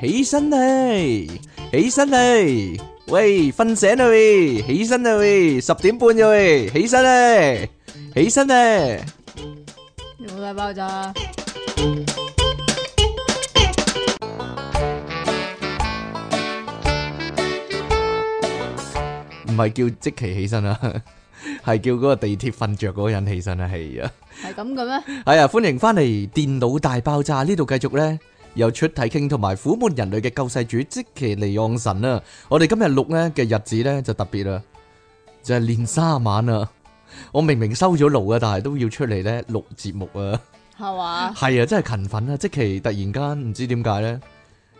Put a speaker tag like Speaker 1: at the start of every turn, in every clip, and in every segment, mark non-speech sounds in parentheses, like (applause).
Speaker 1: 起身嚟，起身嚟，喂，瞓醒啦喂，起身啦喂，十點半咋喂，起身咧，起身咧，
Speaker 2: 冇大爆炸，
Speaker 1: 唔係叫即期起身啊， (laughs) 係叫嗰個地鐵瞓着嗰個人起身啊，係啊。
Speaker 2: 係咁嘅咩？
Speaker 1: 系啊，欢迎翻嚟《電腦大爆炸》呢度，繼續呢，由出體傾同埋苦悶人類嘅救世主即其尼昂神啊！我哋今日錄呢嘅日子呢，就特別啦，就係連三晚啊！我明明收咗爐啊，但係都要出嚟呢錄節目啊！
Speaker 2: 係嘛？
Speaker 1: 係啊，真係勤奮啊！即其突然間唔知點解呢，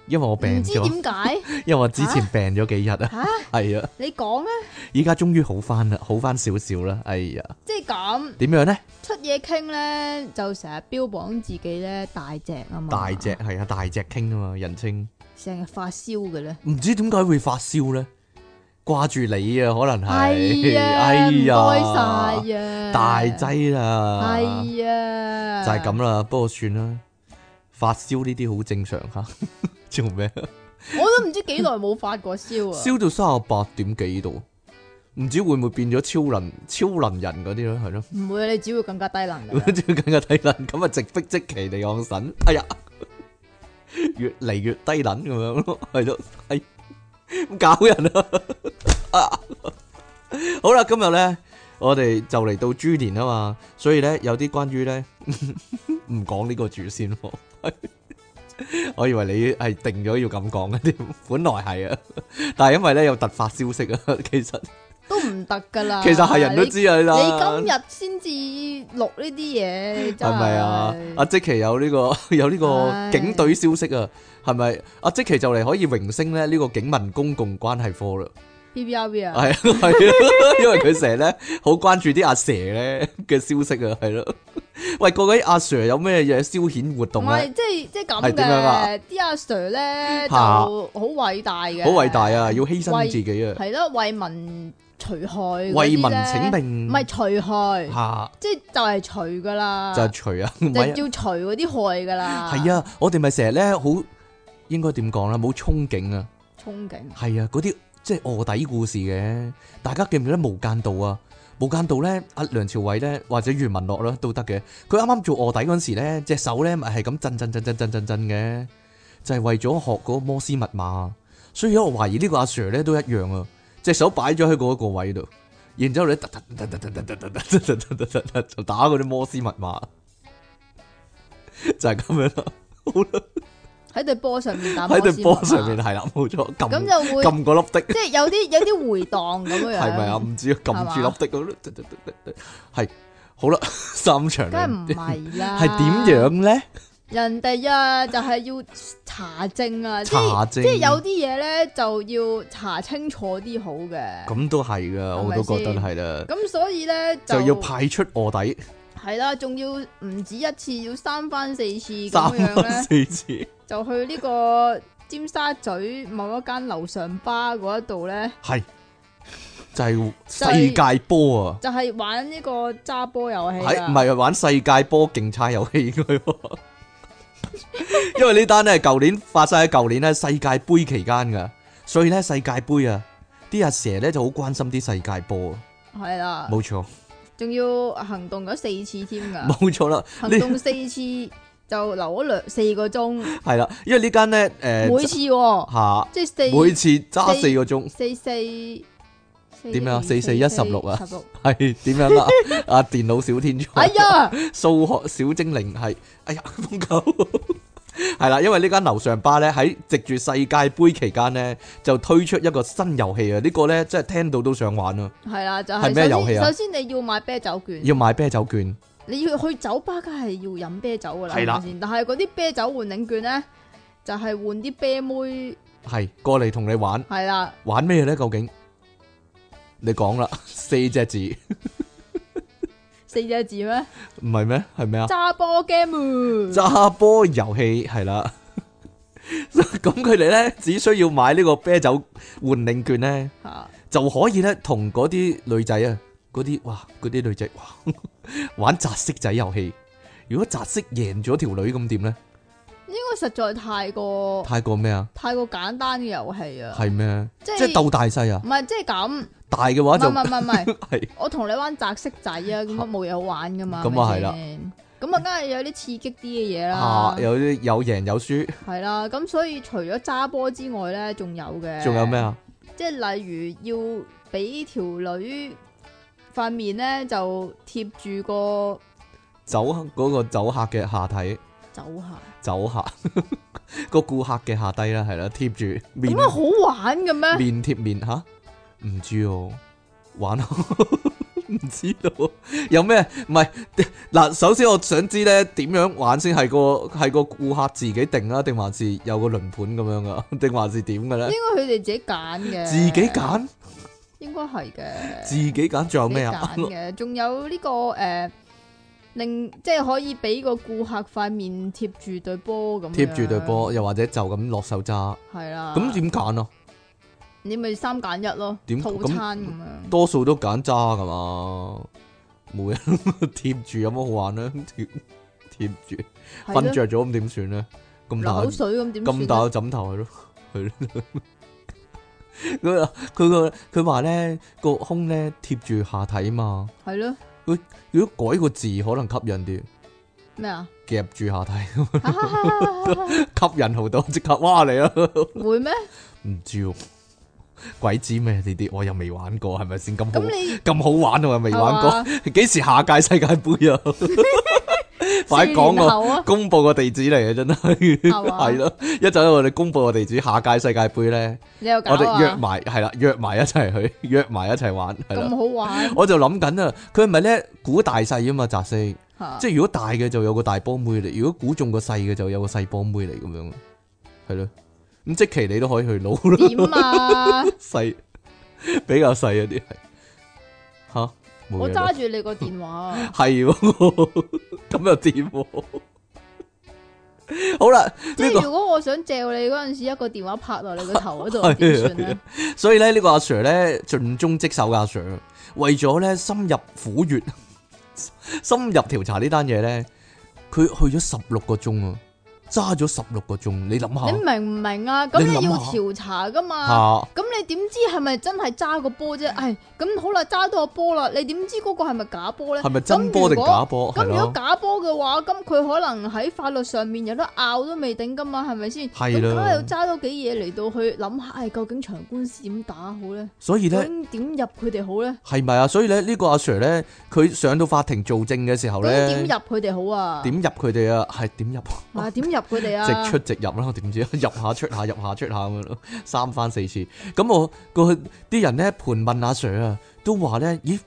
Speaker 1: 因為我病
Speaker 2: 唔知
Speaker 1: 咗，
Speaker 2: 點解？
Speaker 1: 因為我之前病咗幾日啊，
Speaker 2: 吓，
Speaker 1: 係啊，
Speaker 2: 你講啦，
Speaker 1: 依家終於好翻啦，好翻少少啦，哎呀，
Speaker 2: 即係咁
Speaker 1: 點樣呢？
Speaker 2: 出嘢傾咧，就成日標榜自己咧大隻啊嘛，
Speaker 1: 大隻係啊，大隻傾啊嘛，人稱。
Speaker 2: 成日發燒嘅咧，
Speaker 1: 唔知點解會發燒咧？掛住你啊，可能係， (laughs)
Speaker 2: 啊，唔該
Speaker 1: 呀，
Speaker 2: 晒啊，
Speaker 1: 大劑啦，
Speaker 2: 係啊，
Speaker 1: 就係咁啦。不過算啦，發燒呢啲好正常吓， (laughs) 做咩？
Speaker 2: 我都唔知幾耐冇發過燒啊！
Speaker 1: 燒到三十八點幾度，唔知會唔會變咗超能超能人嗰啲咧？係咯，
Speaker 2: 唔會啊，你只會更加低能
Speaker 1: (laughs)
Speaker 2: 㗎啦。
Speaker 1: 即係更加低能，咁啊直逼即其地昂神。 (laughs) 哎呀，越嚟越低能咁樣咯， (laughs) 係咯，係咁搞人啊！ (laughs) 好啦，今日咧，我哋就嚟到豬年啊嘛，所以咧有啲關於咧 (laughs) 唔講呢個住先喎。 (laughs) 我以為你係定咗要咁講嘅添，本來係啊，但係因為咧有突發消息啊，其實
Speaker 2: 都唔得噶啦。
Speaker 1: 其實係人都知啊
Speaker 2: 你。
Speaker 1: 啦
Speaker 2: 你。今日先至錄呢啲嘢，你
Speaker 1: 系
Speaker 2: 真係
Speaker 1: 咪啊？阿即奇有呢、個 (laughs) 有呢個
Speaker 2: 唉
Speaker 1: 警隊消息啊，係咪？阿即奇就嚟可以榮升咧呢個警民公共關係科啦，
Speaker 2: B B R B 啊，
Speaker 1: 係啊係啊， (laughs) 因為佢成日咧好關注啲阿蛇咧嘅消息啊，係咯。喂，各位阿 Sir 有咩嘢消遣活
Speaker 2: 唔
Speaker 1: 動咧？
Speaker 2: 係即係即係
Speaker 1: 係
Speaker 2: 咁
Speaker 1: 點樣啊
Speaker 2: 嘅。啲阿 Sir 咧就
Speaker 1: 嚇
Speaker 2: 好偉大嘅，
Speaker 1: 好偉大啊！要犧牲
Speaker 2: 為
Speaker 1: 自己啊，
Speaker 2: 係咯，為民除害嗰啲咧，
Speaker 1: 為民請命，
Speaker 2: 唔係除害，
Speaker 1: 嚇
Speaker 2: 即係就係除噶啦，
Speaker 1: 就係除啊，唔
Speaker 2: 就
Speaker 1: 係啊
Speaker 2: 要除嗰啲害噶啦。
Speaker 1: 係，啊，我哋咪成日咧好應該點講啦，冇憧憬啊。
Speaker 2: 憧憬
Speaker 1: 系啊，嗰啲即系卧底故事嘅，大家記唔記得《無間道》啊？《無間道》咧，阿梁朝偉咧，或者余文樂啦，都得嘅。佢啱啱做卧底嗰陣時咧，隻手咧咪係咁震震震震震震震嘅，就係、為咗學嗰個摩斯密碼。所以我懷疑呢個阿 Sir 咧都一樣啊，隻手擺咗喺嗰一個位度，然之後咧突突突突突突突突突突突突突就打嗰啲摩斯密碼，就係咁樣啦。好啦，
Speaker 2: 喺對波上面打
Speaker 1: 喺對
Speaker 2: 絲
Speaker 1: 波
Speaker 2: 襪
Speaker 1: 上面
Speaker 2: 啊，
Speaker 1: 係啦，冇錯，
Speaker 2: 咁
Speaker 1: 撳
Speaker 2: 就會
Speaker 1: 撳嗰粒的。
Speaker 2: 即係有啲有啲回蕩咁樣樣。
Speaker 1: 系咪啊？唔知啊，撳住粒的咁，係好啦，三場
Speaker 2: 梗係唔
Speaker 1: 兩
Speaker 2: 係
Speaker 1: (laughs)
Speaker 2: 啦，
Speaker 1: 係點？樣咧？
Speaker 2: 人哋啊，就係要查證啊，即係
Speaker 1: 查證
Speaker 2: 即係有啲嘢咧就要查清楚啲好嘅。
Speaker 1: 咁都係噶，
Speaker 2: 係
Speaker 1: 我
Speaker 2: 咪
Speaker 1: 都覺得
Speaker 2: 先
Speaker 1: 係啦，
Speaker 2: 咁所以咧
Speaker 1: 就要派出卧底
Speaker 2: 係啦，仲要唔止一次，要三番四次
Speaker 1: 三
Speaker 2: 咁樣
Speaker 1: 番
Speaker 2: 咧，
Speaker 1: 四次，
Speaker 2: 就去呢個尖沙咀某一間樓上吧嗰一度咧，
Speaker 1: 係就係世界波啊！
Speaker 2: 就係玩呢個揸波遊戲
Speaker 1: 係
Speaker 2: 啦
Speaker 1: 唔係玩世界波競猜遊戲佢喎？因為呢單咧係舊年發生喺舊年咧世界盃期間噶，所以咧世界盃啊，啲阿蛇咧就好關心啲世界波啊，
Speaker 2: 係啦，
Speaker 1: 冇錯，
Speaker 2: 仲要行動咗四次添㗎，
Speaker 1: (laughs) 冇錯啦，
Speaker 2: 行
Speaker 1: 呢。
Speaker 2: 動四次就留咗兩四個鐘，
Speaker 1: 系啦，因为呢间咧，诶、
Speaker 2: 每次喎。
Speaker 1: 吓，
Speaker 2: 即系四
Speaker 1: 每次揸四個鐘，
Speaker 2: 四四四
Speaker 1: 點啊四四一十六啊
Speaker 2: 十六。
Speaker 1: 係點
Speaker 2: (laughs)
Speaker 1: 樣啊？啊，電腦小天才，
Speaker 2: 哎
Speaker 1: (laughs)
Speaker 2: 呀，
Speaker 1: 數學小精靈係，哎呀，瘋狗。 (laughs) 係啦，因為呢間樓上吧咧喺藉住世界盃期間咧，就推出一個新遊戲啊！呢、個咧真係聽到都想玩啊！
Speaker 2: 系啦，就
Speaker 1: 係
Speaker 2: 係
Speaker 1: 咩
Speaker 2: 首
Speaker 1: 遊戲
Speaker 2: 先
Speaker 1: 啊
Speaker 2: 首先你要買啤酒券，
Speaker 1: 要買啤酒券，
Speaker 2: 你要去酒吧，梗係要飲啤酒噶啦，
Speaker 1: 係啦
Speaker 2: 係咪先但係嗰啲啤酒換領券咧，就係換啲啤妹，
Speaker 1: 係過嚟同你玩，
Speaker 2: 係啦，
Speaker 1: 玩咩咧？究竟你講啦，四隻字
Speaker 2: 四隻字咩？
Speaker 1: 唔係咩？係咩啊？
Speaker 2: 揸波 game 啊。
Speaker 1: 揸波遊戲係啦。 (laughs) 咁佢哋咧只需要買呢個啤酒換領券咧，
Speaker 2: 嚇
Speaker 1: 就可以咧同嗰啲女仔啊，嗰啲哇，嗰啲女仔哇， (laughs) 玩擲色仔遊戲。如果擲色贏咗條女咁點咧？
Speaker 2: 應為實在太過
Speaker 1: 太過咩啊？
Speaker 2: 太過簡單嘅遊戲啊，
Speaker 1: 係咩？
Speaker 2: 即
Speaker 1: 即係
Speaker 2: 係
Speaker 1: 鬥大細啊！
Speaker 2: 唔係即係咁，唔
Speaker 1: 大嘅話
Speaker 2: 係
Speaker 1: 就
Speaker 2: 唔係唔係唔係，
Speaker 1: (laughs) 係
Speaker 2: 我同你玩擲色仔啊，咁啊冇嘢好玩噶嘛，
Speaker 1: 咁啊
Speaker 2: 係咪
Speaker 1: 係啦
Speaker 2: 先，咁啊梗係有啲刺激啲嘅嘢啦
Speaker 1: 啊，，有啲有贏有輸，
Speaker 2: 係啦，咁所以除咗揸波之外咧，仲有嘅，
Speaker 1: 仲有咩？啊？
Speaker 2: 即係例如要俾條女塊面咧就貼住個
Speaker 1: 走嗰個走客嘅下體，
Speaker 2: 酒下，
Speaker 1: 走客 (laughs) 個顧客嘅下低啦，係啦，貼住面
Speaker 2: 咁啊好玩嘅咩？
Speaker 1: 面貼面吓，唔知哦，玩啊 (laughs) 唔知道有咩唔係嗱？首先我想知咧點樣玩先係個係個顧客自己定啊，定還是有個輪盤咁樣噶， (laughs) 定還是點嘅咧？
Speaker 2: 應該佢哋自己揀嘅，
Speaker 1: 自己，揀，
Speaker 2: 應該係嘅，
Speaker 1: 自己揀，仲有咩啊？
Speaker 2: 自己揀嘅，仲有呢、個誒、呃令即係可以俾個顧客塊面貼住對波咁樣，
Speaker 1: 貼住對
Speaker 2: 嗯
Speaker 1: 波，又或者就咁落手揸，
Speaker 2: 係啦。
Speaker 1: 咁點揀啊？
Speaker 2: 你咪三揀一咯，
Speaker 1: 點
Speaker 2: 套
Speaker 1: 咁
Speaker 2: 餐咁樣，
Speaker 1: 多數都揀揸噶嘛，冇人 (laughs) 貼住有乜好玩咧？貼貼住瞓
Speaker 2: 係咯
Speaker 1: 着咗咁點算咧？咁
Speaker 2: 流口
Speaker 1: 大
Speaker 2: 水咁點
Speaker 1: 咁
Speaker 2: 算
Speaker 1: 大
Speaker 2: 呢？
Speaker 1: 個枕頭係咯， (laughs) 係咯。佢佢個佢話咧個胸咧貼住下體嘛，
Speaker 2: 係咯
Speaker 1: 如果改個字可能吸引啲，
Speaker 2: 咩啊？
Speaker 1: 夾住下體 (laughs) 吸引好多，即刻哇嚟啊！ (laughs)
Speaker 2: 會咩？
Speaker 1: 唔知喎，鬼知咩呢啲？我又未玩過，係咪先咁好
Speaker 2: 咁你
Speaker 1: 咁好玩我又未玩過。
Speaker 2: 係嘛
Speaker 1: (laughs) 幾時下屆世界盃
Speaker 2: (laughs)
Speaker 1: 啊？快
Speaker 2: 四
Speaker 1: 講
Speaker 2: 年
Speaker 1: 我
Speaker 2: 後啊！
Speaker 1: 公佈個地址嚟啊！真係
Speaker 2: 係
Speaker 1: (laughs)
Speaker 2: 嘛
Speaker 1: 係咯，一陣我哋公佈個地址，下屆世界盃咧，
Speaker 2: 你又搞
Speaker 1: 我哋約
Speaker 2: 啊？
Speaker 1: 埋係啦，約埋一齊去， (laughs) 約埋一齊玩係
Speaker 2: 咁
Speaker 1: 啦。
Speaker 2: 好玩
Speaker 1: 我就諗緊啊，佢係咪咧估大細啊嘛？扎四，
Speaker 2: 嚇，
Speaker 1: 即係如果大嘅就有個大波妹嚟，如果估中個細嘅就有個細波妹嚟咁樣，係咯。咁即期你都可以去攞咯， (laughs)
Speaker 2: 點啊？
Speaker 1: 細 (laughs) 比較細嗰啲係吓，冇
Speaker 2: 我
Speaker 1: 嘢啦
Speaker 2: 揸住你個
Speaker 1: (laughs)
Speaker 2: 電話，
Speaker 1: 系喎， (laughs) 咁又点喎？好啦，
Speaker 2: 即
Speaker 1: 呢
Speaker 2: 係
Speaker 1: 個
Speaker 2: 如果我想借你嗰陣時，一個電話拍落你個頭嗰
Speaker 1: (laughs) 係啊
Speaker 2: 度，點算咧？
Speaker 1: 所以咧，呢個阿 Sir 咧盡忠職守嘅阿 Sir，為咗咧深入虎穴、 (laughs) 深入調查呢單嘢咧，佢去咗十六個鐘啊，揸咗十六個鐘，你諗
Speaker 2: 你
Speaker 1: 下
Speaker 2: 明唔明啊？咁
Speaker 1: 你諗
Speaker 2: 你要
Speaker 1: 下啊
Speaker 2: 調查噶嘛？
Speaker 1: 吓，
Speaker 2: 咁你點知係咪真係揸個波啫？唉，咁好啦，揸到個波啦，你點知嗰個係咪假波咧？
Speaker 1: 係咪真波定假波？
Speaker 2: 咁
Speaker 1: 係
Speaker 2: 如果
Speaker 1: 咯，
Speaker 2: 假波嘅話，咁佢可能喺法律上面有得拗都未定噶嘛，係咪先？
Speaker 1: 係啦
Speaker 2: 咁梗係要揸多幾嘢嚟到去諗下，唉，究竟場官司點打好咧？
Speaker 1: 所以
Speaker 2: 究
Speaker 1: 咧
Speaker 2: 竟點入佢哋好咧？
Speaker 1: 係咪啊？所以咧呢個阿 Sir 咧，佢上到法庭做證嘅時候
Speaker 2: 究竟點
Speaker 1: 咧，
Speaker 2: 入佢哋好啊？
Speaker 1: 點入佢哋啊？係點入？
Speaker 2: 啊？點入佢哋啊？
Speaker 1: 直出直入啦，我點知啊 (laughs) 入下出下入下出下咁樣咯，三番四次。咁我過去啲人咧盤問阿 Sir 啊，都話咧，咦，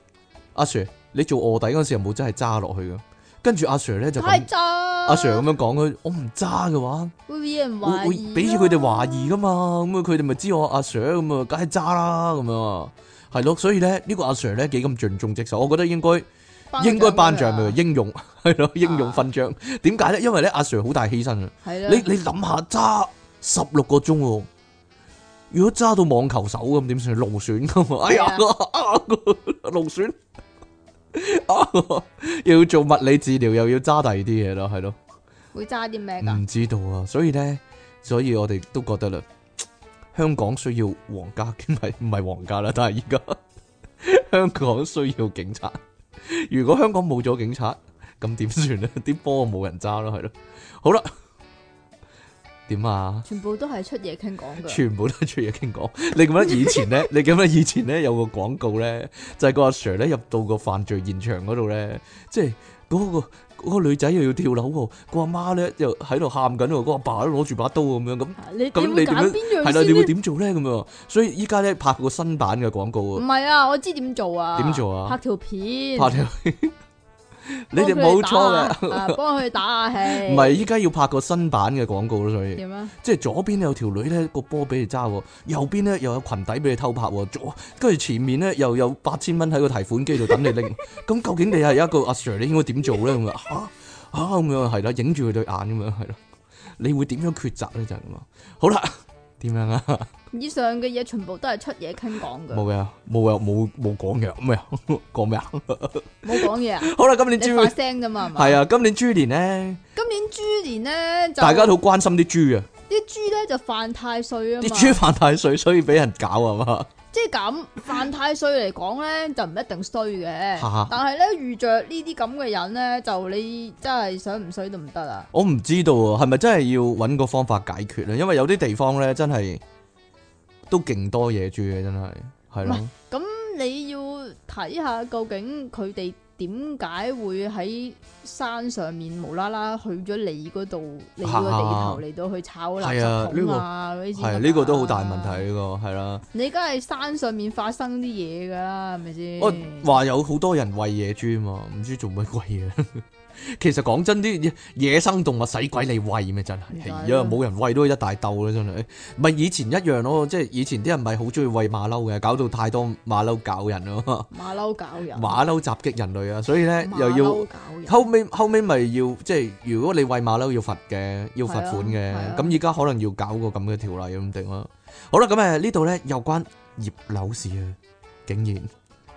Speaker 1: 阿 Sir 你做卧底嗰陣時有冇真係揸落去噶？跟住阿 Sir 咧就
Speaker 2: 太
Speaker 1: 咁，
Speaker 2: 渣！
Speaker 1: 阿
Speaker 2: 阿
Speaker 1: Sir 咁樣講佢，我唔揸嘅話，
Speaker 2: 會俾人
Speaker 1: 會
Speaker 2: 懷
Speaker 1: 會
Speaker 2: 疑，啊
Speaker 1: 俾佢哋懷疑。噶嘛，咁啊佢哋咪知我阿 Sir 咁啊，梗係揸啦咁樣啊，係咯，所以咧呢個阿 Sir 咧幾咁盡忠職守，我覺得應該。應該頒獎
Speaker 2: 啊
Speaker 1: 俾佢，英勇係咯，英勇勳章。點解咧？因為咧，阿 Sir 好大犧牲啊！
Speaker 2: 係啦，
Speaker 1: 你你諗下揸十六個鐘喎，如果揸到網球手咁點算？勞損噶嘛？哎呀， (laughs)
Speaker 2: 係
Speaker 1: 啊勞損 (laughs) 啊，又要做物理治療，又要揸第二啲嘢咯，係咯，
Speaker 2: 會揸啲咩㗎？
Speaker 1: 唔知道啊。所以咧，所以我哋都覺得啦，香港需要皇家， (laughs) 唔係唔係皇家啦，但係而家 (laughs) 香港需要警察。如果香港冇咗警察，咁 (laughs) 點算咧？啲波冇人揸咯，係咯。好啦，點啊？
Speaker 2: 全部都係出嘢傾講㗎。
Speaker 1: 全部都係出嘢傾講。 (laughs) 你記唔記得以前咧？你記唔記得以前咧有個廣告咧，就係、個阿 Sir 咧入到個犯罪現場嗰度咧，即係嗰、個嗰個女仔又要跳樓喎，個阿媽咧又喺度喊緊喎，個阿爸都攞住把刀咁樣咁，
Speaker 2: 你
Speaker 1: 咁
Speaker 2: 你
Speaker 1: 你
Speaker 2: 會
Speaker 1: 點
Speaker 2: 揀
Speaker 1: 樣
Speaker 2: 邊
Speaker 1: 係啦，你
Speaker 2: 樣先
Speaker 1: 會
Speaker 2: 咧？
Speaker 1: 點做咧咁啊？所以依家咧拍個新版嘅廣告
Speaker 2: 唔
Speaker 1: 啊，
Speaker 2: 係啊，我知點做啊。
Speaker 1: 點做啊
Speaker 2: 拍條片，
Speaker 1: 拍條你哋冇錯嘅，
Speaker 2: 嗯嘅，
Speaker 1: (laughs)
Speaker 2: 啊幫佢打下氣。
Speaker 1: 唔係依家要拍個新版嘅廣告咯，所以。
Speaker 2: 點啊？
Speaker 1: 即係左邊有條女咧個波俾你揸喎，右邊咧又有裙底俾你偷拍喎，左跟住前面咧又有八千蚊喺個提款機度等你拎。咁究竟你係一個阿 Sir，你應該點做咧？咁啊嚇嚇咁樣係啦，影住佢對眼咁樣係咯，你會點樣抉擇咧？就係咁啊。好啦， (laughs) 點樣啊？
Speaker 2: 以上嘅嘢全部都係出嘢傾講嘅，
Speaker 1: 冇嘅，冇嘅，冇冇講嘅，咩啊？ (laughs) 講咩啊？
Speaker 2: 冇講嘢啊！
Speaker 1: (laughs) 好啦，今年
Speaker 2: 你
Speaker 1: 豬啊
Speaker 2: 發聲啫嘛，係嘛？
Speaker 1: 係啊，今年豬年咧
Speaker 2: 今年豬年咧就
Speaker 1: 大家都好關心啲豬啊，
Speaker 2: 啲豬咧就犯太歲啊
Speaker 1: 啲
Speaker 2: 嘛，
Speaker 1: 豬 (laughs) 犯太歲，所以俾人搞啊嘛。
Speaker 2: 即係咁犯太歲嚟講咧就唔一定衰
Speaker 1: 嚇 (laughs)
Speaker 2: 嘅，但係咧遇着呢啲咁嘅人咧就你真係想唔衰都唔得啊！
Speaker 1: 我唔知道啊，係咪真係要揾個方法解決咧？因為有啲地方咧真係都勁多野豬嘅，真係係咯
Speaker 2: 唔。你要睇下究竟佢哋點解會喺山上面無啦啦去咗你嗰度，你個地頭嚟到去炒垃
Speaker 1: 係啊
Speaker 2: 圾桶啊嗰啲先
Speaker 1: 係
Speaker 2: 得㗎
Speaker 1: 呢個都好大問題，呢個係啦。
Speaker 2: 你梗係山上面發生啲嘢㗎啦，係咪先？
Speaker 1: 我話有好多人餵野豬嘛，唔知做乜鬼嘢。 (laughs) 其實講真，啲野生動物使鬼你餵咩？真係
Speaker 2: 唔使
Speaker 1: 係
Speaker 2: 啦
Speaker 1: 啊，冇人餵都一大竇啦，真係。咪以前一樣咯，即係以前啲人咪好中意餵馬騮嘅，搞到太多馬騮搞人
Speaker 2: (laughs)
Speaker 1: 咯，
Speaker 2: 馬騮搞人，
Speaker 1: 馬騮襲擊人類啊，所以咧
Speaker 2: 馬
Speaker 1: 又要。
Speaker 2: 騮搞人
Speaker 1: 後尾後尾咪要即係，如果你喂馬騮要罰嘅，要罰款嘅
Speaker 2: 係啊係啊。
Speaker 1: 咁而家可能要搞個咁嘅條例咁定啦。好啦，咁誒呢度咧有關葉柳事啊，竟然 (laughs)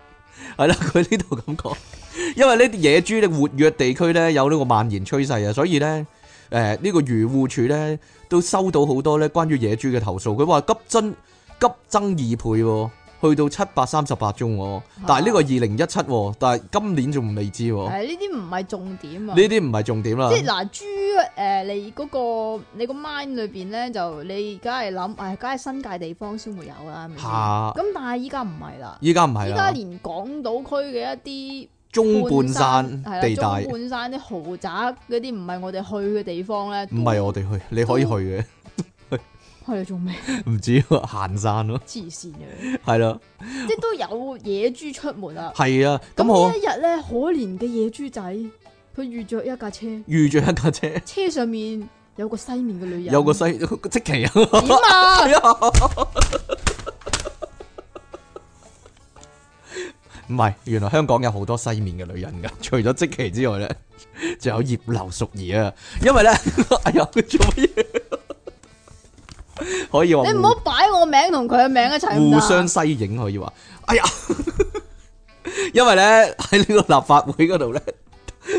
Speaker 1: 係啦，佢呢度咁講， (laughs) 因為呢啲野豬咧活躍地區咧有呢個蔓延趨勢啊，所以咧誒呢個漁護署咧都收到好多咧關於野豬嘅投訴，佢話急增急增二倍喎。去到七百三十八宗喎，但係呢個二零一七喎，但係今年仲未知喎。
Speaker 2: 係呢啲唔係重點啊
Speaker 1: 哦呢。啲唔係重點啦
Speaker 2: 即，係嗱，豬誒、你嗰、個你個 mind 裏邊咧，就你梗係諗，唉，梗係新界地方先會有啦，係咪先？
Speaker 1: 嚇
Speaker 2: 咁但係依家唔係啦，
Speaker 1: 依家唔係
Speaker 2: 依家
Speaker 1: 啦，
Speaker 2: 連港島區嘅一
Speaker 1: 中
Speaker 2: 啲
Speaker 1: 半山
Speaker 2: 係啦
Speaker 1: 地
Speaker 2: 中
Speaker 1: 帶
Speaker 2: 半山啲豪宅嗰啲唔係我哋去嘅地方咧，
Speaker 1: 唔係我哋去，你可以去嘅，
Speaker 2: 去嚟做咩？ (laughs)
Speaker 1: (laughs) 唔知喎行山咯，
Speaker 2: 黐線嘅，
Speaker 1: 係啦，
Speaker 2: 即係都有野豬出沒啦。
Speaker 1: 係啊，咁
Speaker 2: 咁
Speaker 1: 我
Speaker 2: 呢一日咧，可憐嘅野豬仔，佢遇着一架車，
Speaker 1: 預住一架車，
Speaker 2: 車上面有個西面嘅女人，
Speaker 1: 有個西 (laughs) 即期啊，
Speaker 2: 點啊？
Speaker 1: 唔係，原來香港有好多西面嘅女人噶， (laughs) 除咗即期之外咧， (laughs) 仲有葉劉淑儀啊，因為咧， (laughs) 哎呀，佢做乜嘢？ (laughs) 可以話
Speaker 2: 你唔
Speaker 1: 互
Speaker 2: 好擺我名同佢嘅名一齊唔得
Speaker 1: (laughs) 互
Speaker 2: 啊
Speaker 1: 相西影可以話。哎呀， (laughs) 因為咧喺呢 (laughs) 個立法會嗰度咧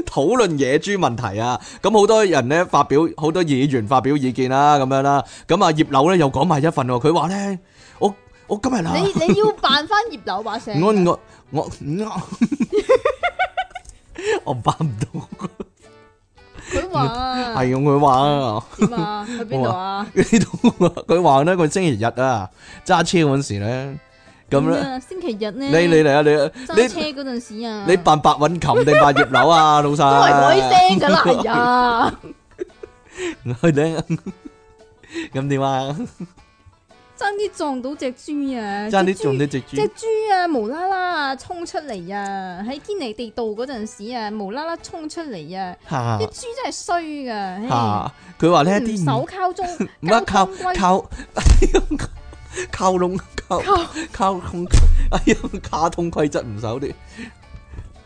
Speaker 1: 討論野豬問題啊，咁好多人咧發表好多議員發表意見啦，咁樣啦，咁啊葉劉咧又講埋一份喎，佢話咧我我今日啊。
Speaker 2: 你你要扮翻葉柳把聲，
Speaker 1: 我我我 (laughs) 我我扮唔到，
Speaker 2: 佢話
Speaker 1: 係用佢玩啊！ (laughs)
Speaker 2: 點啊？去邊度啊？
Speaker 1: 呢度啊佢話咧，佢星期日啊揸車嗰陣時咧，咁
Speaker 2: 點
Speaker 1: 咧
Speaker 2: 啊？星期日咧，
Speaker 1: 你你嚟啊你
Speaker 2: 揸
Speaker 1: 啊
Speaker 2: 車嗰陣時啊，
Speaker 1: 你你扮白韻琴定扮葉柳啊，老細哎
Speaker 2: 都係我啲聲噶啦，哎係啊，
Speaker 1: 係咧咁點啊？
Speaker 2: 爭啲撞到只豬啊！
Speaker 1: 爭啲
Speaker 2: 隻豬
Speaker 1: 中。啲隻
Speaker 2: 只
Speaker 1: 豬，
Speaker 2: 豬啊，無啦啦啊，衝出嚟啊！喺堅尼地道嗰陣時啊，無啦啦衝出嚟啊！
Speaker 1: 嚇
Speaker 2: 啲豬真係衰噶，唉
Speaker 1: 嚇！佢話咧
Speaker 2: 唔
Speaker 1: 啲
Speaker 2: 守靠中，
Speaker 1: 唔得靠
Speaker 2: 交通規
Speaker 1: 靠 (laughs) 靠窿靠靠通，哎呀，卡通規則唔守啲，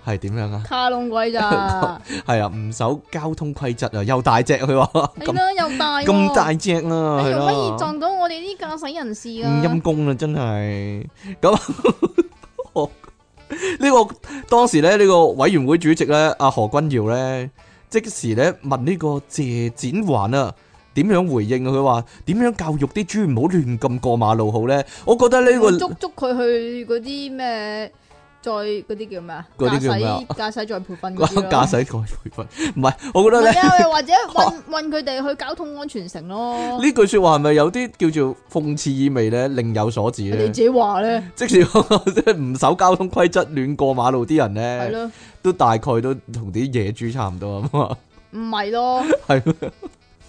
Speaker 1: 係點樣啊？
Speaker 2: 卡窿鬼咋？
Speaker 1: 係啊，唔守交通規則啊，又大隻佢話
Speaker 2: 係
Speaker 1: 咁
Speaker 2: 啦，又大喎
Speaker 1: 咁大隻啊，
Speaker 2: 你
Speaker 1: 係
Speaker 2: 容乜易
Speaker 1: 啦，
Speaker 2: 撞到我哋啲駕駛人士
Speaker 1: 唔
Speaker 2: 啊？
Speaker 1: 陰公啊，真係 (laughs) 咁。我呢個當時咧，呢個委員會主席咧，阿何君堯咧，即時咧問呢個謝展環啊，點樣回應啊？佢話點樣教育啲豬唔好亂咁過馬路好咧？我覺得呢、個 (laughs)
Speaker 2: 會捉捉佢去嗰啲咩，再嗰啲叫咩啊？
Speaker 1: 嗰啲叫咩啊
Speaker 2: 駕駛駕駛再培訓嗰啲咯
Speaker 1: (laughs) 駕駛再培訓，唔係，我覺
Speaker 2: 唔
Speaker 1: 得咧。
Speaker 2: 係
Speaker 1: (laughs)
Speaker 2: 啊，或者運運佢哋去交通安全城咯。
Speaker 1: 呢句说話係咪有啲叫做諷刺意味咧？另有所指
Speaker 2: 你
Speaker 1: 咧
Speaker 2: 自，己話咧，
Speaker 1: 即使即係唔守交通規則、亂過馬路啲人
Speaker 2: 係
Speaker 1: 咧，
Speaker 2: 咯，
Speaker 1: 都大概都同啲野豬差唔多啊嘛，
Speaker 2: 唔係咯，
Speaker 1: (laughs) 係咩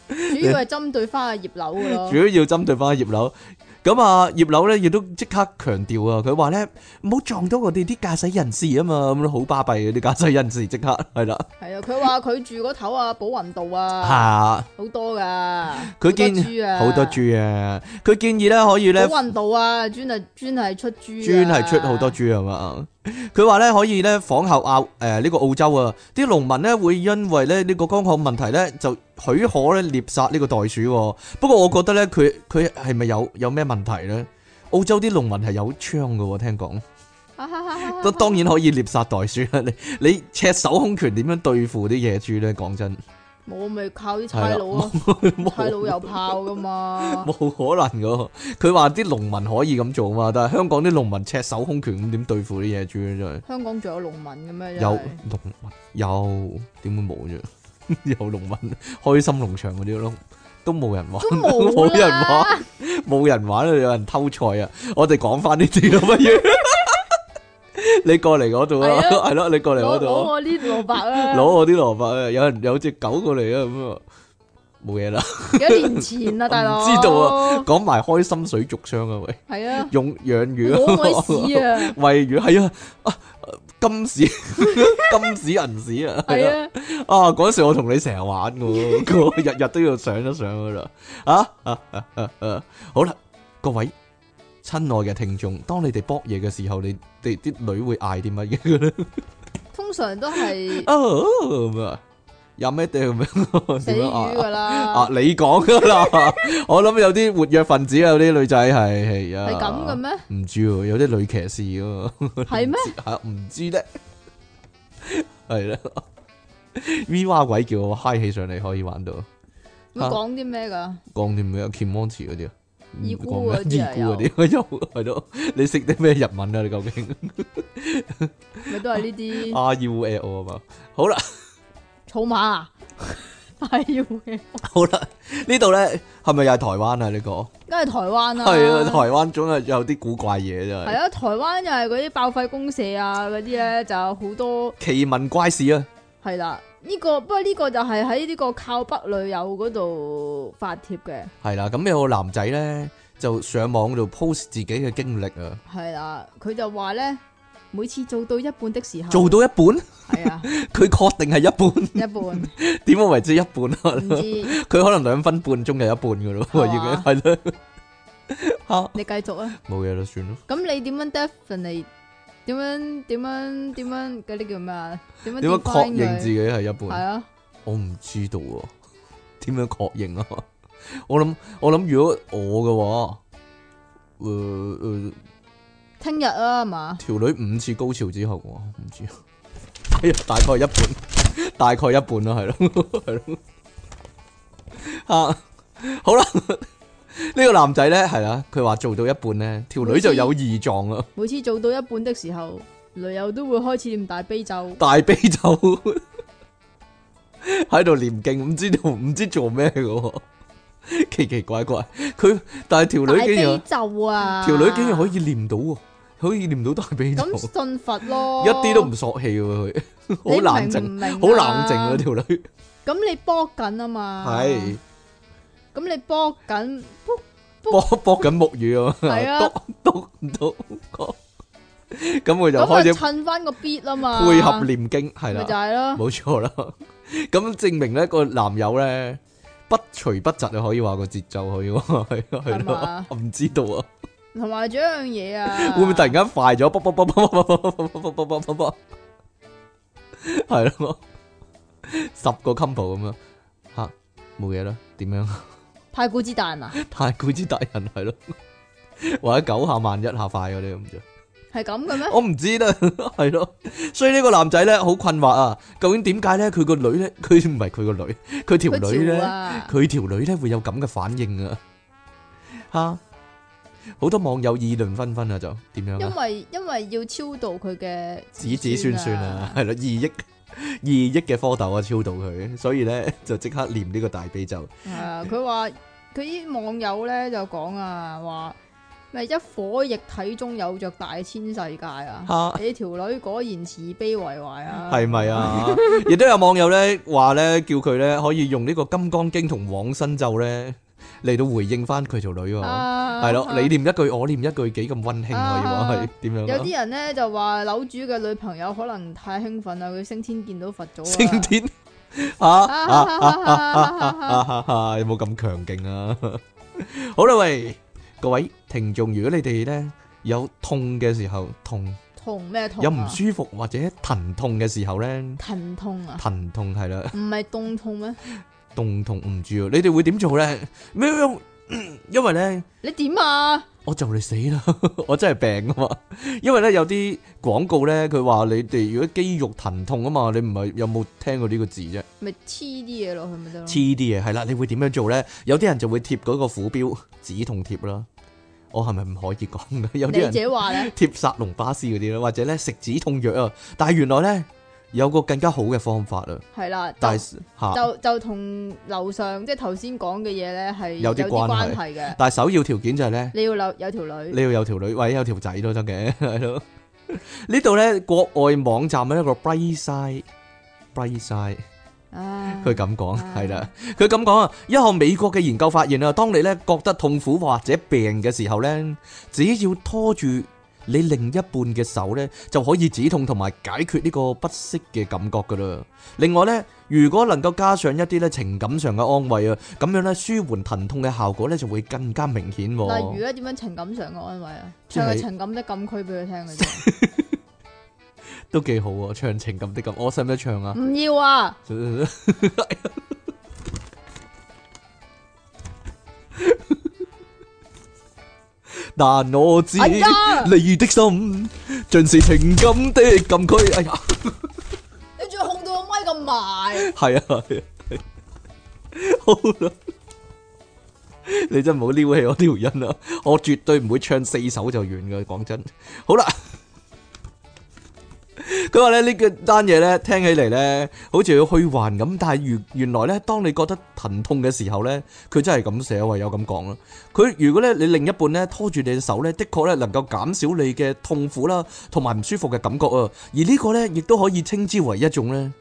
Speaker 2: 主要係針對翻阿葉柳噶咯
Speaker 1: 主。要要針對翻葉柳。咁啊，葉柳咧亦都即刻強調啊，佢話咧唔好撞到我哋啲駕駛人士啊嘛，咁好巴閉嘅啲駕駛人士即刻係啦，
Speaker 2: 係啊，佢話佢住嗰頭啊，寶雲道啊，
Speaker 1: 嚇
Speaker 2: 好多噶，
Speaker 1: 佢
Speaker 2: 好多
Speaker 1: 建
Speaker 2: 豬啊，
Speaker 1: 好多豬啊，佢建議咧可以咧
Speaker 2: 寶。雲道啊，專係專係出豬，啊
Speaker 1: 專係出好多。豬啊嘛！佢話咧可以咧仿效澳誒呢個澳洲啊，啲農民咧會因為咧呢個乾旱問題咧就許可咧獵殺呢個袋鼠喎。不過我覺得咧佢佢係咪有有咩問題咧？澳洲啲農民係有槍嘅喎，聽講都當然可以獵殺袋鼠啦。你你赤手空拳點樣對付啲野豬咧？講真，
Speaker 2: 唔冇咪靠啲差佬咯，
Speaker 1: 冇
Speaker 2: 差佬有炮噶嘛，
Speaker 1: 冇可能噶，佢話啲農民可以咁做嘛，但係香港啲農民赤手空拳咁點對付啲野豬咧？真係
Speaker 2: 香港仲有農民嘅咩？真係
Speaker 1: 有農民有點會冇啫？ (laughs) 有農民開心農場嗰啲咯，都冇人玩，
Speaker 2: 都冇
Speaker 1: 冇人玩
Speaker 2: 啦，，
Speaker 1: 冇人玩，有人偷菜啊！我哋講翻呢啲咯，
Speaker 2: (laughs)
Speaker 1: 不如你過嚟嗰度啦，
Speaker 2: 係啊
Speaker 1: 係咯，你過嚟
Speaker 2: 攞
Speaker 1: 嗰度
Speaker 2: 攞
Speaker 1: 啊。
Speaker 2: 我啲蘿蔔
Speaker 1: (laughs) 攞
Speaker 2: 啦，
Speaker 1: 我啲蘿蔔啊！有人有隻狗過嚟啊咁啊，冇嘢啦。 (laughs)
Speaker 2: 幾多年前啦，大佬，
Speaker 1: 唔知道啊，講埋開心水族箱啊，喂，
Speaker 2: 係啊，
Speaker 1: 用養魚
Speaker 2: 攞我啲屎
Speaker 1: 啊，
Speaker 2: 啊，
Speaker 1: (laughs) 喂魚係啊，啊金屎 (laughs) 金屎銀屎啊，
Speaker 2: (laughs) 係啊。
Speaker 1: 啊嗰時我同你成日玩噶，我日日都要上一上噶啦，啊啊啊啊啊，好啦，各位。親愛嘅聽眾，當你哋搏嘢嘅時候，你哋啲女會嗌啲乜嘢嘅咧？ (laughs)
Speaker 2: 通常都係
Speaker 1: 啊咁啊，有咩 (laughs) 掉咁樣？
Speaker 2: 死
Speaker 1: 點樣啊
Speaker 2: 魚噶
Speaker 1: 啊
Speaker 2: 啦，，
Speaker 1: 你講噶
Speaker 2: (laughs)
Speaker 1: 啦，我諗有啲活躍分子啊，有啲女仔係係啊，啊
Speaker 2: 係咁嘅？咩？
Speaker 1: 唔知喎，有啲女騎士 (laughs) 㗎嘛，
Speaker 2: 係咩？
Speaker 1: 吓唔知咧，係啦。V 蛙鬼叫我嗨起上嚟可以玩到，
Speaker 2: 會講啲咩㗎？
Speaker 1: 講啲咩啊 k i m o n c h i 嗰啲啊，
Speaker 2: 二姑嗰啲啊
Speaker 1: 二姑嗰啲 (laughs) 又係咯，你識啲咩日文啊？你究竟
Speaker 2: 咪都係呢啲
Speaker 1: R U L 啊嘛？好啦。 (laughs)
Speaker 2: 草蜢啊，係要嘅，
Speaker 1: 好啦，呢度咧係咪又係台灣啊？呢個
Speaker 2: 梗係台灣啦，
Speaker 1: 係啊，台灣總係有啲古怪嘢真
Speaker 2: 係
Speaker 1: 係。
Speaker 2: 啊，台灣又係嗰啲爆廢公社啊，嗰啲咧就有好多
Speaker 1: 奇聞怪事啊，
Speaker 2: 係啦。呢個不過呢個就係喺呢個靠北女友嗰度發帖嘅，
Speaker 1: 係啦，咁有個男仔咧就上網度 post 自己嘅經歷啊，
Speaker 2: 係啦。佢就話咧，每次做到一半的時候，
Speaker 1: 做到一半， (laughs)
Speaker 2: 係啊
Speaker 1: 佢確定係一半， (laughs)
Speaker 2: 一半唔
Speaker 1: 點樣為之一半啊？(laughs)
Speaker 2: 知，哦
Speaker 1: 佢可能兩分半鐘就一半噶咯喎，已
Speaker 2: 係
Speaker 1: 經
Speaker 2: 嘛
Speaker 1: 係咯，嚇
Speaker 2: 你繼續啊。
Speaker 1: 冇嘢啦，算咯。
Speaker 2: 咁你點樣 definitely 點樣點樣點樣嗰啲叫咩啊？點樣
Speaker 1: 點樣確
Speaker 2: define
Speaker 1: 認
Speaker 2: 佢
Speaker 1: 自己係一
Speaker 2: 係
Speaker 1: 半？
Speaker 2: 啊？
Speaker 1: 我唔知道喎， (laughs) 點樣確認啊？ (laughs) 我諗我呃諗，如果我嘅話，誒、誒。
Speaker 2: 聽日啊係嘛？
Speaker 1: 條女五次高潮之後，哇，唔知，哎呀，大概一半， (laughs) 大概一半啦，係咯， (laughs) 係咯，啊，好啦，呢個男仔咧係啦，佢話做到一半咧，條女就有異狀啦，
Speaker 2: 每次做到一半的時候，女友都會開始念大悲咒，
Speaker 1: 大悲咒 (laughs) 喺度念經，唔知道唔知做咩嘅喎，奇奇怪怪，佢但係條
Speaker 2: 大
Speaker 1: 女竟
Speaker 2: 悲
Speaker 1: 然
Speaker 2: 咒啊！
Speaker 1: 條女竟然可以念到喎，可以念到大悲咒，
Speaker 2: 咁信佛咯，
Speaker 1: 一啲都唔索氣喎佢，好
Speaker 2: 你明
Speaker 1: 冷靜
Speaker 2: 唔。明啊
Speaker 1: 好冷靜啊！條女
Speaker 2: 咁你搏緊啊嘛，
Speaker 1: 係
Speaker 2: 咁你搏緊，卜
Speaker 1: 搏搏緊木魚啊
Speaker 2: 係
Speaker 1: 嘛，
Speaker 2: 啊
Speaker 1: (laughs) 篤篤篤咁佢就開
Speaker 2: 咁就
Speaker 1: 始
Speaker 2: 襯翻個 beat 啊嘛，
Speaker 1: 配合念經係
Speaker 2: 咪就
Speaker 1: 啦，
Speaker 2: 係咯，
Speaker 1: 冇錯啦。 (laughs) 咁證明咧個男友咧不隨不疾啊，可以話個節奏可以話 (laughs) 係係
Speaker 2: 係
Speaker 1: 咯
Speaker 2: 嘛，
Speaker 1: 唔知道啊，
Speaker 2: 同埋仲有一樣嘢啊，
Speaker 1: 會唔會突然間快咗？卜卜卜卜卜卜卜卜卜卜卜 (laughs) 卜，係咯，十個 combo 咁樣吓冇嘢啦，點樣？
Speaker 2: 太古之蛋啊？
Speaker 1: 太古之大人係咯， (laughs) 或者九下慢一下快嗰啲咁啫，
Speaker 2: 係咁嘅咩？
Speaker 1: 我唔知啦， (laughs) 係咯。所以呢個男仔咧好困惑啊，究竟點解咧佢個女咧， (laughs) 佢唔係佢個女，佢條
Speaker 2: 佢
Speaker 1: 女
Speaker 2: 潮
Speaker 1: 咧，
Speaker 2: 啊
Speaker 1: 佢條女咧會有咁嘅反應啊？ (laughs) 吓，好多網友議論紛紛啊，就點樣
Speaker 2: 因
Speaker 1: 啊？
Speaker 2: 為因為要超度佢嘅
Speaker 1: 子子孫孫啊，， (laughs) 係咯，二億二億嘅蝌蚪啊，超度佢，所以咧就即刻念呢個大悲咒，
Speaker 2: 係啊，佢話佢啲網友咧就講啊，話咩一火液體中有着大千世
Speaker 1: (laughs)
Speaker 2: 界啊，
Speaker 1: 吓。
Speaker 2: 你條女果然慈悲為懷啊，
Speaker 1: 系咪啊？亦都有網友咧話咧，叫佢咧可以用呢個《金剛經》同《往生咒》咧嚟到回應翻佢條女喎。
Speaker 2: 啊？
Speaker 1: 係咯，你念
Speaker 2: 啲
Speaker 1: 一句，我念一句，幾咁温馨可以話係點樣
Speaker 2: 有
Speaker 1: 啊？
Speaker 2: 啲人咧就話樓主嘅女朋友可能太興奮啦，佢升天見到佛祖啊，
Speaker 1: 升天啊啊
Speaker 2: 啊！
Speaker 1: 啊啊！有冇咁強勁啊？好啦，喂，各位聽眾，如果你哋咧有痛嘅時候痛，
Speaker 2: 痛咩痛啊？
Speaker 1: 有唔舒服或者疼痛嘅時候咧，
Speaker 2: 疼痛啊？
Speaker 1: 疼痛係啦。
Speaker 2: 唔係凍痛咩？
Speaker 1: 凍痛唔知啊，你哋會點做咧？喵喵 (coughs) 因為咧。
Speaker 2: 你點啊？
Speaker 1: 我就嚟死啦！ (laughs) 我真係病啊嘛，因為咧有啲廣告咧，佢話你哋如果肌肉疼痛啊嘛，你唔係有冇聽過呢個字啫？
Speaker 2: 咪黐啲嘢落去咪得咯
Speaker 1: 黐。啲嘢係啦，你會點樣做咧？有啲人就會貼嗰個虎標止痛貼啦，我係咪唔可以講嘅？ (laughs) 有
Speaker 2: 你
Speaker 1: 啲
Speaker 2: 自
Speaker 1: 人
Speaker 2: 己話咧，
Speaker 1: 貼殺龍巴斯嗰啲啦，或者咧食止痛藥啊，但係原來咧有個更加好嘅方法啊，
Speaker 2: 係啦，
Speaker 1: 但
Speaker 2: 就
Speaker 1: 係嚇。
Speaker 2: 就就同樓上即係頭先講嘅嘢咧係
Speaker 1: 有
Speaker 2: 有
Speaker 1: 啲
Speaker 2: 啲
Speaker 1: 關係
Speaker 2: 關係嘅。
Speaker 1: 但係首要條件就係咧，
Speaker 2: 你要有有條女，
Speaker 1: 你要有條女或者有條仔都得嘅， (laughs) 係咯。呢度咧國外網站咧一個 Brightside，Brightside
Speaker 2: 唉，
Speaker 1: 佢咁講
Speaker 2: 啊
Speaker 1: 係啦，佢咁講啊，一項美國嘅研究發現啊，當你咧覺得痛苦或者病嘅時候咧，只要拖住你另一半嘅手咧，就可以止痛同埋解決呢個不適嘅感覺噶啦。另外咧，如果能夠加上一啲咧情感上嘅安慰啊，咁樣咧舒緩疼痛嘅效果咧就會更加明顯喎。
Speaker 2: 例如咧點樣情感上嘅安慰啊？
Speaker 1: 即
Speaker 2: 唱
Speaker 1: 係
Speaker 2: 個情感的禁區俾佢聽嘅
Speaker 1: (laughs)
Speaker 2: 啫，
Speaker 1: 都幾好喎，唱情感的咁，我使唔使唱啊？ (laughs)
Speaker 2: 唔要啊！
Speaker 1: 但我知
Speaker 2: 哎呀，
Speaker 1: 你的心盡是情感的禁區。哎呀，
Speaker 2: 你仲要控到個咪咁埋，
Speaker 1: 係啊，係啊，係啊好啦，你真係唔好撩起我呢條音啦，我絕對唔會唱四首就完嘅，講真。好啦，佢話咧呢個單嘢咧，聽起嚟咧好似要虛幻咁，但係原原來咧，當你覺得疼痛嘅時候咧，佢真係咁寫，唯有咁講啦。佢如果咧你另一半咧拖住你隻手咧，的確咧能夠減少你嘅痛苦啦，同埋唔舒服嘅感覺啊。而呢個咧亦都可以稱之為一種咧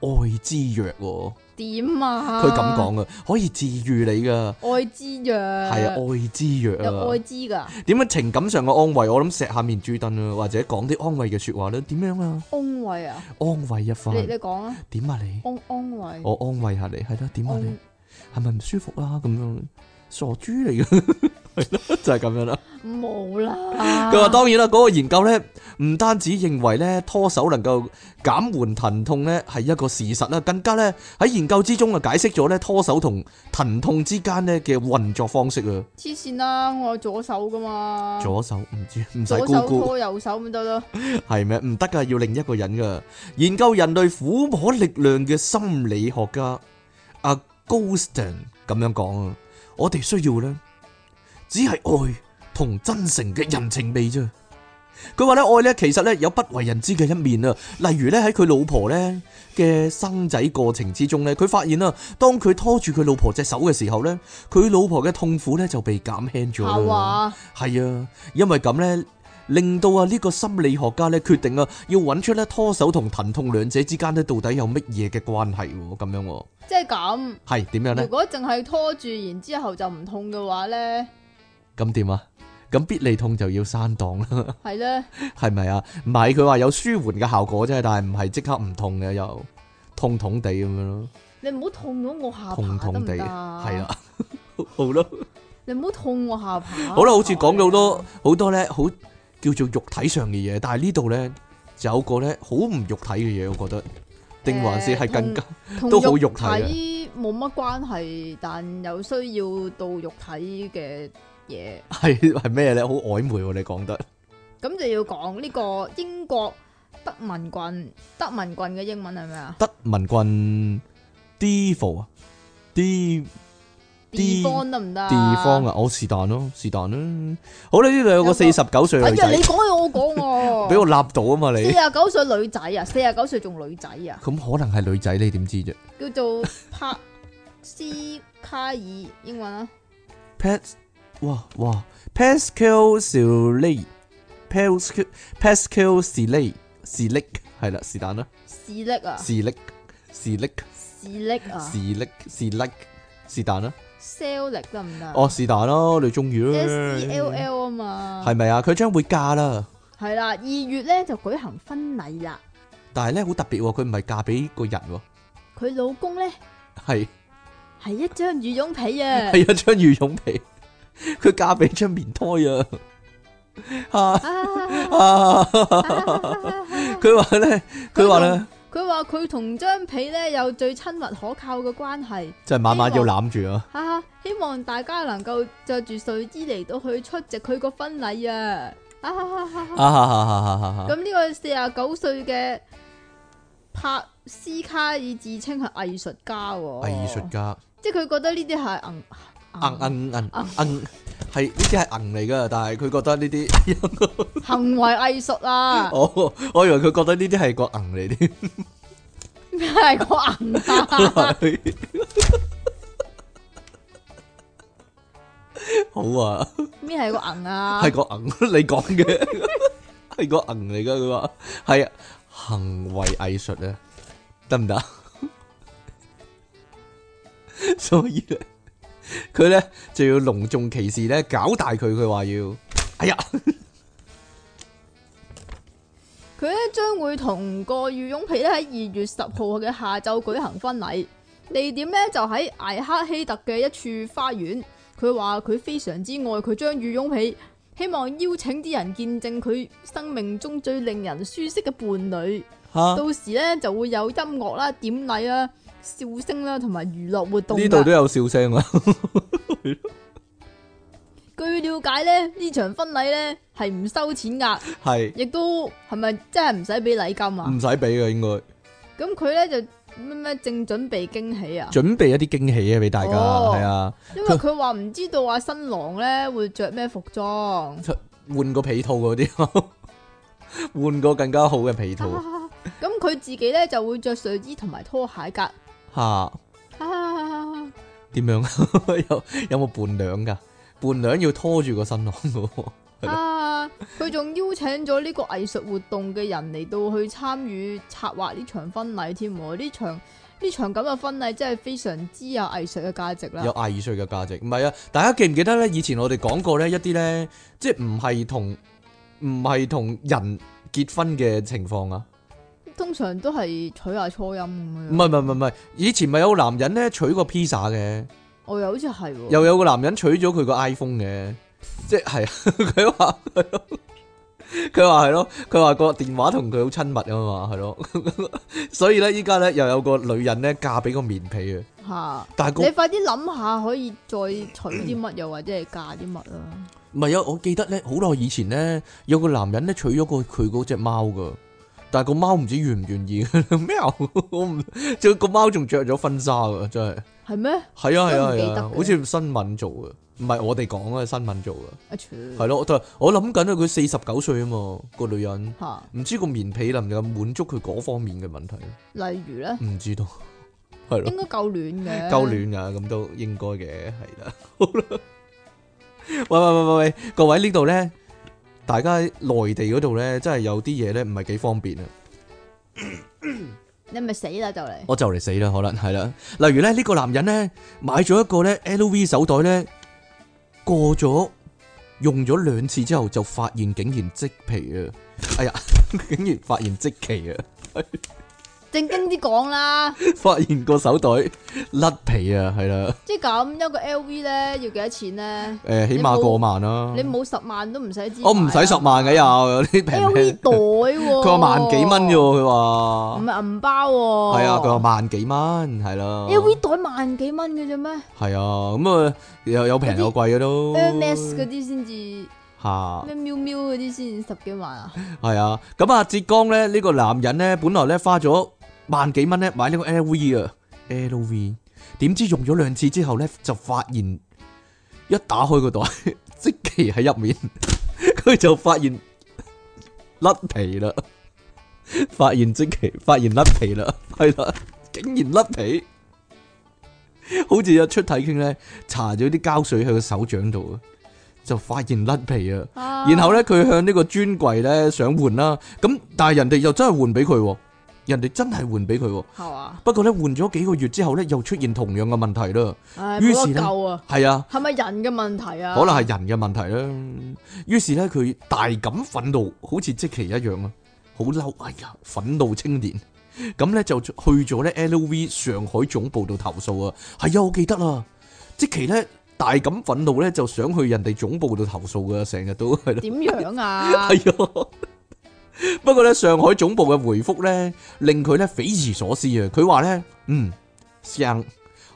Speaker 1: 愛滋藥喎，
Speaker 2: 點啊？
Speaker 1: 佢咁，講啊，可以治愈你噶，
Speaker 2: 愛滋藥
Speaker 1: 係啊，愛滋藥啊
Speaker 2: 有。愛滋㗎，
Speaker 1: 點樣情感上嘅安慰，我諗錫下面珠燈啊，或者講啲安慰嘅説話咧，點樣啊？
Speaker 2: 安慰啊！
Speaker 1: 安慰一番
Speaker 2: 你，你講啊，
Speaker 1: 點啊你？
Speaker 2: 安安慰，
Speaker 1: 我安慰下你，係啦，點啊你
Speaker 2: 安？
Speaker 1: 係咪唔舒服啊？咁樣傻豬嚟嘅， (laughs) 係咯，就係咁樣啦。
Speaker 2: 冇啦。
Speaker 1: 佢話當然啦，嗰個研究咧，唔單止認為咧拖手能夠減緩疼痛咧係一個事實啦，更加咧喺研究之中啊解釋咗咧拖手同疼痛之間咧嘅運作方式啊。
Speaker 2: 黐線啦，我有左手噶嘛，
Speaker 1: 左手唔知唔使
Speaker 2: 啊左
Speaker 1: 估
Speaker 2: 手
Speaker 1: 估。
Speaker 2: 拖右手咪得咯。
Speaker 1: 系咩？唔得噶，要另一個人噶。研究人類撫摸力量嘅心理學家阿 Goldston 咁樣講啊，我哋需要咧，只係愛同真誠嘅人情味啫。佢話咧，愛咧其實咧有不為人知嘅一面啊。例如咧喺佢老婆咧嘅生仔過程之中咧，佢發現啊，當佢拖住佢老婆隻手嘅時候咧，佢老婆嘅痛苦咧就被減輕咗
Speaker 2: 下
Speaker 1: 啦。
Speaker 2: 話
Speaker 1: 係啊，因為咁呢，令到啊呢個心理學家呢決定啊，要揾出呢拖手同疼痛兩者之間呢到底有乜嘢嘅關係喎？咁樣喎，
Speaker 2: 即係咁。
Speaker 1: 係點樣
Speaker 2: 如
Speaker 1: 呢？
Speaker 2: 果淨係拖住，然之後就唔痛嘅話咧，
Speaker 1: 咁點啊？咁必理痛就要刪檔啦， (laughs)
Speaker 2: 係咧，
Speaker 1: 係咪啊？唔係佢話有舒緩嘅效果啫，但係唔係即刻唔痛嘅，又痛痛地咁樣咯，
Speaker 2: 你唔好痛咗我下
Speaker 1: 痛
Speaker 2: 巴得
Speaker 1: 痛
Speaker 2: 唔
Speaker 1: 地
Speaker 2: 得啊？
Speaker 1: 係啦， (laughs) 好咯，
Speaker 2: 你唔好痛我下巴。
Speaker 1: 好啦，好似講咗好多好多呢，好叫做肉體上嘅嘢，但係呢度呢，就有個呢好唔肉體嘅嘢，我覺得，定還是係更加。
Speaker 2: 同
Speaker 1: 都好肉體啊嘅
Speaker 2: 體冇乜關係，但有需要到肉體嘅嘢，
Speaker 1: 係係咩咧？好曖昧喎、你講得
Speaker 2: 咁就要講呢個英國德文郡，德文郡嘅英文係咩啊
Speaker 1: 德文郡 d e f 啊 d
Speaker 2: 地方得唔得啊？
Speaker 1: 地方啊，我是但咯，是但啦。好啦，呢度有個
Speaker 2: 有個
Speaker 1: 四十九歲
Speaker 2: 哎
Speaker 1: 女
Speaker 2: 呀，你
Speaker 1: 仔，
Speaker 2: 講嘢我講
Speaker 1: (laughs) 俾
Speaker 2: 喎。
Speaker 1: 我立到啊嘛
Speaker 2: 四
Speaker 1: 你。
Speaker 2: 廿九歲女仔啊，四廿九歲仲女仔啊，
Speaker 1: 咁可能係女仔，你點知啫
Speaker 2: 叫做帕斯卡爾英文啊，
Speaker 1: ？Pas 哇哇，Pascal s i l e y p a s c a l Pascal s i l e y s i l e y 係啦，是但啦
Speaker 2: 史力啊，
Speaker 1: s i l e y s i l e y
Speaker 2: 史力啊
Speaker 1: s i l e y s i l e y 是但啦。
Speaker 2: ，sell 力得唔得啊
Speaker 1: 哦，是但咯，你中意咯。
Speaker 2: ？S E L L 啊嘛，
Speaker 1: 係咪啊？佢將會嫁啦。
Speaker 2: 係啦，二月咧就舉行婚禮啦。
Speaker 1: 但係咧好特別喎，佢唔係嫁俾個人喎，
Speaker 2: 佢老公咧
Speaker 1: 係
Speaker 2: 係一張羽絨被啊，
Speaker 1: 係一張羽絨被，佢嫁俾張棉胎 (laughs) 啊！啊！佢話咧，佢話咧，
Speaker 2: (laughs) 佢話佢同張被咧有最親密可靠嘅關係， (laughs)
Speaker 1: 就係晚晚要攬住啊！
Speaker 2: 哈哈！希望大家能夠着住睡衣嚟到去出席佢個婚禮啊！哈哈哈哈哈！
Speaker 1: 啊哈哈哈哈哈
Speaker 2: 咁呢個四十九歲嘅帕斯卡爾自稱係藝術家喎，
Speaker 1: 藝術家，
Speaker 2: 即係佢覺得呢啲係硬
Speaker 1: 硬硬硬硬，係呢啲係硬嚟噶，但係佢覺得呢啲，
Speaker 2: 行為藝術
Speaker 1: (laughs)
Speaker 2: 啊，
Speaker 1: 我我以為佢覺得呢啲係個硬
Speaker 2: (laughs)
Speaker 1: 嚟添， (laughs)
Speaker 2: 咩係個硬啊？
Speaker 1: 好啊。
Speaker 2: 咩係個硬
Speaker 1: (laughs)
Speaker 2: 啊？
Speaker 1: 系个银，你讲嘅 (laughs) 系个银嚟噶，佢话系行为艺术啊，得啊唔得？ (laughs) 所以咧，佢咧就要隆重其事咧，搞大佢。佢話要，哎呀，
Speaker 2: 佢咧將會同個御翁皮咧喺二月十號嘅下晝舉行婚禮，地點咧就喺艾克希特嘅一處花園。佢話佢非常之愛佢張御翁皮，希望邀請啲人見證佢生命中最令人舒適嘅伴侶。
Speaker 1: 吓
Speaker 2: 到時咧就會有音樂啦、典禮啦、笑聲啦同埋娛樂活動㗎。
Speaker 1: 呢度都有笑聲
Speaker 2: (laughs)
Speaker 1: 啊！
Speaker 2: 據了解咧，呢場婚禮咧係唔收錢㗎，
Speaker 1: 係
Speaker 2: 亦都係咪真係唔使俾禮金啊？
Speaker 1: 唔使俾嘅，應該
Speaker 2: 咁佢咧就咩咩正準備驚喜啊，
Speaker 1: 準備一啲驚喜啊，俾大家
Speaker 2: 哦
Speaker 1: 係啊，
Speaker 2: 因為佢話唔知道啊新郎咧會着咩服裝，
Speaker 1: 換個被套嗰啲， (laughs) 換個更加好嘅被套
Speaker 2: 啊咁佢自己咧就會着睡衣同埋拖鞋噶。
Speaker 1: 吓。
Speaker 2: 啊
Speaker 1: 點樣？ (laughs) 有有冇伴娘噶？伴娘要拖住個新郎噶，
Speaker 2: 啊！佢仲邀請咗呢個藝術活動嘅人嚟到去參與策劃呢場婚禮添喎，呢場呢場咁嘅婚禮真係非常之有藝術嘅價值啦
Speaker 1: 有。藝術嘅價值。唔係啊，大家記唔記得咧？以前我哋講過咧，一啲咧，即係唔係同唔係同人結婚嘅情況啊？
Speaker 2: 通常都係取下初音咁
Speaker 1: 唔
Speaker 2: 樣。
Speaker 1: 係唔係唔係唔係，以前咪有個男人咧娶個 pizza 嘅，
Speaker 2: 我又好似係喎。
Speaker 1: 又有個男人娶咗佢個 iPhone 嘅，即係啊 (laughs) 佢話佢話係咯，佢話個電話同佢好親密啊嘛，係咯， (laughs) 所以咧依家咧又有個女人咧嫁俾個棉被啊。
Speaker 2: 嚇
Speaker 1: 但係個
Speaker 2: 你快啲諗下可以再取啲乜，又或者係嫁啲乜啦。
Speaker 1: 唔係啊！我記得咧，好耐以前咧，有個男人咧娶咗個佢嗰只貓噶，但係個貓唔知願唔願意 (laughs) 喵，我唔，仲個貓仲着咗婚紗噶，真係
Speaker 2: 係咩？
Speaker 1: 係啊係啊
Speaker 2: 都唔記
Speaker 1: 係
Speaker 2: 得
Speaker 1: 啊，
Speaker 2: 嘅
Speaker 1: 好似新聞做嘅，唔係我哋講啊，新聞做嘅，
Speaker 2: 阿全
Speaker 1: 係咯，但係我諗緊啊，佢四十九歲啊嘛，個女人
Speaker 2: 嚇，
Speaker 1: 唔知個棉被能唔能夠滿足佢嗰方面嘅問題，
Speaker 2: 例如咧，
Speaker 1: 唔知道係咯
Speaker 2: 應。該夠暖嘅。
Speaker 1: 夠。暖㗎，咁都應該嘅，係 (laughs) 啦。好啦，喂喂喂喂喂，各位呢度咧，大家喺內地嗰度咧，真係有啲嘢咧唔係幾方便啊！
Speaker 2: 你咪死啦就嚟。
Speaker 1: 我就嚟死啦，可能係啦。例如咧，呢個男人咧買咗一個咧 LV 手袋咧，過咗用咗兩次之後，就發現竟然即皮啊！哎 (laughs) 呀，竟然發現即期啊！
Speaker 2: 正經啲講啦， (laughs)
Speaker 1: 發現個手袋甩皮啊，係啦，
Speaker 2: 即係咁一個 LV 咧要幾多錢咧？
Speaker 1: 誒、起碼過萬啦。
Speaker 2: 你冇十萬都唔使知。
Speaker 1: 嗯我唔使十萬嘅又，有啲平
Speaker 2: LV
Speaker 1: (laughs) 平。
Speaker 2: 袋喎。
Speaker 1: 佢話萬幾蚊啫喎，佢
Speaker 2: 唔
Speaker 1: 話
Speaker 2: 係銀包喎。
Speaker 1: 係啊，佢話萬幾蚊係啦，
Speaker 2: LV 袋萬幾蚊嘅啫咩
Speaker 1: 係啊，咁啊又有平有貴嘅都
Speaker 2: ？Hermes 嗰啲先至
Speaker 1: 嚇
Speaker 2: 咩喵喵嗰啲先至十幾萬啊？
Speaker 1: 係啊，咁啊浙江咧呢個男人咧，本來咧花咗萬幾蚊咧買呢個 LV 啊，LV，點知用咗兩次之後咧就發現一打開個袋， (laughs) 即其喺入面， (laughs) 佢就發現甩皮啦，發現即其發現甩皮啦，係啦，竟然甩皮，好似有出體傾咧，搽咗啲膠水喺個手掌度啊，就發現甩皮啊！然
Speaker 2: 然
Speaker 1: 後咧，佢向呢個專櫃咧想換啦，咁但係人哋又真係換俾佢喎，人哋真係換俾佢喎。
Speaker 2: 啊係嘛？
Speaker 1: 不過咧，換咗幾個月之後咧，又出現同樣嘅問題啦。
Speaker 2: 唉，
Speaker 1: 於
Speaker 2: 冇
Speaker 1: 是
Speaker 2: 得
Speaker 1: 呢
Speaker 2: 救啊！
Speaker 1: 係啊，
Speaker 2: 係咪人嘅問題啊？
Speaker 1: 可能係人嘅問題啦。於是咧，佢大感憤怒，好似即期一樣啊，好嬲！哎呀，憤怒青年，咁咧就去咗咧 LV 上海總部度投訴啊。係啊，我記得啦，即期咧大感憤怒 (laughs) 咧，就想去人哋總部度投訴噶，成日都係啦。
Speaker 2: 點樣啊？
Speaker 1: 系啊，不過咧，上海總部嘅回覆咧，令佢咧匪夷所思啊！佢話咧，嗯，生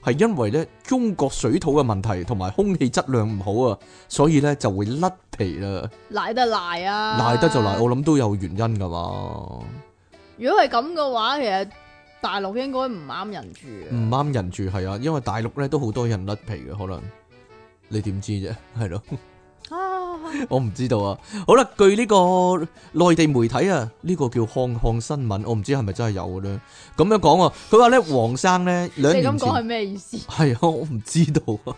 Speaker 1: 係因為咧中國水土嘅問題同埋空氣質量唔好啊，所以咧就會甩皮啦，
Speaker 2: 賴得賴啊，
Speaker 1: 賴得就賴，我諗都有原因噶嘛，
Speaker 2: 如果係咁嘅話，其實大陸應該唔啱人住啊嘅。
Speaker 1: 唔啱人住係啊，因為大陸咧都好多人甩皮嘅，可能你點知啫，係咯。
Speaker 2: 啊，
Speaker 1: 我唔知道啊。好啦，據呢個內地媒體啊，呢、個叫看看新聞，我唔知係咪真係有嘅咧。咁樣講啊，佢話咧，黃生咧兩
Speaker 2: 你
Speaker 1: 年
Speaker 2: 咁
Speaker 1: 前
Speaker 2: 講係咩意思？
Speaker 1: 係啊，我唔知道啊。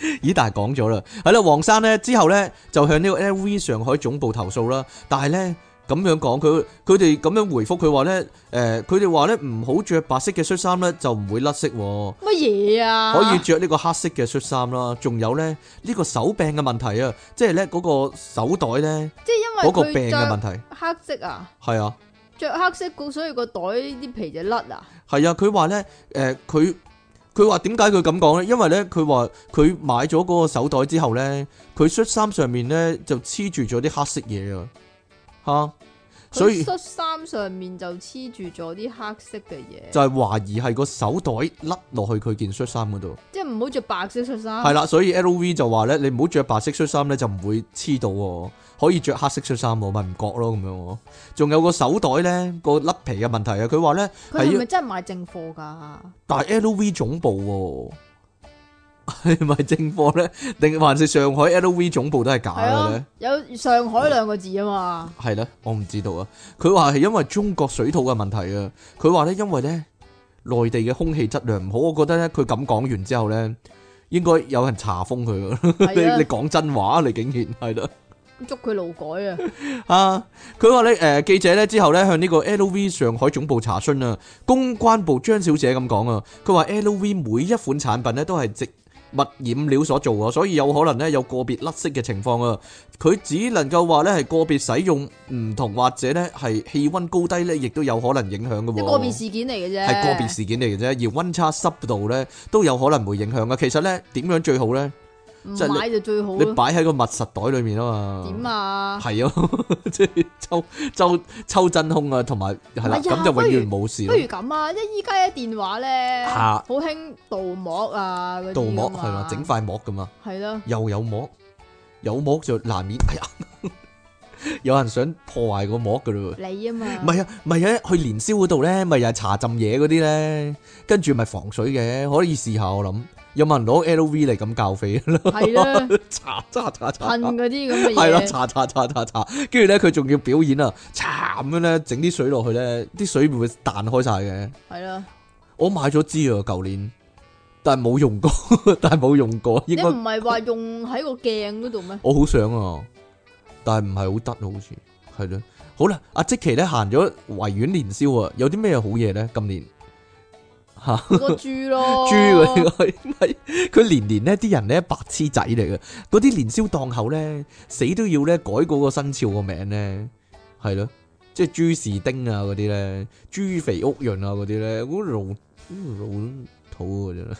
Speaker 1: (laughs) 咦，但係講咗啦，係啦，黃生咧之後咧就向呢個 LV 上海總部投訴啦，但係咧。咁樣講，佢佢哋咁樣回覆佢話咧，誒佢哋話咧唔好着白色嘅恤衫咧，就唔會甩色喎。
Speaker 2: 乜嘢啊？
Speaker 1: 可以着呢個黑色嘅恤衫啦，仲有咧呢個手柄嘅問題啊，即係咧嗰個手袋咧
Speaker 2: 即係
Speaker 1: 嗰
Speaker 2: 因
Speaker 1: 個
Speaker 2: 為
Speaker 1: 柄
Speaker 2: 佢
Speaker 1: 嘅
Speaker 2: 着
Speaker 1: 問題，
Speaker 2: 黑色啊，
Speaker 1: 係啊
Speaker 2: 着黑色個所以個袋啲皮就甩啊。
Speaker 1: 係啊，佢話咧誒佢佢話點解佢咁講咧？因為咧佢話佢買咗嗰個手袋之後咧，佢恤衫上面咧就黐住咗啲黑色嘢啊，嚇！所以
Speaker 2: 佢恤衫上面就黐住咗啲黑色嘅嘢，
Speaker 1: 就係懷疑係個手袋甩落去佢件恤衫嗰度，
Speaker 2: 即係唔好着白色恤衫。
Speaker 1: 係啦，所以 LV 就話咧，你唔好着白色恤衫咧，就唔會黐到喎，可以着黑色恤衫喎，咪唔覺咯咁樣喎。仲有個手袋咧，個甩皮嘅問題啊，佢話咧
Speaker 2: 佢係
Speaker 1: 係
Speaker 2: 咪
Speaker 1: 啊，
Speaker 2: 真係買正貨㗎？
Speaker 1: 但係 LV 總部喎，係咪正貨咧？定還是上海 LV 總部都係假
Speaker 2: 係
Speaker 1: 嘅咧
Speaker 2: 啊？，有上海兩個字啊嘛。
Speaker 1: 係咧，我唔知道啊。佢話係因為中國水土嘅問題啊。佢話咧，因為咧內地嘅空氣質量唔好，我覺得咧佢咁講完之後咧，應該有人查封佢啊。 (laughs) 你
Speaker 2: 係
Speaker 1: (laughs) 你
Speaker 2: 啊，
Speaker 1: 講真話，你竟然係啦。
Speaker 2: 捉佢勞改啊！
Speaker 1: 啊！佢話咧，誒、記者咧之後咧向呢個 LV 上海總部查詢啊，公關部張小姐咁講啊，佢話 LV 每一款產品咧都係植物染料所做啊，所以有可能咧有個別甩色嘅情況啊。佢只能夠話咧係個別使用唔同，或者咧係氣温高低咧，亦都有可能影響嘅
Speaker 2: 即
Speaker 1: 喎。
Speaker 2: 係個別事件嚟嘅啫。
Speaker 1: 係個別事件嚟嘅啫，而温差濕度咧都有可能會影響嘅。其實咧點樣最好咧？即係
Speaker 2: 唔
Speaker 1: 你
Speaker 2: 買就最好
Speaker 1: 你
Speaker 2: 咯。
Speaker 1: 擺喺個密實袋裏面啊嘛。
Speaker 2: 點啊？
Speaker 1: 系啊， (laughs) 即系抽抽抽真空啊，同埋系啦，
Speaker 2: 哎呀
Speaker 1: 咁就永遠冇事
Speaker 2: 不如
Speaker 1: 咯。
Speaker 2: 咁啊，即係依家嘅電話咧，
Speaker 1: 嚇
Speaker 2: 好興盜膜啊
Speaker 1: 鍍
Speaker 2: 嗰啲㗎
Speaker 1: 膜
Speaker 2: 嘛
Speaker 1: 係嘛，整塊膜噶嘛，
Speaker 2: 係咯，
Speaker 1: 又有膜，有膜就難免哎呀， (laughs) 有人想破壞個膜噶咯喎。
Speaker 2: 你啊嘛，
Speaker 1: 唔係啊，唔係啊，去年宵嗰度咧，咪又係茶浸嘢嗰啲咧，跟住咪防水嘅，可以試下我諗。有冇人攞 LV 嚟咁教飛咯？
Speaker 2: 係啦，
Speaker 1: (laughs) 查查查查，
Speaker 2: 噴嗰啲咁
Speaker 1: (laughs)
Speaker 2: 嘅
Speaker 1: 係啦，
Speaker 2: 嘢，
Speaker 1: 查查查查查，跟住咧佢仲要表演啊，查咁樣咧，整啲水落去咧，啲水會唔會彈開晒嘅？
Speaker 2: 係啦，
Speaker 1: 我買咗支啊，舊年，但係冇用過， (laughs) 但係冇用過，應
Speaker 2: 你
Speaker 1: 該
Speaker 2: 唔係話用喺個鏡嗰度咩？ (laughs)
Speaker 1: 我好想啊，但係唔係好得啊，好似係咯。好啦，阿即奇咧行咗維園年宵啊，有啲咩好嘢咧？今年吓
Speaker 2: 個豬咯，
Speaker 1: 豬嗰啲，唔係佢年年咧啲人咧白痴仔嚟嘅，嗰啲年宵檔口咧死都要咧改嗰個生肖個名咧，係咯，即係豬士丁啊嗰啲咧，豬肥屋潤啊嗰啲咧，嗰老老土嗰啲啦。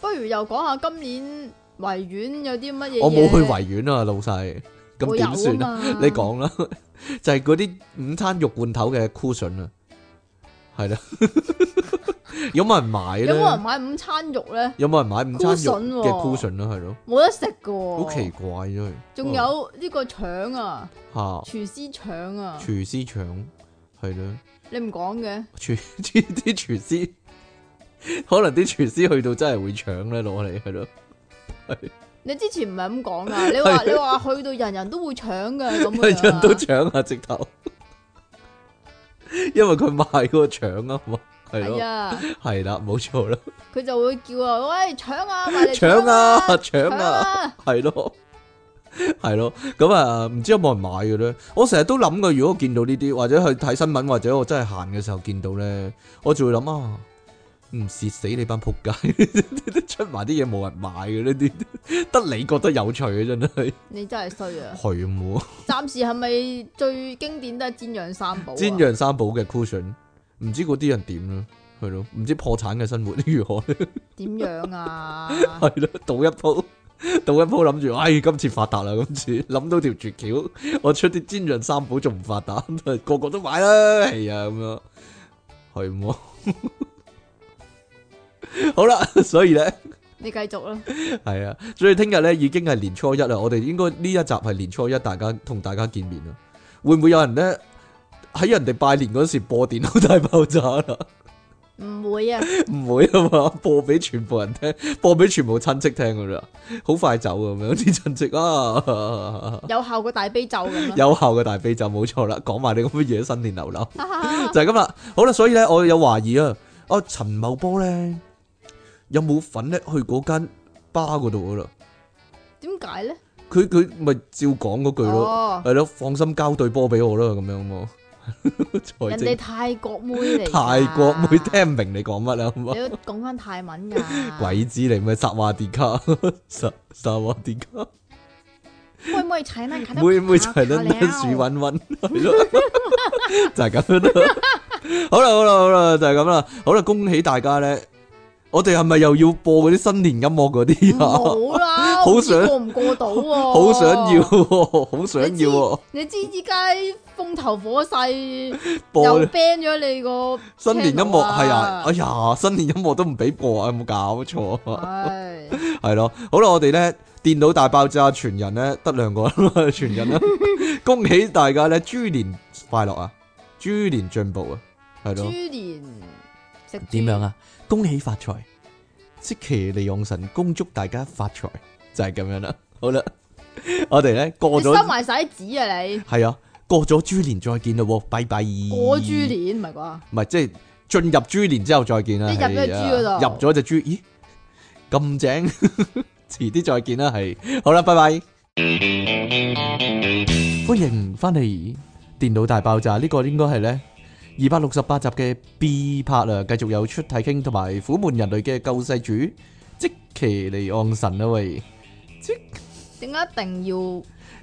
Speaker 2: 不如又講下今年維園有啲乜嘢嘢？
Speaker 1: 我冇去維園啊，老細，咁點算啊？ (laughs)
Speaker 2: 啊？
Speaker 1: 你講啦，就係嗰啲午餐肉罐頭嘅 cushion 啊，係啦，
Speaker 2: (laughs)
Speaker 1: 有冇人買
Speaker 2: 有冇人
Speaker 1: 咧？
Speaker 2: 買午餐肉咧？
Speaker 1: 有冇人買午餐肉
Speaker 2: cushion
Speaker 1: 嘅
Speaker 2: 喎
Speaker 1: cushion 啦？係咯，
Speaker 2: 冇得食噶喎，
Speaker 1: 好奇怪啫。
Speaker 2: 哦仲有呢個腸啊，
Speaker 1: 嚇，
Speaker 2: 廚師腸啊，
Speaker 1: 廚師腸係咯， (laughs)
Speaker 2: 你唔講嘅，
Speaker 1: 廚啲啲廚師，可能啲廚師去到真係會搶咧攞嚟係咯，
Speaker 2: 你之前唔係咁
Speaker 1: (laughs)
Speaker 2: 講噶，你話
Speaker 1: 係
Speaker 2: 你話去到人人都會腸噶咁樣
Speaker 1: 人人
Speaker 2: 啊，
Speaker 1: 都搶啊直頭， (laughs) 因為佢賣嗰個腸啊嘛，係
Speaker 2: 係
Speaker 1: 咯，
Speaker 2: 啊，
Speaker 1: 係啦，冇錯啦。
Speaker 2: 佢就會叫啊，喂腸
Speaker 1: (laughs)
Speaker 2: 啊，埋嚟
Speaker 1: 搶啊，搶
Speaker 2: 搶
Speaker 1: 啊，
Speaker 2: 啊，
Speaker 1: 係咯，係咯，咁啊，唔知有冇人買嘅咧？我成日都諗嘅，如果見到呢啲，或者去睇新聞，或者我真係行嘅時候見到咧，我就會諗啊，唔蝕死你班仆街， (laughs) 出埋啲嘢冇人買嘅呢啲，得你覺得有趣嘅真係，
Speaker 2: 你真係衰啊！
Speaker 1: 係冇
Speaker 2: 暫時係咪最經典都係煎釀三寶啊？
Speaker 1: 煎釀三寶嘅 cushion，唔知嗰啲人點咧？ (laughs) 係咯，唔知破產嘅生活如何咧？
Speaker 2: 點樣啊？
Speaker 1: 係咯，賭一鋪 (laughs) 赌一鋪諗住，唉，今次發達啦，今次 (laughs) 諗到條絕橋，我出啲煎釀三寶仲唔發達，個個都買啦， (laughs) 係啊，咁樣係麼？ (laughs) 好啦， (laughs) 所以咧。
Speaker 2: 你繼續啦，
Speaker 1: 系啊，所以聽日咧已經係年初一啦，我哋應該呢一集係年初一，大家同大家見面啦。會唔會有人咧喺人哋拜年嗰時播電腦大爆炸啦？
Speaker 2: 唔會啊，
Speaker 1: 唔會啊嘛，播俾全部人聽，播俾全部親戚聽噶啦，好快走啊咁樣 (laughs) 啲親戚
Speaker 2: (laughs)
Speaker 1: 啊，
Speaker 2: 有效過大悲咒咁啊啦。
Speaker 1: 有效嘅大悲就冇錯啦，講埋你咁嘅嘢，新年流
Speaker 2: (laughs)
Speaker 1: 流。
Speaker 2: 哈哈哈
Speaker 1: 就係咁啦。好啦，所以咧，我有懷疑啊，啊陳茂波咧有冇份咧去嗰間巴嗰度噶啦？
Speaker 2: 點解咧？
Speaker 1: 佢佢咪照講嗰句咯，
Speaker 2: 哦，
Speaker 1: 係咯、放心交對波俾我啦，咁樣喎。 (laughs) 財
Speaker 2: 人哋啊
Speaker 1: 政
Speaker 2: 泰國妹嚟㗎，
Speaker 1: 泰國妹聽唔明你講乜啊？咁啊
Speaker 2: 你要講翻泰文㗎。
Speaker 1: (laughs) 鬼知你咩？薩瓦迪卡， (laughs) 薩薩瓦迪卡，
Speaker 2: 妹妹踩呢，
Speaker 1: 妹妹就係咧鼠
Speaker 2: 揾。
Speaker 1: 揾揾，啊係咯， (laughs) 就係咁樣 (laughs) 咯。好啦好啦好啦，就係咁啦。好啦，恭喜大家咧！我哋係咪又要播嗰啲新年音樂嗰啲啊？
Speaker 2: 唔好啦，
Speaker 1: 好
Speaker 2: 好想
Speaker 1: 想
Speaker 2: 過唔過到喎，
Speaker 1: 好想要喎，好想
Speaker 2: 你知
Speaker 1: 要喎，
Speaker 2: 你知依家風頭火勢
Speaker 1: 播
Speaker 2: 又 ban 咗你個
Speaker 1: 新年音樂
Speaker 2: channel 啊
Speaker 1: 係啊，哎呀，新年音樂都唔俾播啊，有冇搞錯啊？
Speaker 2: 唉，
Speaker 1: 係咯，好啦，我哋咧電腦大爆炸全人咧得兩個人，全人啦， (laughs) 恭喜大家咧，豬年快樂啊，豬年進步啊，係咯，
Speaker 2: 豬年食豬
Speaker 1: 點樣？啊？恭喜發財，即其利用神，恭祝大家發財，就係咁樣啦。好啦，我哋咧過
Speaker 2: 你
Speaker 1: 咗
Speaker 2: 收埋晒啲紙啊！你
Speaker 1: 係啊，過咗豬年再見咯，拜拜。
Speaker 2: 過豬年唔係啩？
Speaker 1: 唔係即係進入豬年之後再見啦。
Speaker 2: 即係入咗隻豬嗰度
Speaker 1: 係啊入咗只豬，咦咁正， (laughs) 遲啲再見啦，係好啦，拜拜。歡迎翻嚟《電腦大爆炸》呢、個應該係咧二百六十八集嘅 B part 啊，繼續有出體傾同埋苦悶人類嘅救世主即其尼昂神啊喂！
Speaker 2: 點解一定要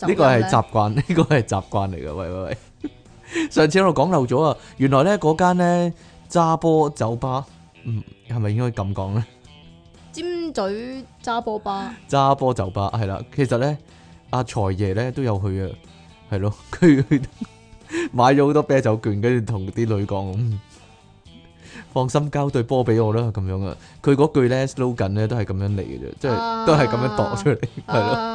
Speaker 1: 呢個係
Speaker 2: 集
Speaker 1: 習慣， (laughs) 呢個係習慣嚟嘅。喂喂 (laughs) 喂，上次我講漏咗啊，原來咧嗰間咧揸波酒吧，嗯，係咪應該咁講咧？
Speaker 2: 尖嘴揸波巴？
Speaker 1: (laughs) 揸波酒吧係啦，其實咧阿財爺咧都有去啊，係咯， (laughs) 佢佢買咗好多啤酒券，跟住同啲女講，嗯，放心交對波俾我啦，咁樣啊。佢嗰句咧 slogan 咧都係咁樣嚟嘅啫，即係都係咁樣度出嚟，係咯。
Speaker 2: 啊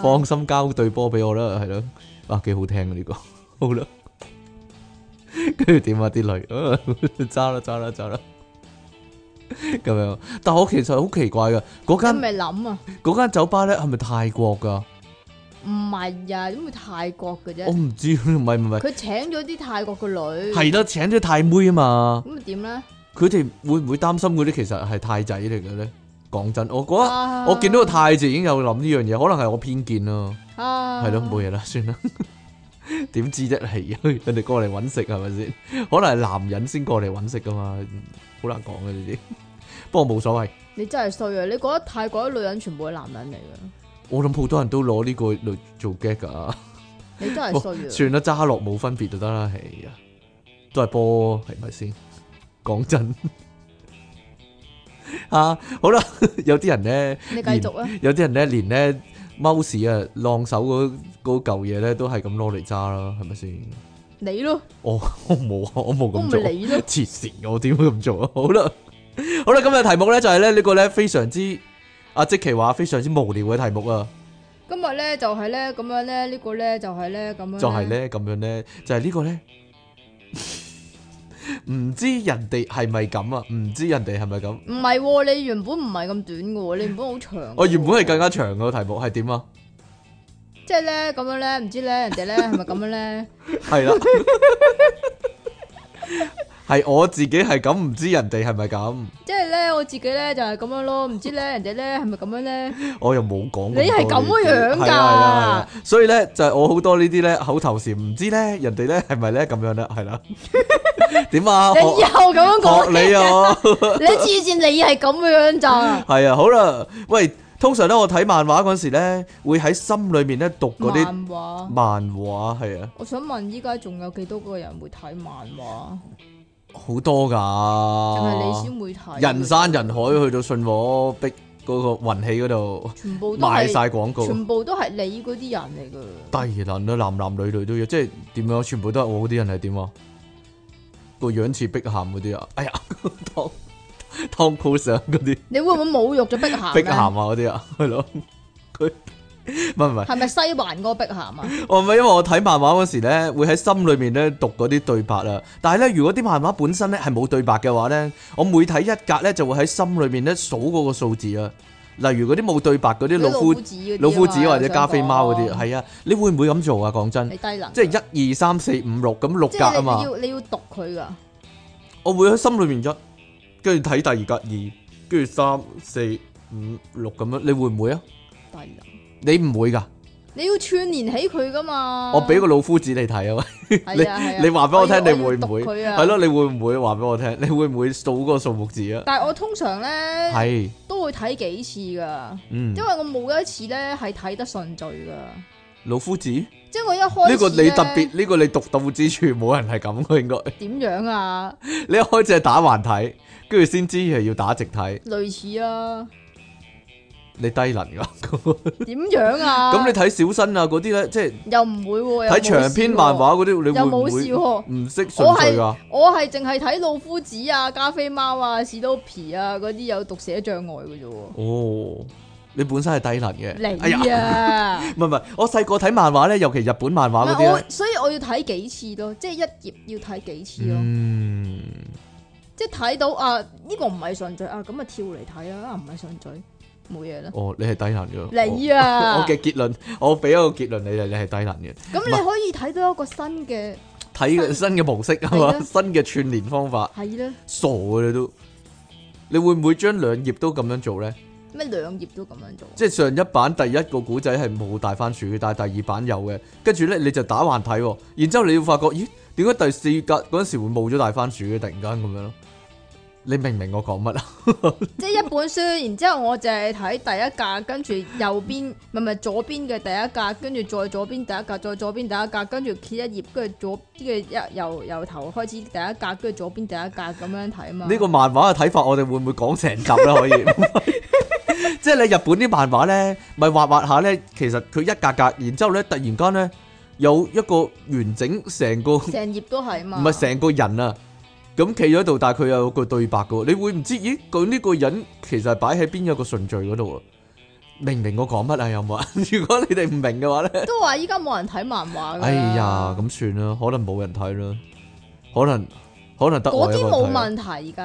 Speaker 1: 放心交對波俾我啦，係咯，啊幾好聽啊呢、個， (laughs) 好啦，跟住點啊啲女， (laughs) 啊揸啦揸啦揸啦，咁樣。但我其實好奇怪噶，嗰
Speaker 2: 你
Speaker 1: 間
Speaker 2: 咪諗啊？
Speaker 1: 嗰間酒吧咧係咪泰國噶？
Speaker 2: 唔係啊，點會泰國嘅
Speaker 1: 我
Speaker 2: 啫？
Speaker 1: 唔知，唔係唔係，
Speaker 2: 佢請咗啲泰國嘅女，
Speaker 1: 係啦，請咗泰妹啊嘛，
Speaker 2: 咁咪點咧？
Speaker 1: 佢哋會唔會擔心嗰啲其實係泰仔嚟嘅咧？講真，我嗰一
Speaker 2: 啊
Speaker 1: 我見到個泰字已經有諗呢樣嘢，可能係我偏見咯。
Speaker 2: 啊，
Speaker 1: 系咯，冇 (laughs) 嘢啦，算啦。點知啫？係人哋過嚟揾食係咪先？可能係男人先過嚟揾食噶嘛，好難講嘅呢啲。不過冇所謂，
Speaker 2: 你真係衰啊！你覺得泰國啲女人全部係男人嚟嘅，
Speaker 1: 我諗好多人都攞呢個嚟做 gag 噶。
Speaker 2: 你真
Speaker 1: (laughs)
Speaker 2: 係衰啊！
Speaker 1: 算啦，揸落冇分別就得啦，係啊，都係波，係咪先？講 (laughs) 真，啊，好 (laughs) 啦，有啲人咧，
Speaker 2: 你繼續啊！
Speaker 1: 有啲人咧，連咧 mouse 啊，浪手嗰嗰嚿嘢咧，都係咁攞嚟揸啦，係咪先？
Speaker 2: 你咯，
Speaker 1: 我我冇啊，我冇
Speaker 2: 我
Speaker 1: 咁
Speaker 2: 咪
Speaker 1: 做。
Speaker 2: 你咯，
Speaker 1: 黐線，我點會咁做啊？好啦， (laughs) 好啦，今日題目咧就係咧呢個咧非常之阿即奇話非常之無聊嘅題目啊，
Speaker 2: 今日咧就係咧咁樣咧，呢個咧就係咧咁樣，
Speaker 1: 就係，咧咁樣咧，就係呢 (laughs) 個咧，唔知人哋係咪咁啊？唔知人哋係咪咁？
Speaker 2: 唔係喎，你原本唔係咁短嘅喎，你原本好長嘅喎。
Speaker 1: 我哦原本係更加長嘅題目係點啊？
Speaker 2: 即係咧咁樣咧，唔知咧人哋咧係咪咁
Speaker 1: (laughs)
Speaker 2: 樣咧？
Speaker 1: 係啦，係我自己係咁，唔知人哋係咪咁？
Speaker 2: 即係咧我自己咧就係咁樣咯，唔知咧人哋咧係咪咁樣咧？
Speaker 1: 我又冇講。
Speaker 2: 你係咁嘅樣㗎
Speaker 1: 係啊係啊係啊所以咧就係我好多呢啲咧口頭禪，唔知咧人哋咧係咪咧咁樣咧，係
Speaker 2: (laughs)
Speaker 1: 啦。點啊？
Speaker 2: 你以
Speaker 1: 學
Speaker 2: 後咁樣講，
Speaker 1: 學你啊！我
Speaker 2: 你黐線，你係咁樣咋？
Speaker 1: 係啊，好啦，喂，通常咧我睇漫畫嗰時咧，會喺心裏面咧讀嗰啲
Speaker 2: 漫畫，
Speaker 1: 漫畫，係啊，
Speaker 2: 我想問依家仲有幾多個人會睇漫畫？
Speaker 1: 好多
Speaker 2: 就係你
Speaker 1: 㗎。啊
Speaker 2: 先會睇嘅。
Speaker 1: 人山人海去到信和逼嗰個運氣嗰度
Speaker 2: 全部都
Speaker 1: 賣
Speaker 2: 係，
Speaker 1: 晒廣告，
Speaker 2: 全部都係你嗰啲人嚟噶。
Speaker 1: 低能啊！男男女女都有，即係點樣？全部都係我嗰啲人係點啊？個樣似碧咸嗰啲啊！哎呀，湯湯 cos 啊嗰啲碧
Speaker 2: 你會唔會侮辱咗碧咸？
Speaker 1: 咸啊，嗰啲啊，係咯，佢唔係唔係。
Speaker 2: 係咪西環嗰個碧咸啊？
Speaker 1: 我唔係因為我睇漫畫嗰時咧，會喺心裏面咧讀嗰啲對白啊。但係咧，如果啲漫畫本身咧係冇對白嘅話咧，我每睇一格咧就會喺心裏面咧數嗰個數字啊。例如嗰啲冇對白嗰啲老夫
Speaker 2: 子嗰啲啊嘛
Speaker 1: 老夫子或者加菲貓嗰啲，
Speaker 2: 有上過
Speaker 1: 係啊，你會唔會咁做啊？講真
Speaker 2: 你，低能，
Speaker 1: 即係一二三四五六咁六
Speaker 2: 即
Speaker 1: 格
Speaker 2: 係
Speaker 1: 啊
Speaker 2: 你
Speaker 1: 嘛，
Speaker 2: 要你要讀佢噶，
Speaker 1: 我會喺心裏面一，跟住睇第二格二，跟住三四五六咁樣，你會唔會啊？
Speaker 2: 低能，
Speaker 1: 你唔會㗎，
Speaker 2: 啊你要串連起佢噶嘛？
Speaker 1: 我俾個老夫子你睇啊嘛。
Speaker 2: 係啊係
Speaker 1: (laughs)
Speaker 2: 啊
Speaker 1: 你你話俾我聽，你會唔
Speaker 2: 我
Speaker 1: 會？
Speaker 2: 要讀佢啊
Speaker 1: 係咯，你會唔會話俾我聽？你會唔會數嗰個數目字啊？
Speaker 2: 但係我通常咧
Speaker 1: 係，
Speaker 2: 都會睇幾次噶，
Speaker 1: 嗯
Speaker 2: 因，為我冇一次咧係睇得順序噶，
Speaker 1: 老夫子呢
Speaker 2: 即係我一開啊
Speaker 1: 個
Speaker 2: 始
Speaker 1: 你
Speaker 2: 呢
Speaker 1: 特別呢個你獨到之處，冇人係咁嘅應該。 (laughs)
Speaker 2: 點樣啊？
Speaker 1: 你一開始係打橫睇，跟住先知係要打直睇，
Speaker 2: 類似啊，
Speaker 1: 你低能㗎。 (laughs)
Speaker 2: 點樣啊？
Speaker 1: 咁你睇小新啊嗰啲咧，即係
Speaker 2: 又唔會喎，
Speaker 1: 睇
Speaker 2: 又冇
Speaker 1: 長篇
Speaker 2: 試喎
Speaker 1: 漫畫嗰啲，你
Speaker 2: 又冇
Speaker 1: 會
Speaker 2: 試
Speaker 1: 唔
Speaker 2: 喎。
Speaker 1: 會唔識
Speaker 2: 我
Speaker 1: 順序
Speaker 2: 係
Speaker 1: 㗎？
Speaker 2: 我係淨係睇老夫子啊、加菲貓啊、士多皮啊嗰啲有讀寫障礙嘅啫喎。
Speaker 1: 哦，你本身係低能嘅。哎呀，
Speaker 2: 你啊，
Speaker 1: 唔係唔係，我細個睇漫畫咧，尤其日本漫
Speaker 2: 唔
Speaker 1: 畫嗰啲
Speaker 2: 係我
Speaker 1: 咧，，
Speaker 2: 所以我要睇幾次咯，即係一頁要睇幾次咯，
Speaker 1: 嗯。
Speaker 2: 啊即係睇到啊呢個唔係順序啊，咁啊跳嚟睇啦，啊唔係順序，冇嘢啦。
Speaker 1: 哦，你係低能嘅。哦
Speaker 2: 你
Speaker 1: 我
Speaker 2: 啊
Speaker 1: 我，嘅結論，我俾一個結論你哋，你係低能嘅。
Speaker 2: 咁你可以睇到一個新嘅
Speaker 1: 睇嘅
Speaker 2: 新
Speaker 1: 新嘅模式係
Speaker 2: 係
Speaker 1: 嘛，
Speaker 2: 啊咯
Speaker 1: 新嘅串連方法，
Speaker 2: 係咧，
Speaker 1: 傻嘅你都。你會唔會將兩頁都咁樣做咧？
Speaker 2: 咩兩頁都咁樣做，
Speaker 1: 即係上一版第一個古仔係冇大番薯嘅，但係第二版有嘅。跟住咧你就打橫睇喎，然之後你要發覺，咦？點解第四格嗰陣時會冇咗大番薯嘅？突然間咁樣咯。你明唔明我講乜啊？
Speaker 2: 即係一本書，然之後我淨係睇第一格，跟住右邊唔係唔係左邊嘅第一格，跟住再左邊第一格，再左邊第一格，跟住揭一頁，跟住左跟住一由由頭開始第一格，跟住左邊第一格咁樣睇嘛。
Speaker 1: 呢個漫畫嘅睇法，我哋會唔會講成集咧？可以，即係你日本啲漫畫咧，咪畫畫下咧，其實佢一格格，然之後咧，突然間咧有一個完整成個，唔
Speaker 2: 成頁都係嘛？
Speaker 1: 係成個人啊，咁企咗喺度，但係佢有個對白嘅喎，你會唔知咦？佢呢個人其實係擺喺邊一個順序嗰度啊？明唔明我講乜啊？有冇啊？ (laughs) 如果你哋唔明嘅話咧，
Speaker 2: 都話依家冇人睇漫畫㗎
Speaker 1: 哎呀，咁算啦，可能冇人睇啦，可能可能得我
Speaker 2: 嗰
Speaker 1: 一
Speaker 2: 啲
Speaker 1: 個人睇
Speaker 2: 冇
Speaker 1: 啦
Speaker 2: 問題㗎，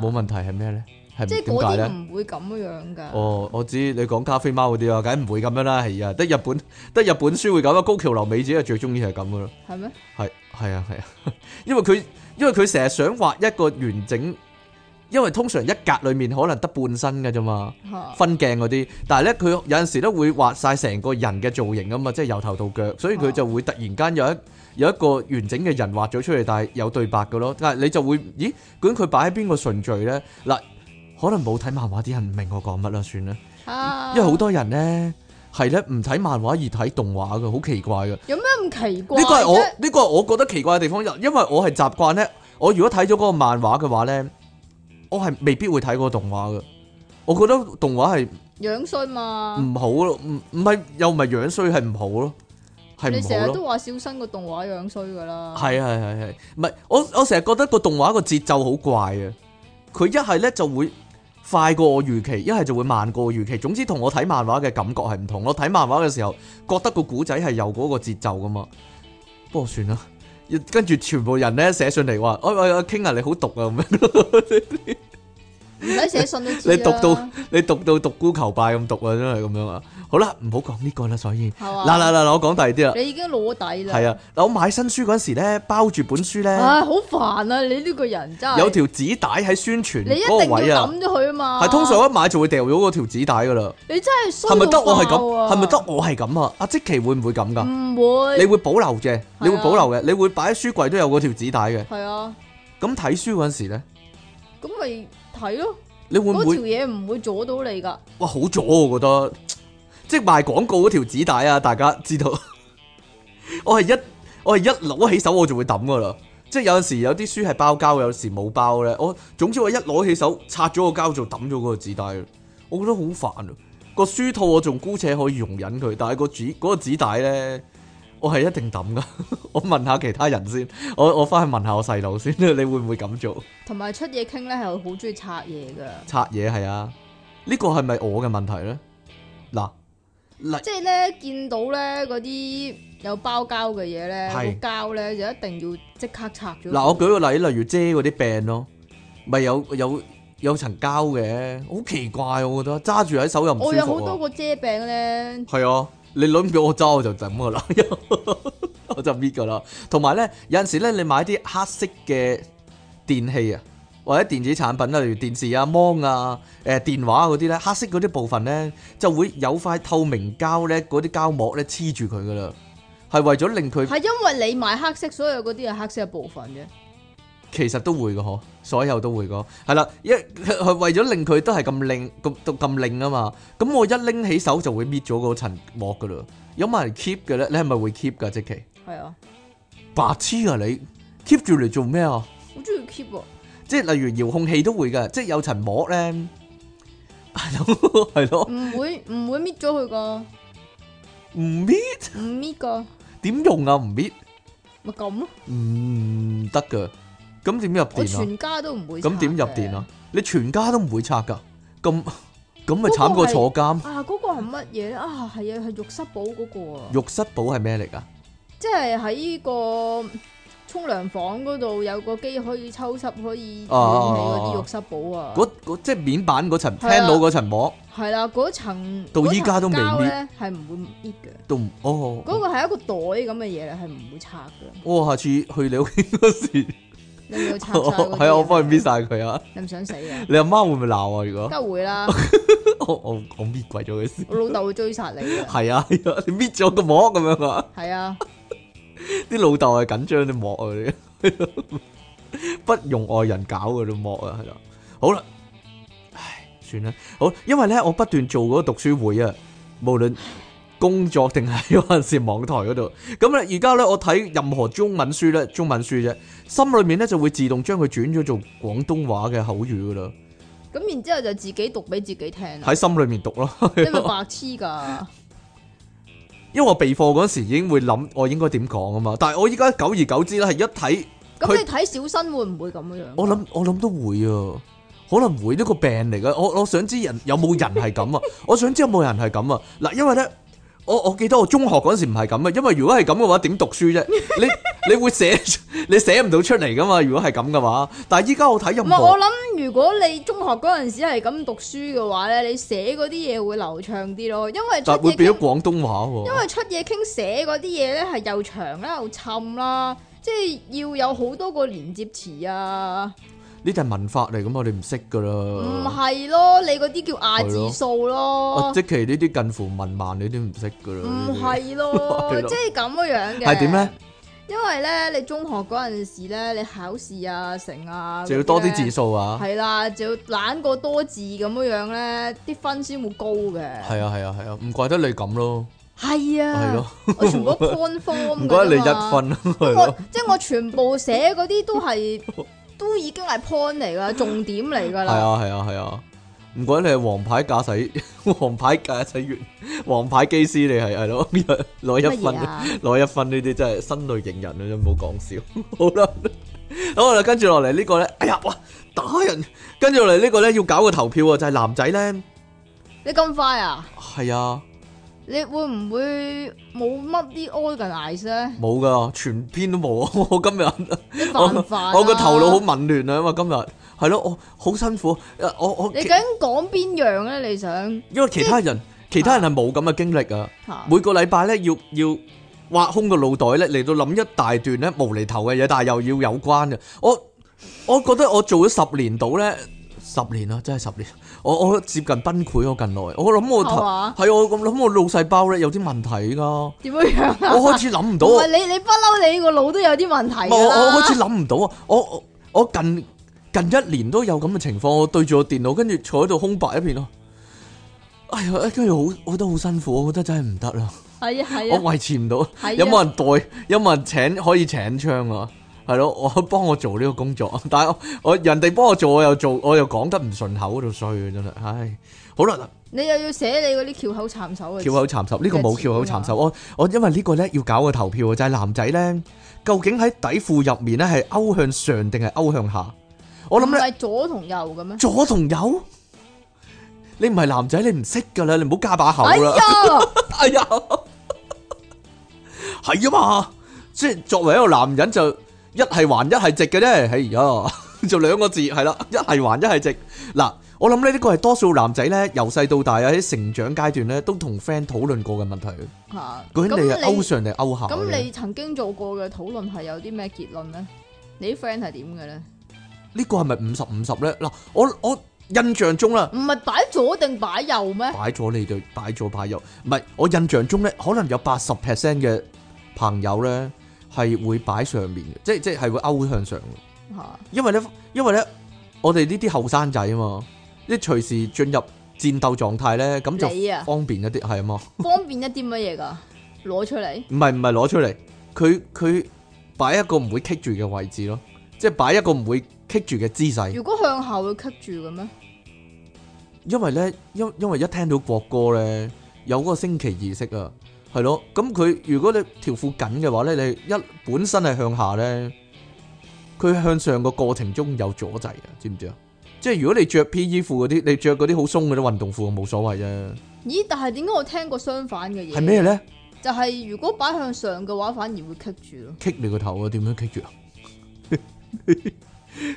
Speaker 1: 冇問題係咩咧？係
Speaker 2: 即係
Speaker 1: 點解
Speaker 2: 嗰
Speaker 1: 咧？
Speaker 2: 啲唔會咁樣㗎。
Speaker 1: 哦，我知你講加菲貓嗰啲啊，梗唔會咁樣啦，係啊，得日本得日本書會咁啊，高橋留美子啊最中意係咁噶啦，
Speaker 2: 係咩？
Speaker 1: 係係啊係啊， (laughs) 因為佢因為佢成日想畫一個完整，因為通常一格裡面可能得半身嘅啫嘛，
Speaker 2: 嚇
Speaker 1: 分鏡嗰啲，但係咧佢有陣時咧會畫晒成個人嘅造型啊嘛，即係由頭到腳，所以佢就會突然間有一有一個完整嘅人畫咗出嚟，但係有對白嘅咯，但係你就會咦，究竟佢擺喺邊個順序咧？嗱，可能冇睇漫畫啲人唔明我講乜啦，算啦。
Speaker 2: 啊
Speaker 1: 因為好多人咧係咧唔睇漫畫而睇動畫嘅，好奇怪嘅。呢
Speaker 2: 有咩咁奇
Speaker 1: 個
Speaker 2: 怪啫？
Speaker 1: 係我呢個係我覺得奇怪嘅地方，因因為我係習慣咧，我如果睇咗嗰個漫畫嘅話咧，我係未必會睇嗰個動畫嘅。我覺得動畫係
Speaker 2: 樣衰嘛？
Speaker 1: 唔好咯，唔唔係又唔係樣衰，係唔好咯，係
Speaker 2: 你
Speaker 1: 唔
Speaker 2: 成
Speaker 1: 好
Speaker 2: 日
Speaker 1: 咯。
Speaker 2: 都話小新個動畫樣衰㗎啦。
Speaker 1: 係係係係，唔係我我成日覺得個動畫個節奏好怪啊！佢一係咧就會快過我預期，一係就會慢過我預期。總之同我睇漫畫嘅感覺係唔同。我睇漫畫嘅時候覺得個古仔係有嗰個節奏噶嘛，不過算啦。跟住全部人咧寫信嚟話：，我我我傾啊，你好毒啊咁樣， (laughs)
Speaker 2: 唔使寫信都知
Speaker 1: 你
Speaker 2: 啦。
Speaker 1: 讀到你讀到獨孤求敗咁毒啊，真係咁樣啊！好啦，唔好講呢個啦，所以
Speaker 2: 係嘛？
Speaker 1: 嗱嗱嗱，我講第二啲啦。
Speaker 2: 你已經攞底啦。
Speaker 1: 係啊，嗱我買新書嗰陣時咧，包住本書咧。
Speaker 2: 唉，好煩啊！你呢個人真係
Speaker 1: 有條紙帶喺宣傳
Speaker 2: 你一
Speaker 1: 嗰
Speaker 2: 定
Speaker 1: 個位
Speaker 2: 要
Speaker 1: 啊，
Speaker 2: 抌咗佢啊嘛。
Speaker 1: 係通常一買就會掉咗嗰條紙帶噶啦，
Speaker 2: 你真係衰
Speaker 1: 係咪得我係
Speaker 2: 到爆
Speaker 1: 咁？
Speaker 2: 啊嗯
Speaker 1: 係咪得？我係咁啊？阿即奇會唔會咁噶？
Speaker 2: 唔會。
Speaker 1: 你會保留嘅，你會
Speaker 2: 啊
Speaker 1: 保留嘅，你會擺喺書櫃都有嗰條紙帶嘅。
Speaker 2: 係啊，
Speaker 1: 咁睇書嗰陣時咧，
Speaker 2: 咁咪睇咯。
Speaker 1: 你會
Speaker 2: 嗰
Speaker 1: 唔
Speaker 2: 條
Speaker 1: 會
Speaker 2: 嘢唔會阻到你㗎。
Speaker 1: 哇好咗？我覺得即係賣廣告嗰條紙帶啊，大家知道， (laughs) 我係一我係一攞起手我就會抌噶啦。即係有陣時有啲書係包膠，有時冇包咧。我總之我一攞起手拆咗個膠就抌咗嗰個紙帶，我覺得好煩啊！個書套我仲姑且可以容忍佢，但係個紙嗰、個紙帶咧，我係一定抌噶。 (laughs) 我問下其他人先，我我翻去問下我細佬先，你 (laughs) 會唔會咁做？
Speaker 2: 同埋出嘢傾咧係好中意拆嘢噶，
Speaker 1: 拆嘢係啊，呢個係咪我嘅問題咧？嗱，嗱
Speaker 2: 即係咧見到咧嗰啲有包膠嘅嘢咧，
Speaker 1: 係
Speaker 2: 個膠咧就一定要即刻拆咗佢。
Speaker 1: 嗱，我舉個例，例如遮嗰啲柄咯，咪有有有層膠嘅，好奇怪我覺得揸住喺手又唔
Speaker 2: 我
Speaker 1: 舒
Speaker 2: 有好
Speaker 1: 服
Speaker 2: 多
Speaker 1: 啊。
Speaker 2: 個遮
Speaker 1: (laughs)
Speaker 2: 餅咧，
Speaker 1: 係啊，你諗叫我揸我就抌噶啦，我就搣噶啦。同埋咧，有陣時咧，你買啲黑色嘅電器啊，或者電子產品啦，例如電視啊、芒啊、誒、電話嗰啲咧，黑色嗰啲部分咧就會有塊透明膠咧，嗰啲膠膜咧黐住佢噶啦，係為咗令佢
Speaker 2: 係因為你買黑色，所有嗰啲係黑色嘅部分啫。
Speaker 1: 其實都會嘅嗬，所有都會嘅，係啦，一係為咗令佢都係咁令咁咁令啊嘛，咁我一拎起手就會搣咗嗰層膜噶啦，有冇人 keep 嘅咧？ (laughs) 你係咪會 keep 噶？即期
Speaker 2: 係啊，
Speaker 1: 白痴啊你 keep 住嚟做 (laughs) 咩啊？
Speaker 2: 好中意 keep 喎。
Speaker 1: 即係例如遙控器都會嘅，即係有層膜咧，係咯係咯，
Speaker 2: 唔
Speaker 1: (laughs)
Speaker 2: 會唔會搣咗佢個，
Speaker 1: 唔搣
Speaker 2: 唔搣個，
Speaker 1: 點用啊？唔搣
Speaker 2: 咪咁咯。
Speaker 1: 唔得噶，咁點入
Speaker 2: 我
Speaker 1: 電啊？
Speaker 2: 全家都唔會。
Speaker 1: 咁點入電啊？？你全家都唔會拆噶，咁咁咪
Speaker 2: 嗰個
Speaker 1: 慘過
Speaker 2: 係
Speaker 1: 坐監。
Speaker 2: 啊，嗰個係乜嘢咧？啊，係啊，係浴室寶嗰個啊，
Speaker 1: 浴室寶係咩嚟噶？
Speaker 2: 即係喺個沖涼房嗰度有個機可以抽濕，可以
Speaker 1: 啊
Speaker 2: 捲起嗰啲浴室寶啊。
Speaker 1: 嗰嗰即係面板嗰層
Speaker 2: 係啊
Speaker 1: panel 嗰層膜
Speaker 2: 係啦，嗰層
Speaker 1: 到依家都未搣
Speaker 2: 嗰層膠咧，係唔會搣嘅。
Speaker 1: 都唔哦，
Speaker 2: 嗰個係一個袋咁嘅嘢咧，係唔會拆嘅。
Speaker 1: 我下次去你屋企嗰時，
Speaker 2: 你
Speaker 1: (laughs)
Speaker 2: 唔要拆晒嗰啲嘢
Speaker 1: 係啊，我幫佢搣晒佢啊！
Speaker 2: 你唔想死啊？
Speaker 1: 你阿媽會唔會鬧啊？如果
Speaker 2: 梗係
Speaker 1: (laughs)
Speaker 2: 會啦，
Speaker 1: 我我我搣鬼咗佢先，
Speaker 2: 我老豆會追殺你嘅。
Speaker 1: 係啊，係啊你搣咗個膜咁樣啊！
Speaker 2: 係啊，
Speaker 1: 啲老豆係緊張啲膜啊，你 (laughs) 不容外人搞嘅啲膜啊，係啦，好啦，唉，算啦，好，因為咧我不斷做嗰個讀書會啊，無論工作 (laughs) 定係嗰陣時網台嗰度，咁咧而家咧我睇任何中文書咧，中文書啫，心裏面咧就會自動將佢轉咗做廣東話嘅口語噶啦，
Speaker 2: 咁然之後就自己讀俾自己聽啦。
Speaker 1: 喺心裏面讀 (laughs) 咯，
Speaker 2: 你咪白痴㗎！
Speaker 1: 因為我備課嗰時已經會諗我應該點講啊嘛，但係我依家久而久之咧係一睇。
Speaker 2: 咁
Speaker 1: 佢
Speaker 2: 你睇小新會唔會咁樣？
Speaker 1: 我諗我諗都會啊，可能會呢個病嚟噶。我我想知人有冇人係
Speaker 2: (laughs)
Speaker 1: 咁啊？我想知有冇人係咁啊？嗱，因為咧，我我記得我中學嗰時唔係咁啊，因為如果係咁嘅話，點讀書
Speaker 2: (laughs)
Speaker 1: 啫？你你會寫你寫唔到出嚟噶嘛？如果係咁嘅話，但係依家我睇
Speaker 2: 唔
Speaker 1: 任
Speaker 2: 係我
Speaker 1: 何
Speaker 2: 諗，如果你中學嗰陣時係咁讀書嘅話咧，你寫嗰啲嘢會流暢啲咯，因為出
Speaker 1: 但會
Speaker 2: 嘢
Speaker 1: 變咗
Speaker 2: 傾，
Speaker 1: 廣東話喎。
Speaker 2: 因為出嘢傾寫嗰啲嘢咧係又長啦又沉啦，即係要有好多個連接詞啊，
Speaker 1: 呢啲係文法嚟噶嘛，你唔識噶
Speaker 2: 唔
Speaker 1: 啦。
Speaker 2: 係咯，你嗰啲叫亞字數
Speaker 1: 啊
Speaker 2: 咯，
Speaker 1: 即其呢啲近乎文盲，你都唔識噶啦。
Speaker 2: 唔
Speaker 1: 呢啲 (laughs)
Speaker 2: 係
Speaker 1: 係
Speaker 2: 咯，
Speaker 1: 咯
Speaker 2: 即係咁樣嘅。
Speaker 1: 係點咧？？
Speaker 2: 因為咧，你中學嗰陣時咧，你考試啊、成啊，
Speaker 1: 就要多啲
Speaker 2: 嗰
Speaker 1: 字
Speaker 2: 咧
Speaker 1: 數啊。
Speaker 2: 係啦，就要懶過多字咁樣樣咧，啲分先會高嘅。
Speaker 1: 係啊係啊係啊，唔怪得你咁咯，
Speaker 2: 係
Speaker 1: 係咯
Speaker 2: 啊，。我全部 conform
Speaker 1: 唔該你一
Speaker 2: 分，
Speaker 1: 分係
Speaker 2: 我
Speaker 1: 咯，
Speaker 2: 即係我全部寫嗰啲都係都已經係 point 嚟噶，重點嚟噶
Speaker 1: 係
Speaker 2: 啦。
Speaker 1: 啊係啊係啊，唔怪你係黃牌駕駛，黃牌駕駛 (laughs) 員，黃牌機師你係係咯， (laughs) 攞
Speaker 2: 乜
Speaker 1: 一分
Speaker 2: 嘢，啊？
Speaker 1: 攞一分呢啲真係新類型人啊，真係冇講笑。 (laughs) 好啦，好啦，跟住落嚟呢個咧，哎呀哇打人，跟住落嚟呢個咧要搞個投票啊，就係男仔咧，
Speaker 2: 你咁快啊？
Speaker 1: 係啊
Speaker 2: 你會唔會冇乜啲 organize 咧？
Speaker 1: 冇噶，全篇都冇啊，我今日。
Speaker 2: 你煩唔煩
Speaker 1: (laughs)
Speaker 2: 啊
Speaker 1: 我個頭腦好紊亂啊嘛，今日係咯，我好辛苦，呃我我
Speaker 2: 你究竟講邊樣咧？你想
Speaker 1: 因為其他人其他人係冇咁嘅經歷啊，
Speaker 2: 嚇？
Speaker 1: 每個禮拜咧要要挖空個腦袋咧嚟到諗一大段咧無厘頭嘅嘢，但係又要有關嘅。我我覺得我做咗十年到咧，十年啦，真係十年。我我接近崩潰我近來，我諗我頭
Speaker 2: 係嘛
Speaker 1: 係我咁諗我腦細胞咧有啲問題㗎，我
Speaker 2: 點樣樣啊？
Speaker 1: 開始諗唔到
Speaker 2: 唔。係你你不嬲，你個腦都有啲問題
Speaker 1: 唔係我
Speaker 2: 㗎
Speaker 1: 我
Speaker 2: 啦。
Speaker 1: 開始諗唔到啊！我我我近近一年都有咁嘅情況，我對住個電腦，跟住坐喺度空白一片咯。哎呀，跟住好，我覺得好辛苦，我覺得真係唔得啦，
Speaker 2: 係啊係
Speaker 1: 我
Speaker 2: 啊，
Speaker 1: 維持唔到。
Speaker 2: 係啊
Speaker 1: 有冇人代？有冇人請？可以請槍啊？系咯，我幫我做呢個工作，但係我我人哋幫我做，我又做，我又講得唔順口嗰度衰啊真係，唉，好啦，
Speaker 2: 你又要寫你嗰啲翹口插手嘅
Speaker 1: 翹口蠶仇呢個冇翹口蠶仇，我我因為呢個咧要搞個投票啊，就係男仔咧究竟喺底褲入面咧係勾向上定係勾向下？我諗
Speaker 2: 唔
Speaker 1: 咧
Speaker 2: 係左同右嘅咩？
Speaker 1: 左同右，你唔係男仔你唔識㗎啦，你唔好加把口
Speaker 2: 哎
Speaker 1: 啦。
Speaker 2: 呀，
Speaker 1: (laughs) 哎呀，系啊嘛，即系作為一個男人就一係橫一係直嘅啫，哎呀， (laughs) 就兩個字係啦，一係橫一係直。嗱，我諗呢呢個係多數男仔咧由細到大啊喺成長階段咧都同 friend 討論過嘅問題，
Speaker 2: 嚇
Speaker 1: 究竟你係
Speaker 2: 咁
Speaker 1: 勾
Speaker 2: 你
Speaker 1: 上定係勾下
Speaker 2: 咁
Speaker 1: 咧？
Speaker 2: 你曾經做過嘅討論係有啲咩結論咧？你啲 friend 係點嘅咧？
Speaker 1: 呢個係咪五十五十咧？嗱，我我印象中啦。
Speaker 2: 唔係擺左定擺右咩？
Speaker 1: 擺咗你就擺左擺右，唔係我印象中咧，可能有八十 percent 嘅朋友咧係會擺上面嘅，即即係會勾向上嘅。
Speaker 2: 嚇
Speaker 1: 因為咧，因為咧，我哋呢啲後生仔啊嘛，一隨時進入戰鬥狀態咧，咁就 (laughs)
Speaker 2: 你啊，
Speaker 1: 方便一啲，係啊嘛。
Speaker 2: 方便一啲乜嘢㗎？攞出嚟
Speaker 1: 唔係唔係攞出嚟，佢佢擺一個唔會棘住嘅位置咯，即係擺一個唔會棘住嘅姿勢。
Speaker 2: 如果向後會棘住嘅咩？
Speaker 1: 因為咧，因因為一聽到國歌咧，有嗰個升旗儀式啊，係咯。咁佢如果你條褲緊嘅話咧，你一本身係向下咧，佢向上個過程中有阻滯啊，知唔知啊？即係如果你着 P.E. 褲嗰啲，你着嗰啲好鬆嗰啲運動褲啊冇所謂啫。
Speaker 2: 咦？但係點解我聽過相反嘅嘢？
Speaker 1: 係咩咧？
Speaker 2: 就係如果擺向上嘅話，反而會棘住咯。
Speaker 1: 棘你個頭啊？點樣棘住啊？ (laughs)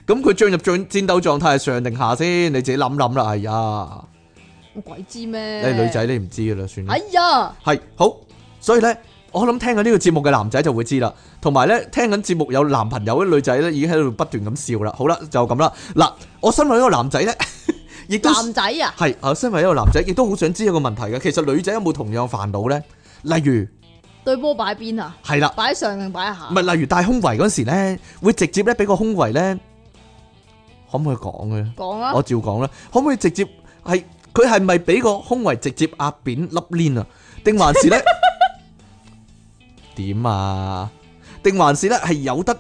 Speaker 1: 咁佢進入戰戰鬥狀態係上定下先？你自己諗諗啦。哎呀，
Speaker 2: 我鬼知咩？
Speaker 1: 你女仔，你唔知噶啦，算啦
Speaker 2: 哎。呀，
Speaker 1: 係好，所以咧，我諗聽緊呢個節目嘅男仔就會知啦，同埋咧聽緊節目有男朋友嘅女仔咧，已經喺度不斷咁笑啦。好啦，就咁啦。嗱，我身為一個男仔咧，亦都
Speaker 2: 男仔啊，
Speaker 1: 係啊，身為一個男仔，亦都好想知一個問題嘅。其實女仔有冇同樣煩惱咧？例如
Speaker 2: 對波擺邊啊？
Speaker 1: 係啦，
Speaker 2: 擺上定擺下
Speaker 1: 唔？係例如戴胸圍嗰時咧，會直接咧俾個胸圍咧，可唔可以講嘅咧？
Speaker 2: 講啊
Speaker 1: 我，照講啦，可唔可以直接係佢係咪俾個胸圍直接壓扁粒鏈啊？定還 (laughs) 是咧點啊？定還是咧係有得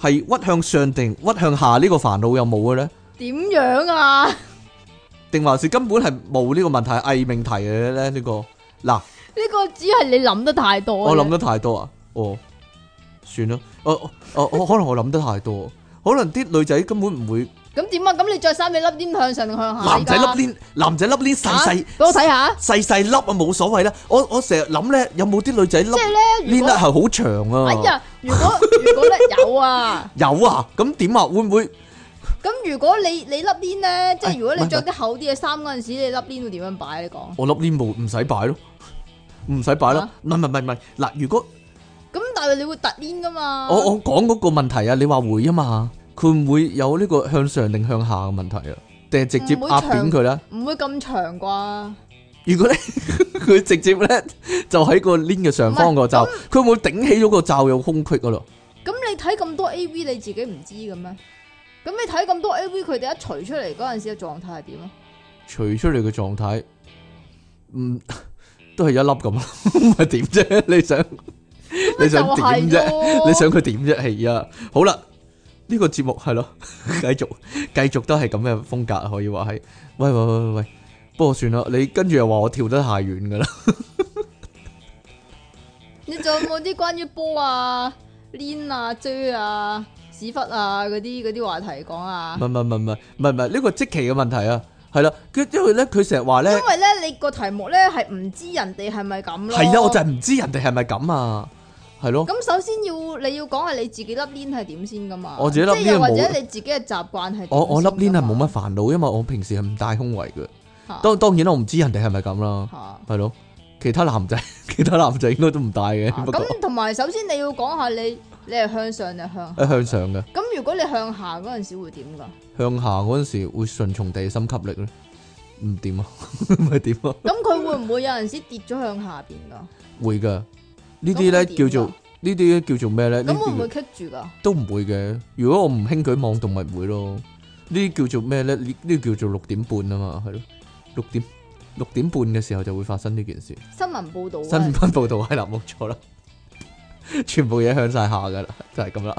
Speaker 1: 係屈向上定屈向下呢個煩惱有冇嘅咧？
Speaker 2: 點樣啊？ (laughs)
Speaker 1: 定還是根本係冇呢個問題係偽命題嘅咧？呢、個嗱，
Speaker 2: 呢個只係你諗得太多。
Speaker 1: 我諗得太多啊！哦，算啦，我我我我可能我諗得太多，可能啲女仔根本唔會
Speaker 2: 咁點啊？咁你着衫你粒點向上定向下？
Speaker 1: 男仔粒鏈，男仔粒鏈細
Speaker 2: 啊
Speaker 1: 細。
Speaker 2: 俾我睇下。
Speaker 1: 細細粒啊，冇所謂啦。我我成日諗咧，有冇啲女仔粒
Speaker 2: 即係咧，
Speaker 1: 呢
Speaker 2: 如
Speaker 1: 粒
Speaker 2: 果
Speaker 1: 係好長
Speaker 2: 哎
Speaker 1: 啊？
Speaker 2: 呀，如
Speaker 1: (laughs)
Speaker 2: 果如果咧有啊，
Speaker 1: 有啊，咁點啊？會唔會
Speaker 2: 咁如果你你粒鏈咧，即
Speaker 1: 哎
Speaker 2: 係如果
Speaker 1: 唔
Speaker 2: 你
Speaker 1: 係
Speaker 2: 着啲厚啲嘅衫嗰陣時，你粒鏈會點樣擺？啊你講。
Speaker 1: 我粒呢冇唔使擺咯，唔使擺啦
Speaker 2: 啊。
Speaker 1: 唔係唔係唔係嗱，如果
Speaker 2: 咁但係你會突鏈噶嘛？
Speaker 1: 我我講嗰個問題啊，你話會啊嘛？佢唔會有呢個向上定向下嘅問題啊？定係直接壓扁佢咧？
Speaker 2: 唔會咁長啩？
Speaker 1: 如果咧 (laughs) 佢直接咧就喺個 link 嘅上方個罩，佢會頂起咗個罩有空隙噶咯。
Speaker 2: 咁你睇咁多 A V 你自己唔知嘅咩？咁你睇咁多 A V 佢哋一除出嚟嗰陣時嘅狀態係點啊？
Speaker 1: 除出嚟嘅狀態，嗯， (laughs) 都係一粒咁咯， (laughs) 唔係點啫？ (laughs) 你想你想點啫？ (laughs)
Speaker 2: 啫
Speaker 1: 你想佢點啫？係啊，好啦，呢、個節目係咯， (laughs) 繼續繼續都係咁嘅風格，可以話係。喂喂喂喂喂，不過算啦，你跟住又話我跳得太遠噶啦，
Speaker 2: 你仲有冇啲關於波啊、鏈啊、追啊、屎忽啊嗰啲嗰啲話題講啊
Speaker 1: 唔？係唔係唔係唔係唔係唔係呢個即期嘅問題啊，係啦，佢因為咧佢成日話
Speaker 2: 因
Speaker 1: 咧，
Speaker 2: 為咧，你個題目咧係唔知人哋係咪咁咯。
Speaker 1: 係啊，我就係唔知人哋係咪咁啊，係咯，
Speaker 2: 咁首先要你要講係你自己粒鏈係點先噶嘛？
Speaker 1: 我自己粒
Speaker 2: 即係
Speaker 1: 鏈
Speaker 2: 又或
Speaker 1: 冇
Speaker 2: 者你自己嘅習慣係點
Speaker 1: 我我粒
Speaker 2: 先
Speaker 1: 鏈
Speaker 2: 㗎
Speaker 1: 係冇
Speaker 2: 嘛
Speaker 1: 乜煩惱，因為我平時係唔戴胸圍嘅。
Speaker 2: 嚇
Speaker 1: 當當然啦，我唔知人哋係咪咁啦，
Speaker 2: 嚇
Speaker 1: 係咯。其他男仔， (laughs) 其他男仔應該都唔戴嘅， (laughs) 不過
Speaker 2: 咁同埋，首先你要講下你你係向上定係向下？
Speaker 1: 一向上嘅，
Speaker 2: 咁如果你向下嗰陣時會點㗎？
Speaker 1: 向下嗰陣時會順從地心吸力咧，唔掂啊， (laughs) 唔係點啊，
Speaker 2: 咁佢會唔會有陣時跌咗向下邊㗎？
Speaker 1: 會噶。呢啲咧
Speaker 2: 咁會點
Speaker 1: 叫
Speaker 2: 啊
Speaker 1: 做呢啲叫做咩咧？呢
Speaker 2: 咁會
Speaker 1: 啲
Speaker 2: 唔會
Speaker 1: 叫
Speaker 2: 棘住㗎？
Speaker 1: 都唔會嘅。如果我唔輕舉妄動，咪唔會咯。呢啲叫做咩咧？呢呢啲叫做六點半啊嘛，係咯，六點六點半嘅時候就會發生呢件事。
Speaker 2: 新聞報導
Speaker 1: 新 (laughs)
Speaker 2: 啊，
Speaker 1: 聞報道係啦，冇錯啦，全部嘢向晒下噶啦，就係咁啦。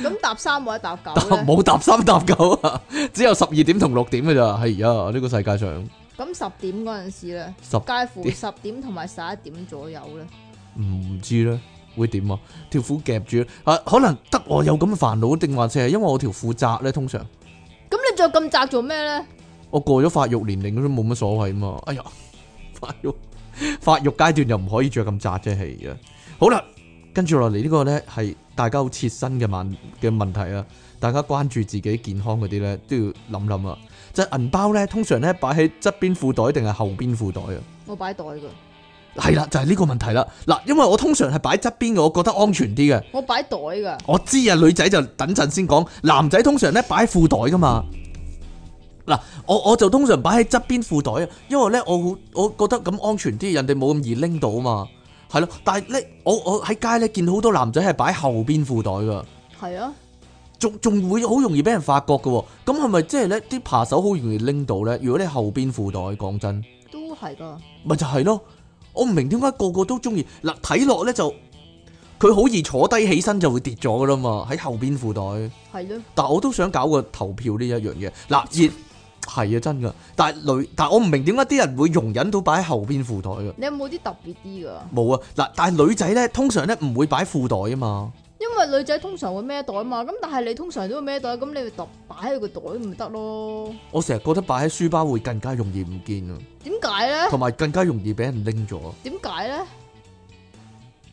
Speaker 2: 咁搭三或者搭九
Speaker 1: (laughs) 搭
Speaker 2: 咧，
Speaker 1: 冇搭三搭九啊，只有十二點同六點嘅咋，係啊，呢個世界上
Speaker 2: 咁十點嗰陣時咧，
Speaker 1: 十
Speaker 2: 介乎十點同埋十一點左右咧，
Speaker 1: 唔知咧會點啊？條褲夾住啊，可能得我有咁嘅煩惱，定還是係因為我條褲窄咧？通常
Speaker 2: 咁你着咁窄做咩咧？
Speaker 1: 我過咗發育年齡都冇乜所謂嘛。哎呀， (laughs) 發育發育階段又唔可以着咁窄啫，係啊。好啦，跟住落嚟呢個咧係大家好切身嘅問嘅問題啊，大家關注自己健康嗰啲咧都要諗諗啊。即係銀包咧，通常咧擺喺側邊褲袋定係後邊褲袋啊？
Speaker 2: 我擺袋噶，
Speaker 1: 係啦，就係、呢個問題啦。嗱，因為我通常係擺側邊嘅，我覺得安全啲嘅。
Speaker 2: 我擺袋噶，
Speaker 1: 我知啊，女仔就等陣先講，男仔通常咧擺喺褲袋噶嘛。嗱，我我就通常擺喺側邊褲袋啊，因為咧我好我覺得咁安全啲，人哋冇咁易拎到啊嘛。係咯，但係咧我我喺街咧見好多男仔係擺後邊褲袋噶，
Speaker 2: 係啊，
Speaker 1: 仲仲會好容易俾人發覺噶喎。咁係咪即係咧啲扒手好容易拎到咧？如果你後邊褲袋，講真。
Speaker 2: 都係噶，
Speaker 1: 咪就係咯，我唔明點解個個都中意嗱睇落咧就佢好易坐低起身就會跌咗噶啦嘛，喺後邊褲袋。
Speaker 2: 係咯，
Speaker 1: 但我都想搞個投票呢一樣嘢嗱，熱係啊真噶，但係女但係我唔明點解啲人會容忍到擺喺後邊褲袋嘅，
Speaker 2: 你有冇啲特別啲噶？
Speaker 1: 冇啊嗱，但係女仔咧通常咧唔會擺褲袋啊嘛，
Speaker 2: 因為女仔通常會孭袋嘛，咁但係你通常都會孭袋，咁你咪揼擺喺個袋咪得咯？
Speaker 1: 我成日覺得擺喺書包會更加容易唔見啊，
Speaker 2: 點解咧？
Speaker 1: 同埋更加容易俾人拎咗。
Speaker 2: 點解咧？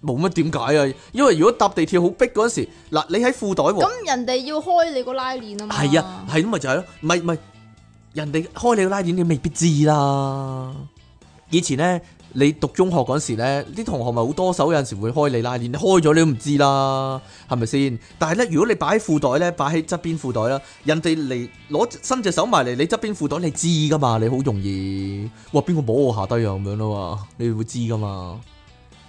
Speaker 1: 冇乜點解啊？因為如果搭地鐵好逼嗰陣時，嗱你喺褲袋喎。
Speaker 2: 咁人哋要開你個拉鏈啊嘛，
Speaker 1: 係啊，，係咁咪就係咯，唔係唔係，人哋開你個拉鏈，你未必知啦。以前咧，你讀中學嗰時咧，啲同學咪好多手，有陣時會開你拉鏈，你開咗你都唔知啦，係咪先？但係咧，如果你擺喺褲袋咧，擺喺側邊褲袋啦，人哋嚟攞伸隻手埋嚟你側邊褲袋，你知噶嘛？你好容易，哇邊個摸我下低啊咁樣咯嘛，你會知噶嘛？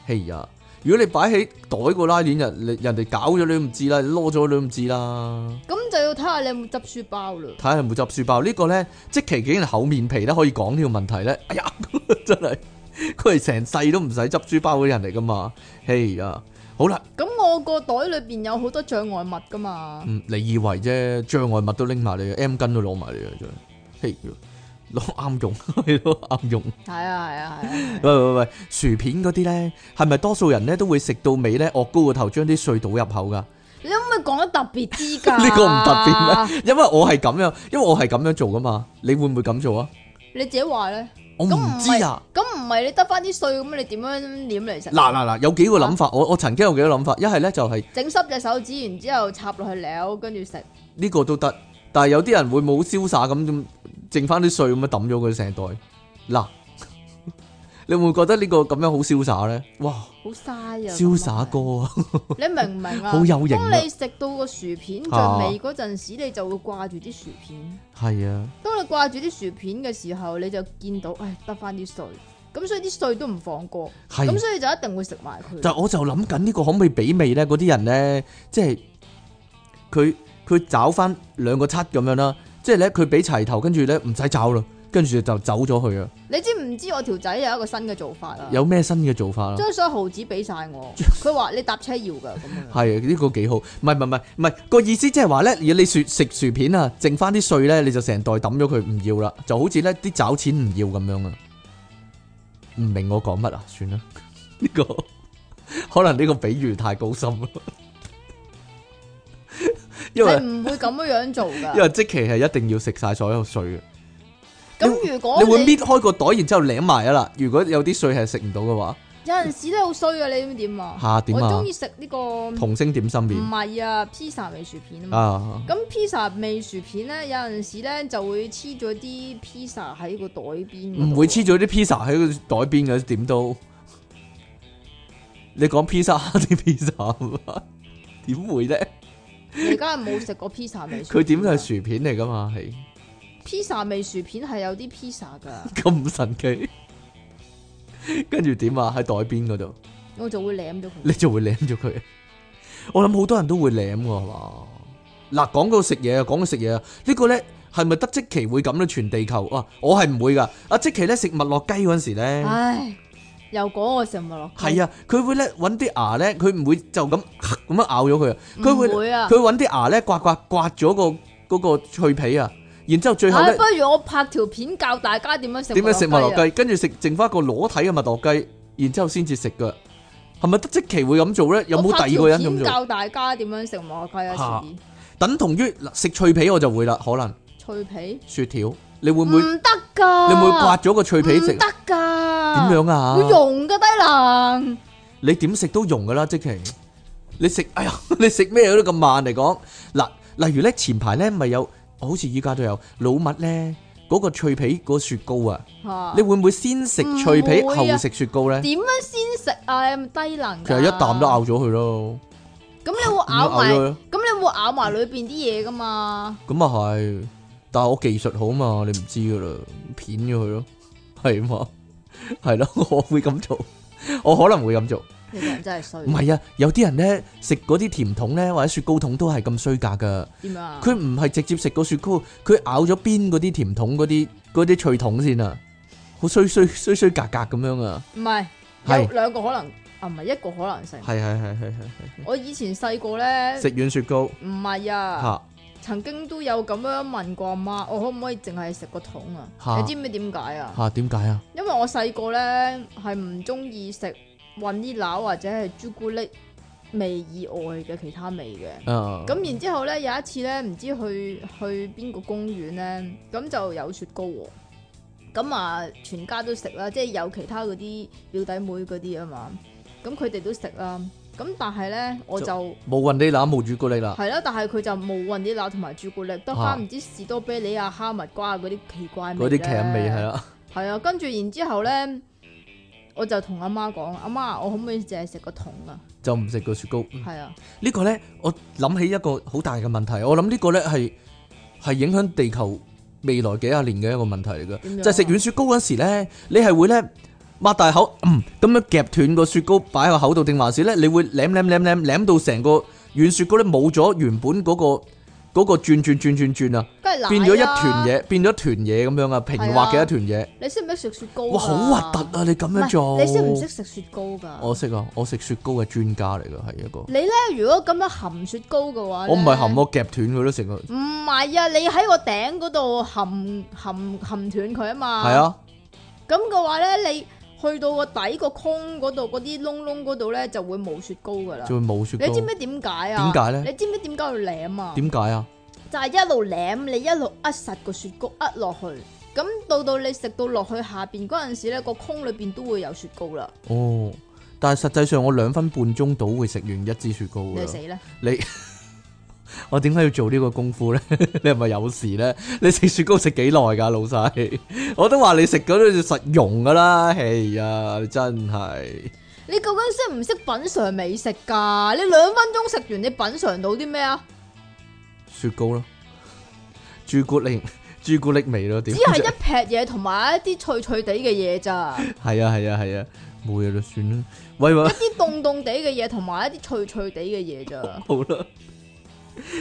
Speaker 1: 係啊，如果你擺喺袋個拉鏈，人人哋搞咗你都唔知啦，你攞咗你都唔知啦。
Speaker 2: 咁就要睇下你有冇執書包啦。
Speaker 1: 睇下有冇執書包呢、個咧，即其竟然厚面皮咧，可以講呢個 (laughs) 問題咧。哎呀，真係佢係成世都唔使執書包嗰啲人嚟噶嘛。嘿啊，好啦，
Speaker 2: 咁我個袋裏邊有好多障礙物噶嘛，
Speaker 1: 嗯，你以為啫，障礙物都拎埋你嘅，M 巾都攞埋你嘅，真係嘿啊攞啱用， (laughs) 係咯啱用。
Speaker 2: 係啊係啊係啊
Speaker 1: (laughs)
Speaker 2: 係啊，
Speaker 1: 喂喂喂，薯片嗰啲咧，係咪多數人咧都會食到尾咧，惡高個頭將啲碎倒入口噶？
Speaker 2: 你可唔可以講得特別啲㗎？
Speaker 1: (laughs) 呢個唔特別咩？因為我係咁樣，因為我係咁樣做噶嘛。你會唔會咁做啊？
Speaker 2: 咩？你自己話咧，
Speaker 1: 我
Speaker 2: 咁
Speaker 1: 唔
Speaker 2: 唔
Speaker 1: 知
Speaker 2: 係
Speaker 1: 啊。
Speaker 2: 咁唔係你得翻啲碎，咁你點樣舐嚟食？
Speaker 1: 嗱嗱嗱，有幾個諗法，我我曾經有幾個諗法，一係咧就係
Speaker 2: 整濕隻手指，然之後插落去撩，跟住食。
Speaker 1: 呢個都得，但係有啲人會冇瀟灑咁，剩翻啲碎咁樣啊抌咗佢成袋。嗱， (laughs) 你會唔會覺得呢個咁樣好瀟灑咧？哇，
Speaker 2: 好嘥啊！
Speaker 1: 瀟
Speaker 2: 咁
Speaker 1: 灑
Speaker 2: 啊，
Speaker 1: 哥啊，
Speaker 2: 你明唔明啊？
Speaker 1: (laughs) 好有型啊啊
Speaker 2: 當你食到個薯片最尾嗰陣時，你就會掛住啲薯片。
Speaker 1: 係啊，
Speaker 2: 當你掛住啲薯片嘅時候，你就見到，唉，得翻啲碎。咁所以啲碎都唔放過，咁
Speaker 1: 係。
Speaker 2: 所以就一定會食埋佢。
Speaker 1: 但我就諗緊呢個可唔可以媲美咧？嗰啲人咧，即係佢佢找翻兩個七咁樣啦，即係咧佢俾齊頭，跟住咧唔使找啦，跟住就走咗去啊！
Speaker 2: 你知唔知我條仔有一個新嘅做法啊？
Speaker 1: 有咩新嘅做法啦？
Speaker 2: 將所有毫子俾晒
Speaker 1: (laughs)
Speaker 2: 我，佢話你搭車要噶咁啊樣。
Speaker 1: 係呢、個幾好，唔係唔係唔係唔係個意思，即係話咧，如果你薯食薯片啊，剩翻啲碎咧，你就成袋抌咗佢唔要啦，就好似咧啲找錢唔要咁樣啊！唔明我講乜啊？算啦， (laughs) 呢、個可能呢個比喻太高深啦， (laughs) 因為
Speaker 2: 你唔會咁樣樣做
Speaker 1: 因
Speaker 2: 噶。
Speaker 1: 為即期係一定要食晒所有碎嘅，
Speaker 2: 咁如果
Speaker 1: 你會搣開個袋，然之後舐埋啊啦。如果有啲碎係食唔到嘅話，
Speaker 2: 有陣時咧好衰啊，你知唔知點啊？
Speaker 1: 嚇點
Speaker 2: 我
Speaker 1: 啊
Speaker 2: 中意食呢個唔
Speaker 1: 童星點心面
Speaker 2: 係啊披薩味薯片啊嘛。
Speaker 1: 啊，
Speaker 2: 咁披薩味薯片咧，有陣時咧就會黐咗啲披薩喺個袋邊。啊
Speaker 1: 唔會黐。咗 (laughs) 啲 pizza 喺個袋邊嘅，點都。你講 pizza 啲 pizza 啊點會咧？
Speaker 2: 你而家係冇食過披薩味薯片
Speaker 1: 佢
Speaker 2: 啊？
Speaker 1: 點都係薯片嚟噶嘛，係
Speaker 2: 披薩味薯片係有啲披薩噶，
Speaker 1: 咁神奇。跟住點啊？喺袋邊嗰度，
Speaker 2: 我就會舐咗佢。
Speaker 1: 你就會舐咗佢。我諗好多人都會舐喎，係嘛？嗱，講到食嘢啊，講到食嘢啊，呢個咧係咪得即期會咁咧？全地球啊，我係唔會噶。阿即期咧食麥樂雞嗰陣時咧。
Speaker 2: 唉，又講我食物落肚，
Speaker 1: 係啊，佢會咧揾啲牙咧，佢唔會就咁咁樣咬咗佢啊，佢
Speaker 2: 唔
Speaker 1: 會
Speaker 2: 會啊
Speaker 1: 佢。揾啲牙咧刮刮刮咗個嗰個脆皮啊，然之後最後
Speaker 2: 唉
Speaker 1: 咧
Speaker 2: 不如我拍條片教大家點樣食
Speaker 1: 點樣食麥樂
Speaker 2: 雞啊？
Speaker 1: 雞，跟住食剩翻個裸體嘅麥樂雞，然之後先至食噶，係咪得即期會咁做咧？有冇第二個人咁
Speaker 2: 我拍條片
Speaker 1: 做？
Speaker 2: 教大家點樣食麥樂雞啊？遲啲
Speaker 1: 等同於嗱食脆皮我就會啦，可能
Speaker 2: 脆皮
Speaker 1: 雪條，你會唔
Speaker 2: 唔
Speaker 1: 會
Speaker 2: 得㗎，
Speaker 1: 你會唔會刮咗個脆皮食？
Speaker 2: 嗯唔
Speaker 1: 點
Speaker 2: 得㗎，
Speaker 1: 樣啊？
Speaker 2: 會溶㗎低能。
Speaker 1: 你點食 (laughs) 都溶噶啦，即其你食，哎呀，你食咩都咁慢嚟講。嗱，例如咧前排咧咪有，好似依家都有老麥咧嗰、個脆皮嗰、個雪糕啊，
Speaker 2: 嚇
Speaker 1: 你會唔會先食脆皮
Speaker 2: 唔會
Speaker 1: 後
Speaker 2: 啊
Speaker 1: 食雪糕咧？
Speaker 2: 點樣先食啊？你係咪低能㗎
Speaker 1: 其實一啖都咬，咗佢咯，
Speaker 2: 咁你會
Speaker 1: 咁咬咗
Speaker 2: 咬
Speaker 1: 佢
Speaker 2: 埋，
Speaker 1: 咯，
Speaker 2: 咁你會咬埋裏邊啲嘢㗎嘛？
Speaker 1: 咁啊係。但係我技術好嘛，你唔知噶啦，片咗佢咯，係嘛？係咯，我會咁做，我可能會 (laughs) 咁做。
Speaker 2: 你個人真係衰
Speaker 1: 唔，係啊，有啲人咧食嗰啲甜筒咧或者雪糕筒都係咁衰格噶。
Speaker 2: 點樣啊？
Speaker 1: 佢唔係直接食個雪糕，佢咬咗邊嗰啲甜筒嗰啲嗰啲脆筒先啊，好衰衰衰衰格格咁樣啊，
Speaker 2: 唔係
Speaker 1: 係
Speaker 2: 有兩個可能，啊唔係一個可能性。
Speaker 1: 係係係係係
Speaker 2: 我以前細個咧
Speaker 1: 係，食軟雪糕
Speaker 2: 唔係啊，
Speaker 1: 嚇
Speaker 2: 曾經都有咁樣問過阿媽，哦我可唔可以淨係食個筒啊？
Speaker 1: 嚇
Speaker 2: 你知唔知點解啊？
Speaker 1: 嚇點解啊？
Speaker 2: 因為我細個咧係唔中意食混啲奶或者係朱古力味以外嘅其他味嘅。
Speaker 1: 啊
Speaker 2: 咁然之後咧，有一次咧，唔知去去邊個公園咧，咁就有雪糕喎。咁啊，全家都食啦，即係有其他嗰啲表弟妹嗰啲啊嘛。咁佢哋都食啦。咁但係咧，我就
Speaker 1: 冇雲呢拿冇朱古力啦，
Speaker 2: 係啦，但係佢就冇混啲奶同埋朱古力，得
Speaker 1: 啊
Speaker 2: 翻唔知士多啤梨啊、哈密瓜啊嗰啲奇怪
Speaker 1: 嗰
Speaker 2: 味
Speaker 1: 啲
Speaker 2: 咧。
Speaker 1: 劇味係啦，
Speaker 2: 係啊，跟住然之後咧，我就同阿媽講：阿媽，我可唔可以淨係食個桶啊？
Speaker 1: 就唔食個雪糕。嗯
Speaker 2: 係啊，
Speaker 1: 呢個咧，我諗起一個好大嘅問題，我諗呢個咧係係影響地球未來幾廿年嘅一個問題嚟
Speaker 2: 點樣
Speaker 1: 嘅，
Speaker 2: 啊
Speaker 1: 就係食軟雪糕嗰時咧，你係會咧擘大口，嗯，咁樣夾斷個雪糕擺喺個口度，定還是咧你會舐舐舐舐舐到成個軟雪糕咧冇咗原本嗰、個嗰、個轉轉轉轉轉啊，
Speaker 2: 梗係奶
Speaker 1: 變咗一
Speaker 2: 啦
Speaker 1: 團。嘢，變咗團嘢咁樣啊，平滑嘅一團嘢，
Speaker 2: 你識唔識食雪糕㗎？
Speaker 1: 哇，好核突啊！你咁
Speaker 2: 唔
Speaker 1: 樣
Speaker 2: 係
Speaker 1: 做，
Speaker 2: 你識唔識食雪糕㗎？
Speaker 1: 我識啊，我食雪糕嘅專家嚟㗎，係一個，
Speaker 2: 你咧如果咁樣含雪糕嘅話，
Speaker 1: 我唔係含
Speaker 2: 咯。
Speaker 1: 我夾斷佢都成個。
Speaker 2: 唔係啊，你喺個頂嗰度含含含斷佢啊嘛。
Speaker 1: 係。啊，
Speaker 2: 咁嘅話咧，你去到個底個空嗰度嗰啲窿窿嗰度咧，就會冇雪糕㗎啦
Speaker 1: 就。會冇雪糕
Speaker 2: 啊你。知唔知點解啊？
Speaker 1: 點解咧
Speaker 2: 你知唔知點解要舐啊？
Speaker 1: 點解啊？
Speaker 2: 就係一路舐，你一路扼實個雪糕扼落去，咁到到你食到落去下邊嗰陣時咧，個空裏邊都會有雪糕啦，
Speaker 1: 哦，但係實際上我兩分半鐘到會食完一支雪糕
Speaker 2: 你
Speaker 1: 㗎
Speaker 2: 就死
Speaker 1: 啦。
Speaker 2: 啦！
Speaker 1: 你我點解要做呢 (laughs) 個功夫咧？你係咪有事咧？你食雪糕食幾耐㗎，老細？ (laughs) 我都話你食嗰啲實用㗎啦，係啊，你真係
Speaker 2: 你究竟識唔識品嚐美食㗎？你兩分鐘食完，你品嚐到啲咩啊？
Speaker 1: 雪糕咯，朱古力朱古力味咯，點
Speaker 2: 只
Speaker 1: 啫？
Speaker 2: 係一劈嘢同埋一啲脆脆地嘅嘢咋，一
Speaker 1: (laughs) 係啊係啊係啊，冇嘢就算啦。喂喂。
Speaker 2: 啲凍凍地嘅嘢同埋一啲脆脆地嘅嘢咋。
Speaker 1: 好啦。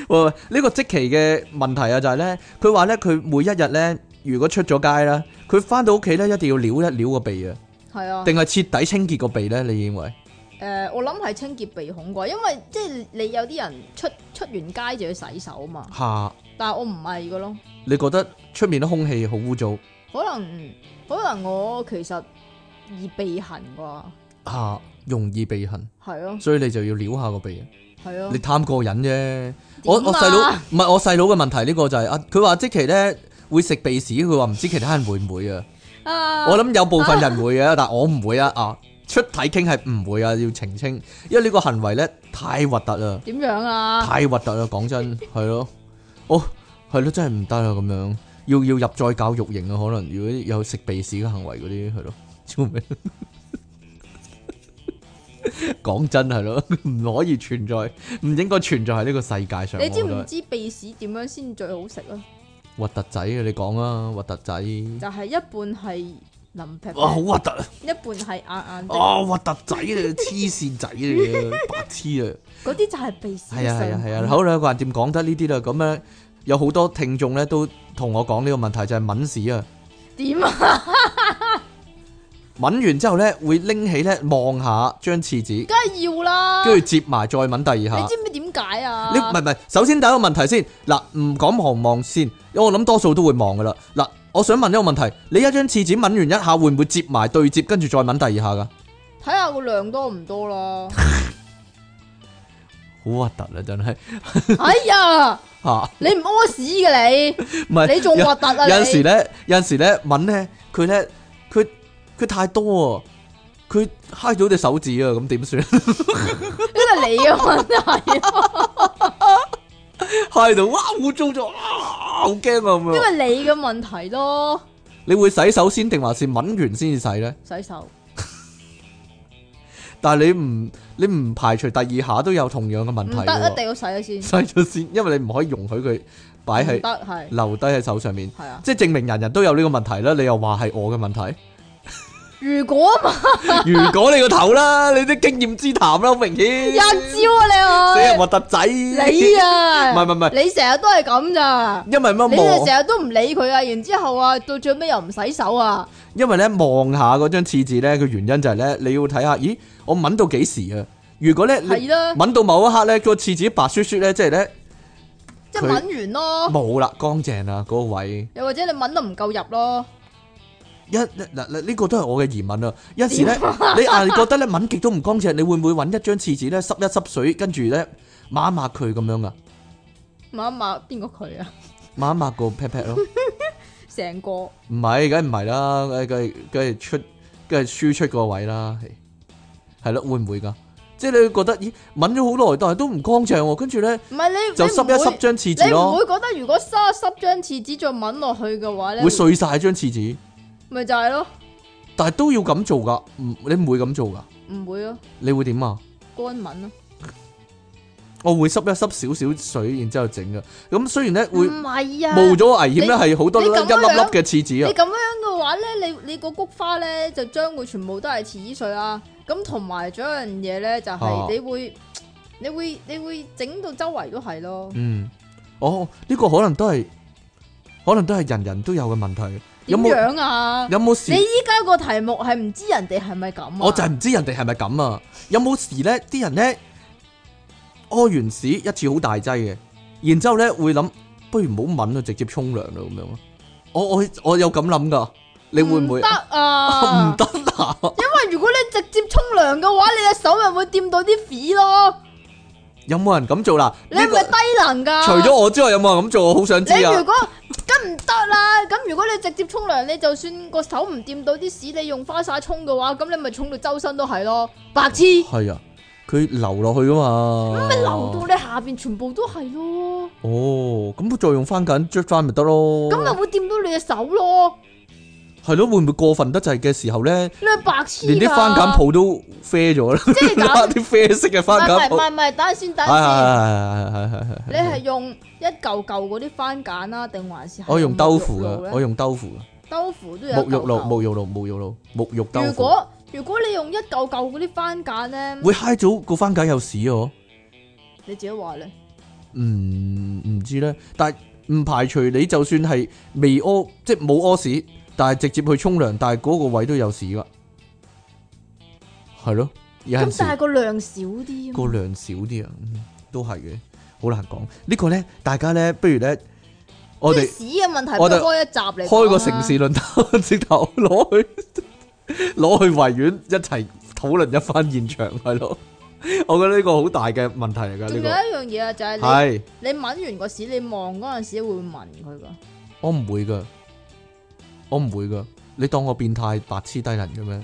Speaker 1: 喂，喂，呢個即期嘅問題啊，就係咧，佢話咧佢每一日咧，如果出咗街啦，佢翻到屋企咧，一定要撩一撩個鼻啊，
Speaker 2: 係啊，誒、
Speaker 1: 定係徹底清潔個鼻咧？你認為
Speaker 2: 我諗係清潔鼻孔啩，因為即係你有啲人出出完街就要洗手嘛，
Speaker 1: 吓、
Speaker 2: 但係我唔係㗎咯。
Speaker 1: 你覺得出面啲空氣好污糟
Speaker 2: 可能可能我其實易鼻痕啩，
Speaker 1: 吓，容易鼻痕，
Speaker 2: 係咯
Speaker 1: 所以你就要撩下個鼻啊。
Speaker 2: 係咯
Speaker 1: 你，貪過癮啫。我
Speaker 2: 哦
Speaker 1: 我
Speaker 2: 點啊
Speaker 1: 細佬唔係我細佬嘅問題呢、個就係、啊，佢話即期咧會食鼻屎，佢話唔知其他人會唔會啊。
Speaker 2: 啊，
Speaker 1: 我諗有部分人會嘅， (laughs) 但我唔會啊！啊，出體傾係唔會啊，要澄清，因為呢個行為咧太核突啦，
Speaker 2: 點樣啊？
Speaker 1: 太核突啦！講真，係咯，哦，係咯，真係唔得啦，咁樣要要入再教育營啊，可能如果有食鼻屎嘅行為嗰啲，係咯，做咩？ (laughs) 講真係咯，唔可以存在，唔應該存在喺呢個世界上。
Speaker 2: 你知
Speaker 1: 我覺
Speaker 2: 唔
Speaker 1: 得
Speaker 2: 知鼻屎點樣先最好食啊？
Speaker 1: 核突仔啊？你講啊，核突仔，
Speaker 2: 就係一半係淋劈，
Speaker 1: 哇，好核突啊！
Speaker 2: 一半係硬硬的，
Speaker 1: 哦，核突仔啊，黐線仔嚟嘅，白痴啊！
Speaker 2: 嗰啲就係鼻屎。
Speaker 1: 係啊係啊係啊，好啦，橫掂講得呢啲啦，咁咧有好多聽眾啊咧都同我講呢個問題就係抿屎啊，
Speaker 2: 點啊？
Speaker 1: 抿完之後咧會拎起咧望下張廁紙，
Speaker 2: 梗係要啦。
Speaker 1: 跟住接埋再抿第二
Speaker 2: 啊你
Speaker 1: 下。
Speaker 2: 知唔知點解啊？
Speaker 1: 呢唔係唔係，首先第一個問題先，嗱唔講望唔望先，我諗多數都會望噶啦。嗱，我想問一個問題，你一張廁紙抿完一下，會唔會接埋對接，跟住再抿第二下噶？
Speaker 2: 睇下個量多唔多啦。 (laughs)
Speaker 1: 好核突啊，真係
Speaker 2: 哎呀，
Speaker 1: 嚇，啊
Speaker 2: 你唔屙屎嘅
Speaker 1: (laughs) 唔係
Speaker 2: 你，你仲
Speaker 1: 有
Speaker 2: 核突啊！
Speaker 1: 有陣時
Speaker 2: 你
Speaker 1: 咧，有陣時咧抿咧，佢咧佢佢太多啊，佢揩到隻手指啊，咁點算？ (laughs)
Speaker 2: 呢個係你嘅問題
Speaker 1: 哦
Speaker 2: 啊，
Speaker 1: 揩到哇污糟咗，啊好驚啊咁
Speaker 2: 呢
Speaker 1: 樣。
Speaker 2: 個係你嘅問題咯。
Speaker 1: 你會洗手先定還是抿完先至洗咧？
Speaker 2: 洗手，
Speaker 1: 但係你唔你唔排除第二下都有同樣嘅問
Speaker 2: 唔
Speaker 1: 題
Speaker 2: 得，一
Speaker 1: 喎。
Speaker 2: 定要洗咗先。
Speaker 1: 洗咗先，因為你唔可以容許佢擺
Speaker 2: 唔
Speaker 1: 喺
Speaker 2: 得係
Speaker 1: 留低喺手上面，
Speaker 2: 係啊。
Speaker 1: 即係證明人人都有呢個問題啦。你又話係我嘅問題？ (laughs)
Speaker 2: 如果嘛，
Speaker 1: 如果你個頭啦，你啲經驗之談啦，好明顯。
Speaker 2: 一招啊
Speaker 1: 死
Speaker 2: 你
Speaker 1: 人
Speaker 2: 去，
Speaker 1: 核突仔！
Speaker 2: 你 (laughs) 啊，
Speaker 1: 唔係唔係唔係
Speaker 2: 你成日都係咁咋？
Speaker 1: 因為乜
Speaker 2: 你就
Speaker 1: 望，
Speaker 2: 成日都唔理佢啊，然之後啊，到最尾又唔洗手啊，
Speaker 1: 因為咧望下嗰張廁紙咧，個原因就係咧，你要睇下，咦，我抿到幾時啊？如果咧，你
Speaker 2: 係啦
Speaker 1: 抿到某一刻咧，個廁紙白雪雪咧，即係咧
Speaker 2: 即係
Speaker 1: 佢
Speaker 2: 抿完咯，
Speaker 1: 冇啦，乾淨啦嗰個位，
Speaker 2: 又或者你抿得唔夠入咯，
Speaker 1: 一嗱嗱呢個都係我嘅疑問啊！有時咧，你硬係覺得咧抿極都唔乾淨，你會唔會揾一張廁紙咧濕一濕水，跟住咧抹一抹佢咁樣啊？
Speaker 2: 抹一抹邊個佢啊？
Speaker 1: 抹一抹個 pat pat 咯，
Speaker 2: 成個
Speaker 1: 唔係，梗係唔係啦，梗係梗係梗係出梗係輸出個位啦，係係咯，會唔會㗎？即係你會覺得咦抿咗好耐，但係都唔乾淨喎，跟住咧
Speaker 2: 唔係你
Speaker 1: 就
Speaker 2: 你唔
Speaker 1: 濕一濕
Speaker 2: 會
Speaker 1: 張廁紙
Speaker 2: 你唔
Speaker 1: 咯，
Speaker 2: 會覺得如果濕濕張廁紙再抿落去嘅話咧，
Speaker 1: 會碎晒張廁紙，
Speaker 2: 咪就係咯，
Speaker 1: 但係都要咁做㗎，唔你唔會咁做㗎，
Speaker 2: 唔會咯，
Speaker 1: 你會點啊？
Speaker 2: 乾抿咯，
Speaker 1: 我會濕一濕少少水，然之後整嘅。咁雖然咧會
Speaker 2: 唔係啊，
Speaker 1: 冇咗危險咧，係好多粒
Speaker 2: 你
Speaker 1: 一粒
Speaker 2: 咁樣
Speaker 1: 粒嘅廁
Speaker 2: 你
Speaker 1: 紙啊，
Speaker 2: 咁樣嘅話咧，你你個菊花咧就將會全部都係瓷水啦。咁同埋仲有一樣嘢咧，就
Speaker 1: 啊
Speaker 2: 係你會、你會你會整到周圍都係咯。
Speaker 1: 嗯，哦，呢個可能都係，可能都係人人都有嘅問題。有
Speaker 2: 點
Speaker 1: 冇
Speaker 2: 樣啊？
Speaker 1: 有冇
Speaker 2: 你
Speaker 1: 時？
Speaker 2: 依家個題目係唔知人哋係咪咁啊？
Speaker 1: 我就係唔知人哋係咪咁啊？有冇時咧，啲人咧屙完屎一次好大劑嘅，然之後咧會諗，不如唔好抿啦，啊直接沖涼啦咁樣咯。我我我有咁諗噶，你會唔會？
Speaker 2: 得
Speaker 1: (laughs)
Speaker 2: 啊？
Speaker 1: 唔得啊！
Speaker 2: 因為如果你直接沖涼嘅話，你隻手咪會掂到啲屎咯。
Speaker 1: 有冇人咁做啦？
Speaker 2: 你係
Speaker 1: 呢個
Speaker 2: 咪啊低能噶？
Speaker 1: 除咗我之外，有冇人咁做？我好想知
Speaker 2: 你如
Speaker 1: 啊！
Speaker 2: 果咁唔得啦，咁如果你直接沖涼，你就算個手唔掂到啲屎，你用花灑沖嘅話，咁你咪沖到周身都係咯，白痴！咁
Speaker 1: 係啊，佢流落去噶嘛。
Speaker 2: 咪流到你下邊全部都係咯，
Speaker 1: 哦，咁佢再用翻緊，捽翻咪得咯。
Speaker 2: 咁咪會掂到你隻手咯，
Speaker 1: 係咯，會唔會過分得滯嘅時候咧，
Speaker 2: 你係白痴㗎
Speaker 1: 連啲番梘泡都啡咗啦，(laughs)
Speaker 2: 即係咁
Speaker 1: 啲啡色嘅
Speaker 2: 唔
Speaker 1: 番
Speaker 2: 係
Speaker 1: 梘
Speaker 2: 唔
Speaker 1: 泡。
Speaker 2: 係唔係，等下先，等下
Speaker 1: 係係
Speaker 2: 先。
Speaker 1: 係係係係係係。
Speaker 2: 你係用一嚿嚿嗰啲番梘啦，定還是係
Speaker 1: 我用豆腐㗎，
Speaker 2: (laughs) 沐浴露呢
Speaker 1: 我用豆腐㗎。啊
Speaker 2: 豆腐都有一
Speaker 1: 沐
Speaker 2: 嚿
Speaker 1: 浴露，
Speaker 2: 嚿
Speaker 1: 沐浴露，沐浴露，沐浴豆腐。
Speaker 2: 如果如果你用一嚿嚿嗰啲番梘咧，
Speaker 1: 會揩到個番梘有屎啊，我？嗯，唔知呢。但係唔排除你就係咁樣抿，嗯唔排除你就算係未屙-即係冇屙屎，但係直接去沖涼，但係嗰個位都有屎㗎。係咯，有陣時
Speaker 2: 咁但係個量少啲啊嘛。
Speaker 1: 個量少啲啊，嗯，都係嘅，好難講。呢個呢，大家呢，不如呢，我哋
Speaker 2: 啲屎嘅問題，
Speaker 1: 我
Speaker 2: 我
Speaker 1: 哋
Speaker 2: 哋開一集嚟啊
Speaker 1: 開個
Speaker 2: 個
Speaker 1: 城市論壇， (laughs) 直頭攞去攞去維園一齊討論一番現場，係咯。我覺得呢個好大嘅問題嚟㗎，
Speaker 2: 仲有
Speaker 1: 呢
Speaker 2: 一樣嘢啊，就
Speaker 1: 個
Speaker 2: 係
Speaker 1: 係
Speaker 2: 你你聞完個屎，你望嗰陣時會聞佢噶。
Speaker 1: 我唔會㗎，我唔會㗎。你當我變態白痴低能嘅咩？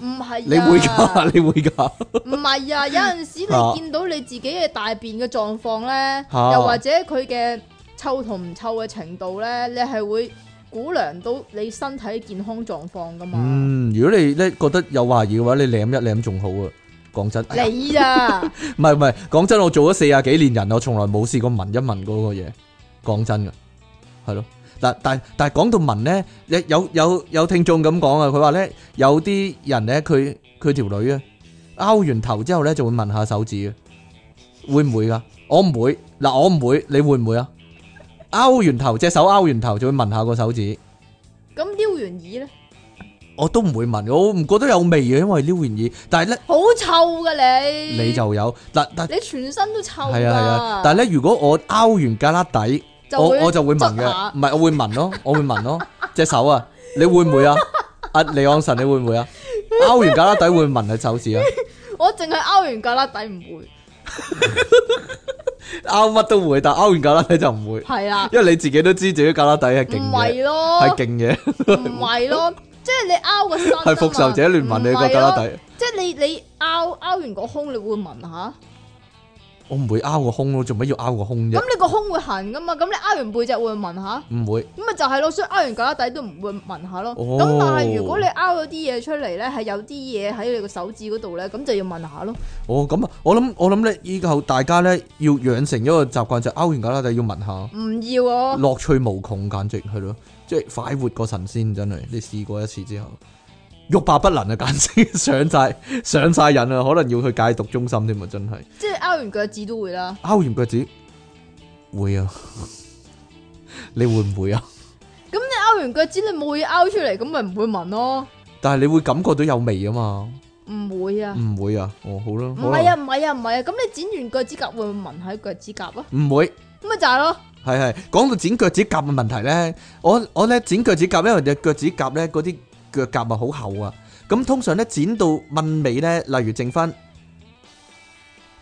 Speaker 2: 唔係啊，
Speaker 1: 你會㗎， (laughs) 你會㗎。
Speaker 2: 唔係啊，有陣時
Speaker 1: 啊
Speaker 2: 你見到你自己嘅大便嘅狀況咧，
Speaker 1: 啊
Speaker 2: 又或者佢嘅臭同唔臭嘅程度咧，你係會估量到你身體健康狀況噶嘛？
Speaker 1: 嗯，如果你咧覺得有懷疑嘅話，你舐一舐仲好啊。講真，哎呀
Speaker 2: 你啊，
Speaker 1: 唔係唔係，講真，我做咗四廿幾年人，我從來冇試過聞一聞嗰個嘢。講真嘅，係咯。但但但係講到聞咧，有有有有聽眾咁講啊，佢話咧有啲人咧，佢佢條女啊，拗完頭之後咧就會聞下手指嘅，會唔會噶？我唔會，嗱我唔會，你會唔會啊？拗完頭隻手拗完頭就會聞下個手指，
Speaker 2: 咁撩完耳咧，
Speaker 1: 我都唔會聞，我唔覺得有味嘅，因為撩完嘢，但係咧
Speaker 2: 好臭噶你，
Speaker 1: 你就有，但但
Speaker 2: 你全身都臭
Speaker 1: 係啊係啊
Speaker 2: 㗎，
Speaker 1: 但係咧如果我拗完旮旯底。
Speaker 2: 就
Speaker 1: 我
Speaker 2: 會
Speaker 1: 我就會聞
Speaker 2: 捽下
Speaker 1: 嘅，唔係我會聞咯，我會聞咯，隻手啊，你會唔會啊？阿李昂臣，你會唔會啊？勾完旮旯底會聞下手指啊，
Speaker 2: 我淨係勾完旮旯底唔會，
Speaker 1: 勾乜都會，但勾完旮旯底就唔會，
Speaker 2: 係啦，
Speaker 1: 因為你自己都知自己旮旯底係
Speaker 2: 唔
Speaker 1: 勁嘅，
Speaker 2: 係啊咯，
Speaker 1: 係勁嘅，
Speaker 2: 唔係咯，即係你拗個身啊嘛，
Speaker 1: 係復仇者聯盟你個旮旯
Speaker 2: 唔係咯，
Speaker 1: 底，
Speaker 2: 即係你你拗拗完個胸，你會聞下，
Speaker 1: 我唔會勾個胸咯，做乜要勾個胸啫？
Speaker 2: 咁你個胸會痕噶嘛，咁你拗完背脊會聞下，
Speaker 1: 唔會，
Speaker 2: 咁咪就係咯，所以拗完旮旯底都唔會聞下咯。
Speaker 1: 哦
Speaker 2: 咁、但係如果你拗咗啲嘢出嚟咧，係有啲嘢喺你個手指嗰度咧，咁就要聞下咯。
Speaker 1: 哦咁啊，我諗我諗咧，以後大家咧要養成一個習慣，就勾完旮旯底要聞下。
Speaker 2: 唔要啊，
Speaker 1: 樂趣無窮，簡直係咯，即係快活過神仙，真係你試過一次之後，欲罷不能啊，簡直上晒 (laughs) 上晒癮啊，可能要去戒毒中心添啊，真係啊
Speaker 2: 即係拗完腳趾都會啦。
Speaker 1: 拗完腳趾會啊， (laughs) 你會唔會啊？
Speaker 2: 咁你拗完腳趾，你冇嘢拗出嚟，咁咪唔會聞咯。
Speaker 1: 但係你會感覺到有味啊嘛，
Speaker 2: 唔會啊，
Speaker 1: 唔會啊，哦好啦，
Speaker 2: 唔
Speaker 1: 好
Speaker 2: 係
Speaker 1: 啦，
Speaker 2: 啊，唔係啊，唔係啊。咁你剪完腳趾甲會唔會聞喺腳趾甲啊？
Speaker 1: 唔會。
Speaker 2: 咁咪就係咯，
Speaker 1: 係係，講到剪腳趾甲嘅問題咧，我我咧剪腳趾甲，因為隻腳趾甲咧嗰啲腳甲啊好厚啊，咁通常咧剪到問尾咧，例如剩翻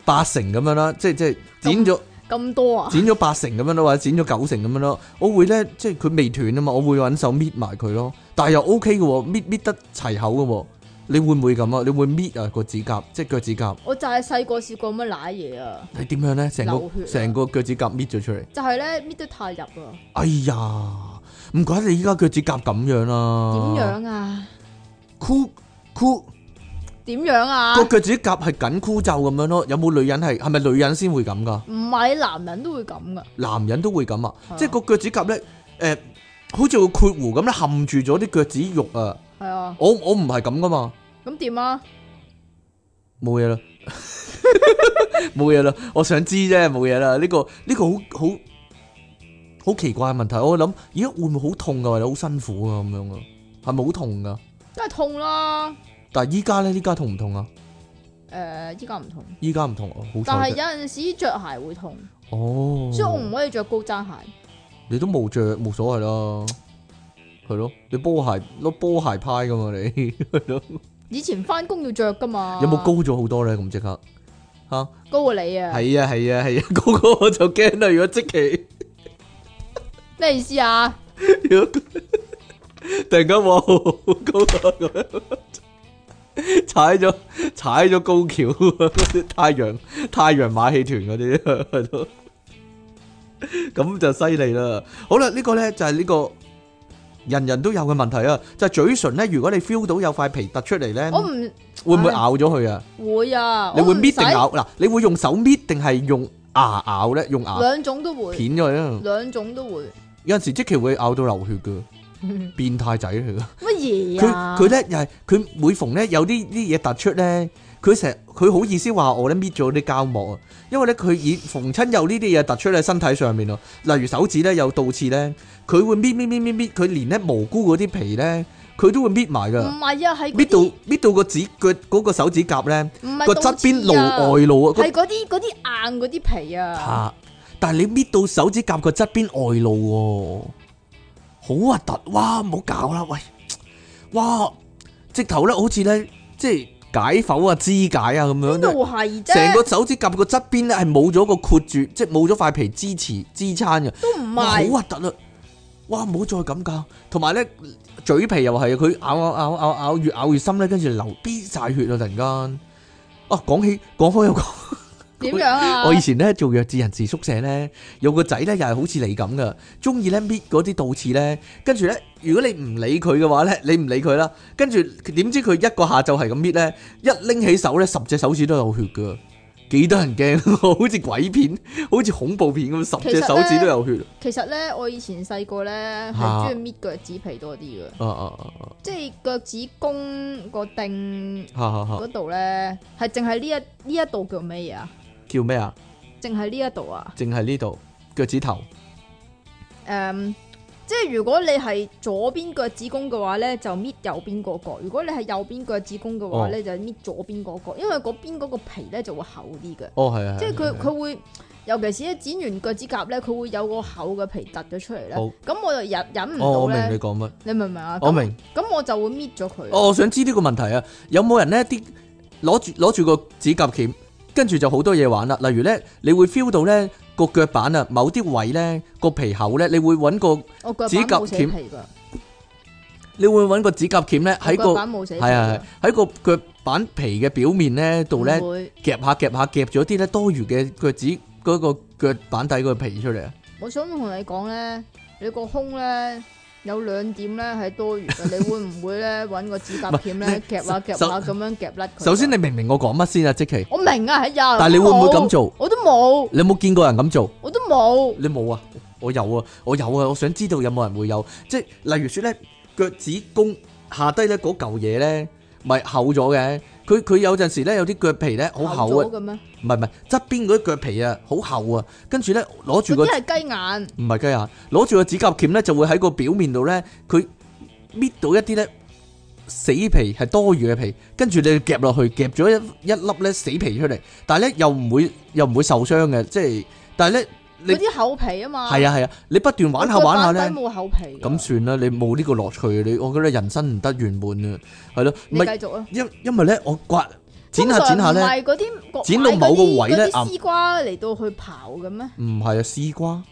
Speaker 1: 八成咁樣啦，即係即係剪咗
Speaker 2: 咁多啊，
Speaker 1: 剪咗八成咁樣咯，或者剪咗九成咁樣咯，我會咧即係佢未斷啊嘛，我會揾手搣埋佢咯，但係又 O K 嘅喎，搣搣得齊口嘅喎，你會唔會咁啊？你會搣啊個指甲，即係腳趾甲，
Speaker 2: 我就係細個試過咁樣舐嘢啊，
Speaker 1: 你點樣咧？成
Speaker 2: 流血
Speaker 1: 個
Speaker 2: 啊
Speaker 1: 成個腳趾甲搣咗出嚟。
Speaker 2: 就係咧搣得太入啊。
Speaker 1: 哎呀，唔怪你依家腳趾甲咁樣
Speaker 2: 點
Speaker 1: 啦。
Speaker 2: 樣啊？
Speaker 1: 箍箍
Speaker 2: 點樣啊
Speaker 1: 個？腳趾甲係緊箍咒咁樣咯。有冇女人係係咪女人先會咁噶？
Speaker 2: 唔係男人都會咁噶，
Speaker 1: 男人都會咁啊，
Speaker 2: 係啊
Speaker 1: 即係個腳趾甲咧，誒、好似個括弧咁咧，冚住咗啲腳趾肉啊。
Speaker 2: 係啊。
Speaker 1: 我我唔係咁噶嘛，
Speaker 2: 咁點啊？
Speaker 1: 冇嘢啦， (laughs) 冇嘢啦。我想知啫，冇嘢啦。呢、個呢、個好好好奇怪嘅問題。我諗，咦會唔會好痛噶，或者好辛苦啊咁樣啊？係咪好痛噶？
Speaker 2: 梗係痛啦。
Speaker 1: 但係依家咧，依家痛唔痛啊？
Speaker 2: 誒、依家唔痛，
Speaker 1: 依家唔同，哦好
Speaker 2: 嗯但係
Speaker 1: 彩
Speaker 2: 有
Speaker 1: 啫。
Speaker 2: 陣時着鞋會痛，
Speaker 1: 哦，
Speaker 2: 所以我唔可以着高踭鞋。
Speaker 1: 你都冇着，冇所謂啦。係咯，你波鞋攞波鞋派噶嘛你，係咯
Speaker 2: 以前翻工要着噶嘛。
Speaker 1: 有冇高咗好多咧？咁即刻吓，係
Speaker 2: 高過你啊？
Speaker 1: 啊係啊係啊，嗰個我就驚啦。如果即期，
Speaker 2: 咩意思啊？
Speaker 1: 如果突然間話好高啊咁樣，踩咗踩咗高橋，太陽太陽馬戲團嗰啲係咯，咁就犀利啦。好啦，呢、個呢就係、呢個人人都有嘅問題啊，就係、嘴唇呢，如果你 feel 到有塊皮突出嚟呢，
Speaker 2: 我唔
Speaker 1: 會唔會咬咗佢啊？
Speaker 2: 會啊。
Speaker 1: 嗯你
Speaker 2: 會
Speaker 1: 會搣定？咬？嗱，你會用手搣定係用牙咬呢？用牙
Speaker 2: 兩種都會，
Speaker 1: 片咗佢啊！
Speaker 2: 兩種都會。 (laughs)
Speaker 1: 有陣時即期會咬到流血噶，變態仔嚟噶。
Speaker 2: 乜嘢
Speaker 1: 佢
Speaker 2: 啊？
Speaker 1: 佢咧又係佢每逢咧有啲啲嘢突出咧，佢成日佢好意思話我咧搣咗啲膠膜啊，因為咧佢以逢親有呢啲嘢突出喺身體上面咯，例如手指咧有倒刺咧，佢會搣搣搣搣搣，佢連咧無辜嗰啲皮咧，佢都會搣埋
Speaker 2: 唔
Speaker 1: 噶，
Speaker 2: 係啊，係嗰
Speaker 1: 搣到
Speaker 2: 啲
Speaker 1: 搣到個指腳嗰個手指甲咧
Speaker 2: 唔係
Speaker 1: 個
Speaker 2: 倒
Speaker 1: 側邊露
Speaker 2: 刺啊
Speaker 1: 外露啊，個
Speaker 2: 係嗰啲嗰啲硬嗰啲皮啊，
Speaker 1: 嚇！但係你搣到手指甲個側邊外露喎，好核突！哇，唔好搞啦，喂！哇，直頭咧好似咧，即係解剖啊、肢解啊咁樣
Speaker 2: 邊度
Speaker 1: 咧，
Speaker 2: 係
Speaker 1: 成
Speaker 2: 啫？
Speaker 1: 個手指甲個側邊咧係冇咗個括住，即係冇咗塊皮支持支撐嘅，
Speaker 2: 都唔
Speaker 1: 哇，好
Speaker 2: 係。
Speaker 1: 核突啊！哇，唔好再咁搞，同埋咧嘴皮又係佢咬咬咬咬咬越咬越深咧，跟住流咇晒血啊！突然間，啊講起講開又講。
Speaker 2: 點樣啊？
Speaker 1: 我以前咧做弱智人士宿舍咧，有個仔咧又係好似你咁噶，中意咧搣嗰啲倒刺咧，跟住咧如果你唔理佢嘅話咧，你唔理佢啦，跟住點知佢一個下晝係咁搣咧，一拎起手咧十隻手指都有血噶，幾得人驚， (laughs) 好似鬼片，好似恐怖片咁，十隻手指都有血，
Speaker 2: 其實咧，我以前細個咧
Speaker 1: 嚇
Speaker 2: 係中意搣腳趾皮多啲嘅，
Speaker 1: 啊啊啊啊
Speaker 2: 即係腳趾公個釘
Speaker 1: 啊啊啊啊
Speaker 2: 嗰度咧，係淨係呢一呢一度叫咩嘢啊？
Speaker 1: 叫咩啊？
Speaker 2: 淨係呢一度啊？
Speaker 1: 淨係呢度腳趾頭
Speaker 2: 嗯誒、即即係如果你係左邊腳趾公嘅話咧，就搣右邊嗰個；如果你係右邊腳趾公嘅話
Speaker 1: 哦
Speaker 2: 咧，就搣左邊嗰個，因為嗰邊嗰個皮咧就會厚啲嘅，
Speaker 1: 哦，係啊，
Speaker 2: 即係
Speaker 1: 係啊
Speaker 2: 佢佢會。尤其是一剪完腳趾甲咧，佢會有個厚嘅皮突咗出嚟咧，
Speaker 1: 好
Speaker 2: 咁我就忍忍唔
Speaker 1: 哦，
Speaker 2: 到
Speaker 1: 我明
Speaker 2: 咧
Speaker 1: 你，講乜，
Speaker 2: 你明唔明啊？
Speaker 1: 我
Speaker 2: 咁
Speaker 1: 明。
Speaker 2: 咁我就會搣咗佢。
Speaker 1: 哦，我想知呢個問題啊，有冇人呢啲攞住攞住個指甲鉗，跟住就好多嘢玩啦？例如呢，你會 feel 到呢個腳板啊，某啲位呢個皮厚呢，你會揾個
Speaker 2: 我腳板
Speaker 1: 指甲
Speaker 2: 冇死
Speaker 1: 鉗
Speaker 2: 皮噶，
Speaker 1: 你會揾個指甲鉗呢，喺
Speaker 2: 我腳
Speaker 1: 個
Speaker 2: 板冇死皮㗎。
Speaker 1: 係啊嗯係喺個腳板皮嘅表面呢度呢，
Speaker 2: 唔會
Speaker 1: 夾下夾下夾咗啲呢多餘嘅腳趾嗰個腳板底個皮出嚟啊！
Speaker 2: 我想同你講咧，你個胸咧有兩點咧係多餘嘅，你會唔會咧揾個指甲鉗
Speaker 1: 唔係
Speaker 2: 咧夾下夾
Speaker 1: 首
Speaker 2: 下咁樣夾甩佢？
Speaker 1: 首先你明唔明我講乜先啊？即奇，
Speaker 2: 我明啊，哎呀！
Speaker 1: 但係你會
Speaker 2: 我都
Speaker 1: 唔會
Speaker 2: 冇
Speaker 1: 咁做？
Speaker 2: 我都冇，
Speaker 1: 你有冇見過人咁做？
Speaker 2: 我都冇。
Speaker 1: 你冇啊？我有啊，我有啊，我想知道有冇人會有，即係例如說咧，腳趾公下低咧嗰嚿嘢咧，咪厚咗嘅。佢佢有陣時咧有啲腳皮咧好厚啊
Speaker 2: 咗，嘅咩？
Speaker 1: 唔係唔係側邊嗰啲腳皮啊好厚啊，跟住咧攞住個
Speaker 2: 嗰啲啊係雞
Speaker 1: 唔
Speaker 2: 眼，
Speaker 1: 係雞眼，攞住個指甲鉗咧就會喺個表面度咧，佢搣到一啲咧死皮係多餘嘅皮，跟住你夾落去夾咗一一粒咧死皮出嚟，但係咧又唔會又唔會受傷嘅，即係但係咧你
Speaker 2: 嗰。啲厚皮啊嘛。
Speaker 1: 系啊系啊，你不斷玩下玩下
Speaker 2: 我腳板
Speaker 1: 咧，
Speaker 2: 底冇厚皮㗎。啊
Speaker 1: 咁算啦，你冇呢個樂趣，你我覺得人生唔得圓滿啊，係咯，唔
Speaker 2: 你繼
Speaker 1: 係
Speaker 2: 續啊。
Speaker 1: 因因為咧，我刮剪下剪下
Speaker 2: 通常唔
Speaker 1: 咧，
Speaker 2: 係嗰啲
Speaker 1: 剪到某個位啊呢
Speaker 2: 買嗰啲絲瓜嚟到去刨嘅咩？
Speaker 1: 唔係啊，絲瓜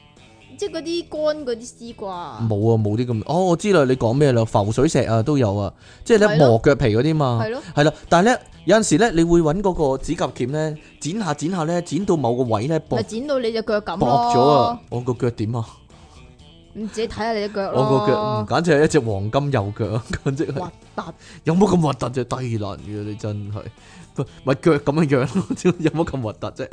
Speaker 2: 即係嗰啲乾嗰啲絲瓜。
Speaker 1: 冇啊，冇啲咁，哦，我知啦，你講咩啦，浮水石啊都有啊，即係咧
Speaker 2: 係咯
Speaker 1: 磨腳皮嗰啲嘛
Speaker 2: 係，咯，
Speaker 1: 係啦，但係咧有阵时咧，你會揾嗰個指甲鉗咧剪下剪下咧，剪到某個位咧
Speaker 2: 咪
Speaker 1: 薄
Speaker 2: 剪到你只腳咁
Speaker 1: 薄
Speaker 2: 咯。
Speaker 1: 咗啊，我個腳點啊，
Speaker 2: 你自己睇下你只腳咯。
Speaker 1: 我個腳唔嗯簡直係一隻黃金右腳啊， (laughs) 簡直係。
Speaker 2: 核突，
Speaker 1: 有冇咁核突啫？低能嘅你真係，咪咪腳咁樣樣咯， (laughs) 有冇咁核突啫？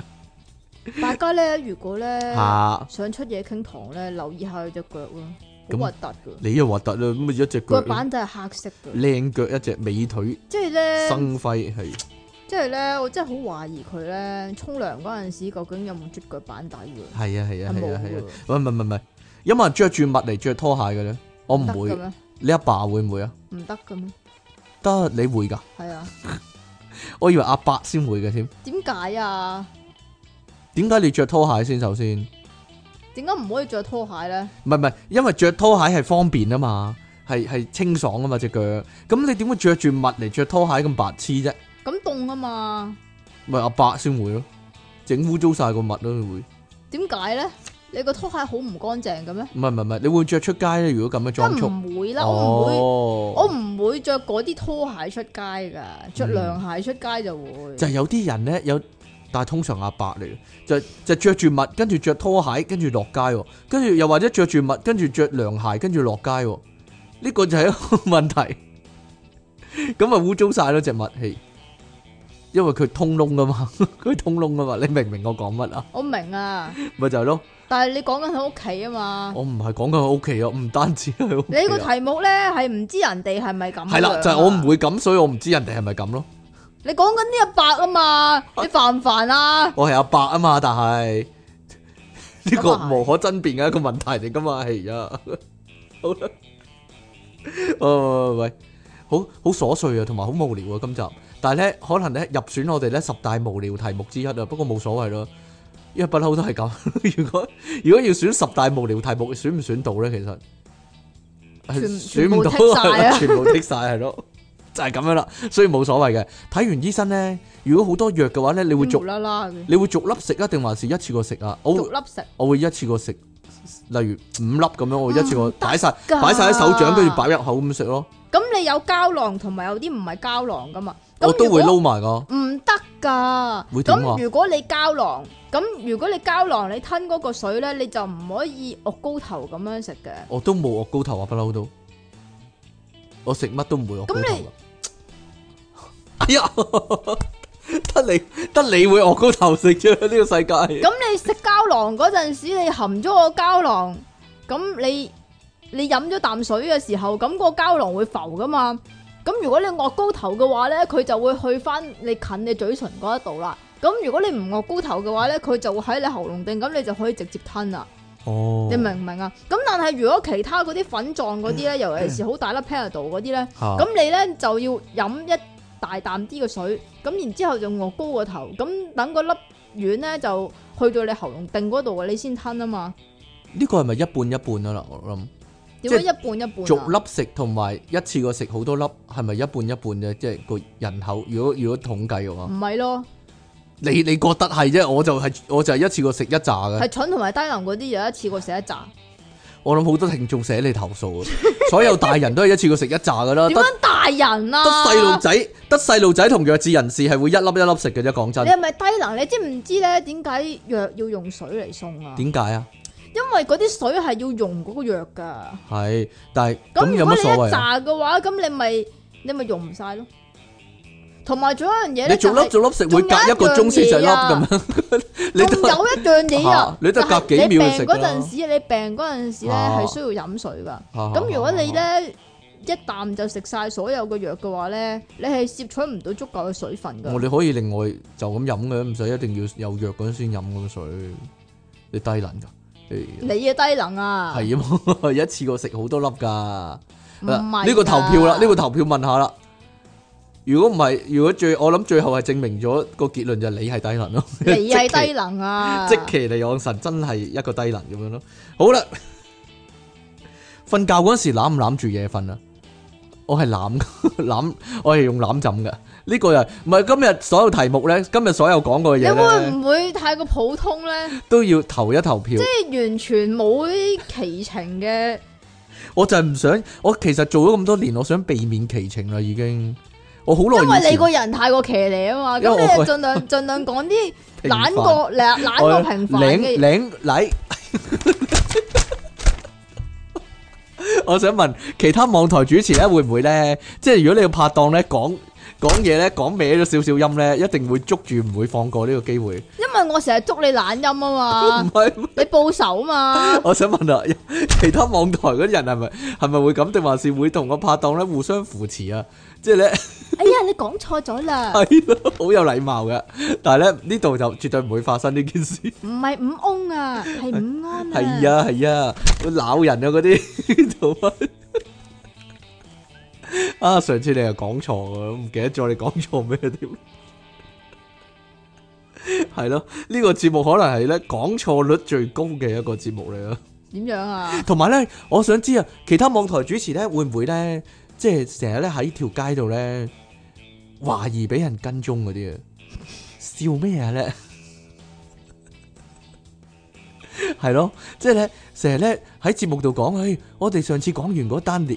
Speaker 2: 大家咧如果咧
Speaker 1: (laughs) 嚇！
Speaker 2: 想出嘢傾堂咧，留意下佢只腳咯，
Speaker 1: 咁嗯
Speaker 2: 好核突噶，
Speaker 1: 你又核突啦，咁咪一隻腳
Speaker 2: 腳板底係黑色噶，
Speaker 1: 靚腳，一隻美腿
Speaker 2: 即係咧，
Speaker 1: 生輝係
Speaker 2: 即係咧，我真係好懷疑佢咧沖涼嗰陣時究竟有冇捽腳板底噶，
Speaker 1: 係啊係啊係啊
Speaker 2: 係冇
Speaker 1: 係啊
Speaker 2: 噶，，
Speaker 1: 喂唔係唔係唔係，有冇人着住襪嚟着拖鞋嘅咧？我唔
Speaker 2: 得嘅
Speaker 1: 會，
Speaker 2: 咩？
Speaker 1: 你阿爸會唔會啊？
Speaker 2: 唔得嘅咩？
Speaker 1: 得你會㗎，
Speaker 2: 係啊，
Speaker 1: 我以為阿伯先會嘅添。
Speaker 2: 點解啊？
Speaker 1: 點解你着拖鞋先？首先
Speaker 2: 點解唔可以着拖鞋咧？
Speaker 1: 唔係唔係，因為着拖鞋係方便啊嘛，係係清爽啊嘛只腳。咁你點會着住襪嚟着拖鞋咁白痴啫？
Speaker 2: 咁凍啊嘛，
Speaker 1: 咪阿伯先會咯，整污糟晒個襪咯，佢會。
Speaker 2: 點解咧？你個拖鞋好唔乾淨嘅咩？
Speaker 1: 唔係唔係唔係，你會着出街咧？如果咁樣裝束，
Speaker 2: 梗唔會啦，我唔會。我
Speaker 1: 哦，
Speaker 2: 唔會着嗰啲拖鞋出街噶，着涼鞋出街就會。
Speaker 1: 就係有啲人咧有，但係通常阿伯嚟嘅，就就着住襪，跟住着拖鞋，跟住落街喎，跟住又或者着住襪，跟住着涼鞋，跟住落街喎，呢個就係一個問題。咁咪污糟晒咯只襪氣，因為佢通窿噶嘛， (laughs) 佢通窿噶嘛，你明唔明我講乜啊？
Speaker 2: 我明啊，
Speaker 1: 咪就係咯，
Speaker 2: 但係你講緊喺屋企啊嘛。
Speaker 1: 我唔係講緊我屋企啊，唔單止係屋企啊。
Speaker 2: 你個題目咧係唔知人哋係咪咁樣啊？
Speaker 1: 系啦，就係我唔會咁，所以我唔知人哋係咪咁咯。
Speaker 2: 你講緊呢一百啊嘛，你煩唔煩啊？
Speaker 1: 我係阿伯啊嘛，但
Speaker 2: (laughs)
Speaker 1: 係呢個
Speaker 2: 咁啊係
Speaker 1: 無可爭辯嘅一個問題嚟噶嘛，係啊。好啦，哦喂，好好瑣碎啊，同埋好無聊啊，今集。但係咧，可能咧入選我哋咧十大無聊題目之一啊，不過冇所謂咯，因為不嬲都係咁。 (laughs) 如果如果要選十大無聊題目，選唔選到咧？其實係
Speaker 2: 全
Speaker 1: 選唔到
Speaker 2: 全部剔晒啊
Speaker 1: 係啦 (laughs) 全部剔晒係咯，就係咁樣啦，所以冇所謂嘅。睇完醫生咧，如果好多藥嘅話咧，你會
Speaker 2: 你
Speaker 1: 逐
Speaker 2: 無啦啦嘅，
Speaker 1: 你會逐粒食啊，定還是一次過食啊？我
Speaker 2: 逐
Speaker 1: 會
Speaker 2: 粒食。
Speaker 1: 我會一次過食，例如五粒咁樣，我會一次過
Speaker 2: 唔得
Speaker 1: 擺晒
Speaker 2: 㗎
Speaker 1: 擺晒喺手掌，跟住擺入口咁食咯。
Speaker 2: 咁你有膠囊同埋有啲唔係膠囊噶嘛？咁
Speaker 1: 我都會
Speaker 2: 如果
Speaker 1: 撈埋噶，
Speaker 2: 唔得噶。
Speaker 1: 會點啊
Speaker 2: 咁如果你膠囊，咁如果你膠囊你吞嗰個水咧，你就唔可以惡高頭咁樣食嘅。
Speaker 1: 我都冇惡高頭啊，不嬲都。我食乜都唔會惡高頭
Speaker 2: 咁
Speaker 1: 㗎。哎
Speaker 2: 你
Speaker 1: 呀， (laughs) 得你得你會惡高頭食啫，呢個世界。
Speaker 2: 咁你食膠囊嗰陣時，你含咗個膠囊，咁你你飲咗啖水嘅時候，咁、個膠囊會浮噶嘛？咁如果你惡高頭嘅話咧，佢就會去翻你近你嘴唇嗰一度啦。咁如果你唔惡高頭嘅話咧，佢就會喺你喉嚨定，咁你就可以直接吞啦。
Speaker 1: 哦，
Speaker 2: 你明唔明啊？咁但係如果其他嗰啲粉狀嗰啲
Speaker 1: (coughs)
Speaker 2: 咧，尤其是好大粒 Panadol 嗰啲咧，
Speaker 1: 嚇
Speaker 2: 咁你咧就要飲一大啖啲嘅水，咁然之後就昂高個頭，咁等嗰粒丸咧就去到你喉嚨定嗰度，你先吞啊嘛。
Speaker 1: 呢個係咪一半一半啊？嗱，我諗。
Speaker 2: 點解
Speaker 1: 即
Speaker 2: 一半一半啊
Speaker 1: 逐粒食同埋一次過食好多粒，係咪一半一半啫？即係個人口，如果如果統計嘅話，
Speaker 2: 唔係咯，
Speaker 1: 你你覺得係啫？我就係、我就係啊一次過食一扎嘅。
Speaker 2: 係蠢同埋低能嗰啲就一次過寫一扎。
Speaker 1: 我諗好多聽眾寫你投訴啊！ (laughs) 所有大人都係一次過食一扎噶啦，
Speaker 2: 點
Speaker 1: 得
Speaker 2: 樣大人
Speaker 1: 得
Speaker 2: 啊？
Speaker 1: 細路仔，得細路仔同弱智人士係會一粒一粒食嘅啫。講真
Speaker 2: 你，係咪低能？你知唔知咧？點解藥要用水嚟送啊？
Speaker 1: 點解啊？
Speaker 2: 因為嗰啲水係要溶嗰個藥㗎。
Speaker 1: 係，但係
Speaker 2: 咁
Speaker 1: 咁
Speaker 2: 如
Speaker 1: 有
Speaker 2: 果
Speaker 1: 乜
Speaker 2: 你
Speaker 1: 所
Speaker 2: 一
Speaker 1: 謂啊？
Speaker 2: 扎嘅話，咁你咪你咪用唔晒咯。同埋仲有一樣嘢
Speaker 1: 你
Speaker 2: 咧，
Speaker 1: 逐
Speaker 2: 就
Speaker 1: 粒
Speaker 2: 係
Speaker 1: 逐粒食，會隔一個鐘先食一粒
Speaker 2: (laughs)
Speaker 1: 咁樣，你
Speaker 2: 仲
Speaker 1: (laughs) 都，
Speaker 2: 有一樣嘢啊
Speaker 1: 你都
Speaker 2: 就係
Speaker 1: 隔幾秒就
Speaker 2: 你
Speaker 1: 食
Speaker 2: 病
Speaker 1: 㗎
Speaker 2: 嗰
Speaker 1: 啦
Speaker 2: 陣時，你病嗰陣時咧
Speaker 1: 啊
Speaker 2: 係需要飲水㗎。
Speaker 1: 咁
Speaker 2: 咁如果你咧一啖就食晒所有嘅藥嘅話咧，你係攝取唔到足夠嘅水分
Speaker 1: 我
Speaker 2: 㗎。
Speaker 1: 哋可以另外就咁飲嘅，唔使一定要有藥嗰陣先飲咁水。你低能噶，
Speaker 2: 你
Speaker 1: 你
Speaker 2: 嘅低能啊，
Speaker 1: 係啊 (laughs) 嘛，一次過食好多粒噶。
Speaker 2: 唔
Speaker 1: 嗱
Speaker 2: 係
Speaker 1: 呢個投票啦，
Speaker 2: 㗎
Speaker 1: 呢
Speaker 2: (laughs)
Speaker 1: 個投票問下啦。如果唔係，如果最我諗最後係證明咗個結論就係你係低能咯。
Speaker 2: 你係低
Speaker 1: 即
Speaker 2: 能啊，
Speaker 1: 其即其利昂神真係一個低能咁樣咯。好啦，瞓覺嗰陣時攬唔攬住嘢瞓啊？我係 (laughs) 攬攬，我係用攬枕噶。呢個又唔係今日所有題目咧，今日所有講過嘅
Speaker 2: 你
Speaker 1: 嘢
Speaker 2: 會
Speaker 1: 咧。
Speaker 2: 唔會太過普通咧？
Speaker 1: 都要投一投票。
Speaker 2: 即係完全冇啲奇情嘅，
Speaker 1: 我就係唔想，我其實做咗咁多年，我想避免奇情啦，已經。我好
Speaker 2: 因
Speaker 1: 耐以
Speaker 2: 為你
Speaker 1: 前
Speaker 2: 個人太過騎呢啊嘛，
Speaker 1: 因為
Speaker 2: 咁
Speaker 1: 我
Speaker 2: 你就盡
Speaker 1: (laughs)
Speaker 2: 量盡量講啲
Speaker 1: 平凡
Speaker 2: 懶過
Speaker 1: (laughs)
Speaker 2: 懶懶
Speaker 1: 我
Speaker 2: 過平凡嘅
Speaker 1: 領
Speaker 2: 嘢，
Speaker 1: 領禮。我想問其他網台主持咧，會唔會咧？即係如果你個拍檔咧講講嘢咧，講歪咗少少音咧，一定會捉住唔會放過呢個機會。
Speaker 2: 因為我成日捉你懶音啊
Speaker 1: 唔 (laughs)
Speaker 2: 嘛，
Speaker 1: 係。
Speaker 2: 你報仇啊嘛，
Speaker 1: 我想問啊，其他網台嗰啲人係咪係咪會咁，定還是會同個拍檔咧互相扶持啊？即係咧。
Speaker 2: 哎呀你講錯咗啦，
Speaker 1: (laughs) 系咯，好有禮貌嘅。但係咧呢度就絕對唔會發生呢件事。
Speaker 2: 唔係五翁啊，係五安啊，
Speaker 1: 係，啊係啊，會鬧人啊嗰 (laughs) 啲做乜？啊！上次你又講錯啊，唔記得咗你講錯咩添？係咯，呢、個節目可能係咧講錯率最高嘅一個節目嚟啊！
Speaker 2: 點樣啊？
Speaker 1: 同埋咧，我想知啊，其他網台主持咧會唔會咧，即係成日咧喺條街度咧懷疑俾人跟蹤嗰啲啊？笑咩啊咧？係咯，即係咧，成日咧喺節目度講，唉、我哋上次講完嗰單料，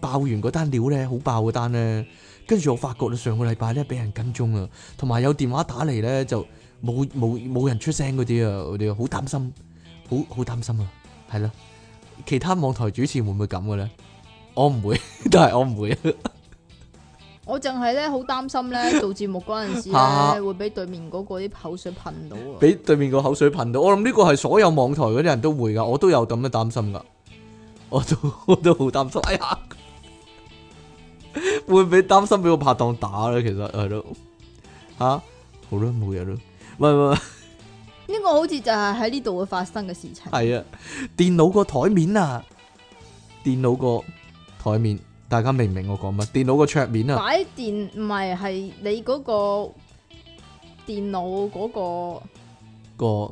Speaker 1: 爆完嗰單料咧，好爆嗰單咧，跟住我發覺上個禮拜咧俾人跟蹤啊，同埋有電話打嚟咧就冇冇冇人出聲嗰啲啊，我哋好擔心，好好擔心啊，係啦。其他網台主持會唔會咁嘅咧？我唔會， (laughs) 但係我唔會。
Speaker 2: 我淨係咧好擔心咧做節目嗰陣時
Speaker 1: 啊 (laughs)
Speaker 2: 咧會俾對面嗰個啲口水噴到啊，
Speaker 1: 俾對面個口水噴到。我諗呢個係所有網台嗰啲人都會噶，我都有咁嘅擔心噶，我都 (laughs) 我都好擔心。哎呀， (laughs) 會唔會擔心俾個拍檔打咧？其實係咯，吓、好啦，冇嘢啦。唔係唔係，
Speaker 2: 呢個好似就係喺呢度會發生嘅事情。
Speaker 1: 係啊，電腦個台面啊，電腦個台面，大家明唔明我講乜？電腦個桌面啊，
Speaker 2: 擺電唔係係你嗰個電腦嗰
Speaker 1: 個 (laughs)
Speaker 2: 個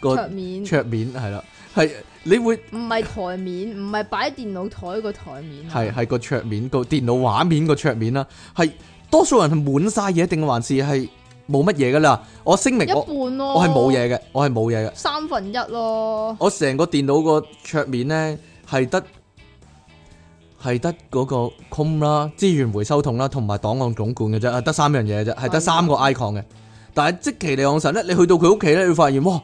Speaker 1: 個
Speaker 2: 桌面，
Speaker 1: 桌面係啦，係你會
Speaker 2: 唔係台面，唔係擺電腦台個台面啊。
Speaker 1: 係係個桌面個電腦畫面個桌面啦，係多數人係滿晒嘢定還是係冇乜嘢噶啦？我聲明
Speaker 2: 一哦
Speaker 1: 我
Speaker 2: 半咯。
Speaker 1: 我係冇，嘢嘅，我係冇嘢嘅，
Speaker 2: 三分一咯。
Speaker 1: 我成個電腦個桌面咧係得係得嗰個 com 啦、資源回收桶啦同埋檔案總管嘅啫，啊得三樣嘢嘅啫，係
Speaker 2: 啊
Speaker 1: 得三個 icon 嘅。但係即其利昂神咧，你去到佢屋企咧，你會發現哇，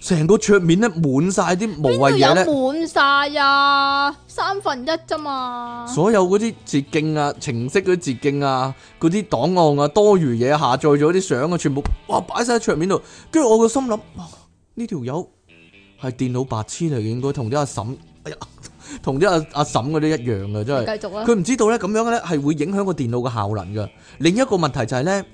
Speaker 1: 成個桌面咧滿晒啲無
Speaker 2: 邊
Speaker 1: 謂
Speaker 2: 度
Speaker 1: 嘢咧。
Speaker 2: 有滿晒啊？三分一啫嘛。
Speaker 1: 所有嗰啲捷徑啊、程式嗰啲捷徑啊、嗰啲檔案啊、多餘嘢下載咗啲相啊，全部哇擺晒喺桌面度。跟住我個心諗，哇呢條友係電腦白痴嚟嘅，應該同啲阿嬸，哎呀， (laughs) 同啲阿阿嬸嗰啲一樣嘅，真
Speaker 2: 你繼
Speaker 1: 係。
Speaker 2: 續啊。
Speaker 1: 佢唔知道咧，咁樣咧係會影響個電腦嘅效能嘅。另一個問題就係咧，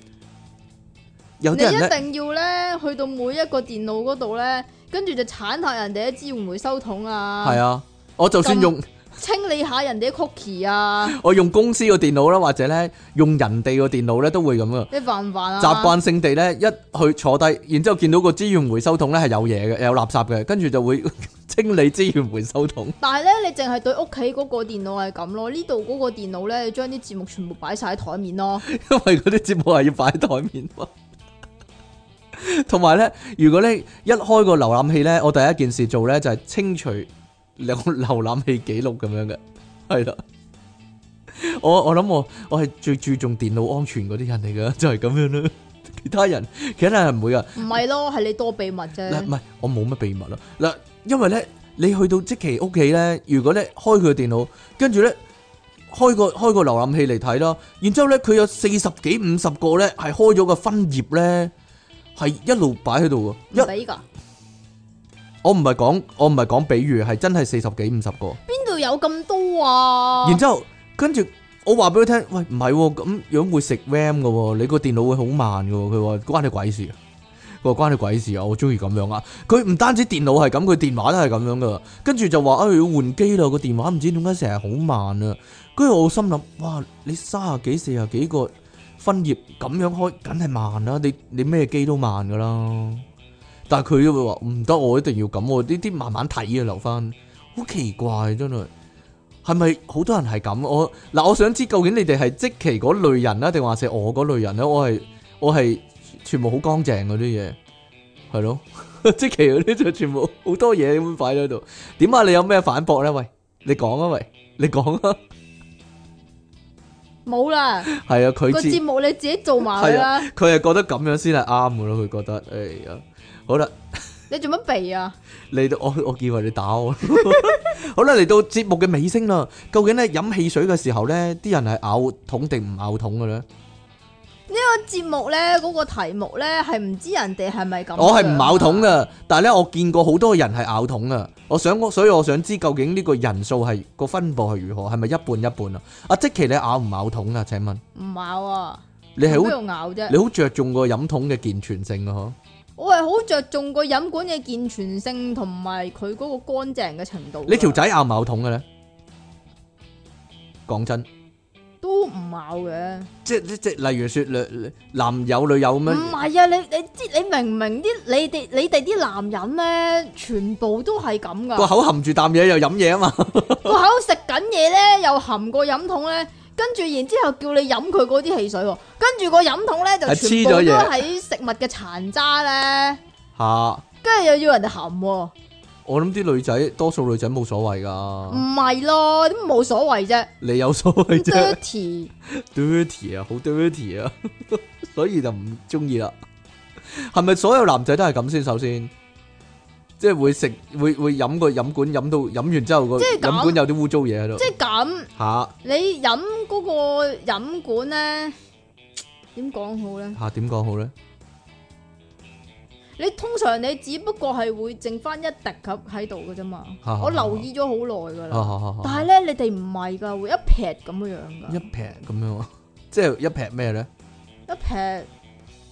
Speaker 1: 有
Speaker 2: 你
Speaker 1: 啲人咧
Speaker 2: 一定要咧去到每一個電腦嗰度咧，跟住就鏟下人哋一支會唔會收桶啊？
Speaker 1: 係啊，我就算
Speaker 2: 咁
Speaker 1: 用
Speaker 2: 清理下人哋啲 cookie 啊，
Speaker 1: 我用公司個電腦啦，或者咧用人哋個電腦咧，都會咁啊。
Speaker 2: 你煩唔煩啊？
Speaker 1: 習慣性地咧，一去坐低，然之後見到個資源回收桶咧係有嘢嘅，有垃圾嘅，跟住就會 (laughs) 清理資源回收桶。 (laughs)
Speaker 2: 但係咧，你淨係對屋企嗰個電腦係咁咯，呢度嗰個電腦咧，將啲節目全部擺晒喺台面咯。
Speaker 1: 因為嗰啲節目係要擺喺台面嘛。同埋咧，如果咧一開個瀏覽器咧，我第一件事做咧就係清除瀏 (laughs) 瀏覽器記錄咁樣嘅，係啦。我我諗我我係最注重電腦安全嗰啲人嚟噶，就係、咁樣啦。其他人其他人唔會噶，
Speaker 2: 唔係咯，係你多秘密啫。
Speaker 1: 嗱唔係我冇乜秘密啦。嗱，因為咧你去到即奇屋企咧，如果咧開佢個電腦，跟住咧。開個開個瀏覽器嚟睇啦，然之後咧佢有四十幾五十個咧係開咗個分頁咧，係一路擺喺度
Speaker 2: 唔
Speaker 1: 嘅。一
Speaker 2: 俾㗎，
Speaker 1: 我唔係講我唔係講比喻，係真係四十幾五十個。
Speaker 2: 邊度有咁多啊？
Speaker 1: 然之後跟住我話俾佢聽，喂唔係喎，咁樣會食 RAM 嘅喎，你個電腦會好慢嘅喎。佢話關你鬼事啊！佢話關你鬼事啊！我中意咁樣啊！佢唔單止電腦係咁，佢電話都係咁樣噶。跟住就話啊、哎要換機啦，個電話唔知點解成日好慢啊！跟住我心諗，哇！你三十幾四十幾個分頁咁樣開，梗係慢啦、你你咩機都慢噶啦。但係佢又會話唔得，我一定要咁喎。呢啲慢慢睇啊，留翻。好奇怪真係。係咪好多人係咁？我嗱，我想知究竟你哋係即期嗰類人啦，定還是我嗰類人咧？我係我係全部好乾淨嗰啲嘢，係咯， (laughs) 即期嗰啲就全部好多嘢咁樣擺咗喺度。點啊？你有咩反駁咧？喂，你講啊！喂，你講啊！
Speaker 2: 冇啦，
Speaker 1: 係啊，佢
Speaker 2: 個
Speaker 1: 知
Speaker 2: 節目你自己做埋佢啦，
Speaker 1: 佢係覺啊得咁樣先係啱噶咯。佢覺得，哎呀，好啦。
Speaker 2: 你做乜避啊？
Speaker 1: 嚟到我我以為你打我， (laughs) 好啦，嚟到節目嘅尾聲啦。究竟咧飲汽水嘅時候咧，啲人係咬桶定唔咬桶嘅咧？
Speaker 2: 個節目咧嗰個題目咧係唔知人哋係咪咁樣啊？
Speaker 1: 我係唔咬桶嘅，但係咧我見過好多人係咬桶嘅。我想我所以我想知究竟呢個人數係個分佈係如何，係咪一半一半啊？阿即奇你咬唔咬桶啊？請問
Speaker 2: 唔咬啊！
Speaker 1: 你係
Speaker 2: 邊
Speaker 1: 好
Speaker 2: 度咬啫？
Speaker 1: 你好着重個飲桶嘅健全性嘅嗬？
Speaker 2: 我係好着重個飲管嘅健全性同埋佢嗰個乾淨嘅程度㗎。
Speaker 1: 你條仔咬唔咬桶嘅咧？講真，
Speaker 2: 都唔咬嘅，
Speaker 1: 即即即例如說女男友女友咁
Speaker 2: 唔
Speaker 1: 樣。
Speaker 2: 係啊！你你知你明唔明啲你哋你哋啲男人咧，全部都係咁
Speaker 1: 個
Speaker 2: 噶，
Speaker 1: 口含住啖嘢又飲嘢啊嘛， (laughs)
Speaker 2: 個口食緊嘢咧，又含個飲筒咧，跟住然之後叫你飲佢嗰啲汽水喎，跟住個飲筒咧就
Speaker 1: 係啊黐
Speaker 2: 全
Speaker 1: 咗
Speaker 2: 部都
Speaker 1: 嘢
Speaker 2: 喺食物嘅殘渣咧，
Speaker 1: 吓、
Speaker 2: 跟住又要人哋含喎，
Speaker 1: 哦我諗啲女仔多數女仔冇所謂
Speaker 2: 唔
Speaker 1: 噶，
Speaker 2: 係咯，都冇所謂啫
Speaker 1: 你有所謂啫
Speaker 2: ，dirty
Speaker 1: ，dirty 啊，好 dirty 啊， (laughs) 所以就唔中意啦。係咪所有男仔都係咁先？首先，即係會食會會飲個飲管飲到飲完之後個
Speaker 2: 即係咁
Speaker 1: 飲管有啲污糟嘢喺度
Speaker 2: 即係咁。
Speaker 1: 吓
Speaker 2: 你飲嗰個飲管咧，點講好咧？
Speaker 1: 吓點講好咧？。
Speaker 2: 你通常你只不過係會剩翻一滴咁喺度嘅啫嘛我留意咗好耐噶
Speaker 1: 啊
Speaker 2: 啦，
Speaker 1: 啊啊
Speaker 2: 但係咧你哋唔係㗎，會一撇咁樣樣
Speaker 1: 一
Speaker 2: 㗎，
Speaker 1: 撇咁樣啊，即係一撇咩咧？
Speaker 2: 一撇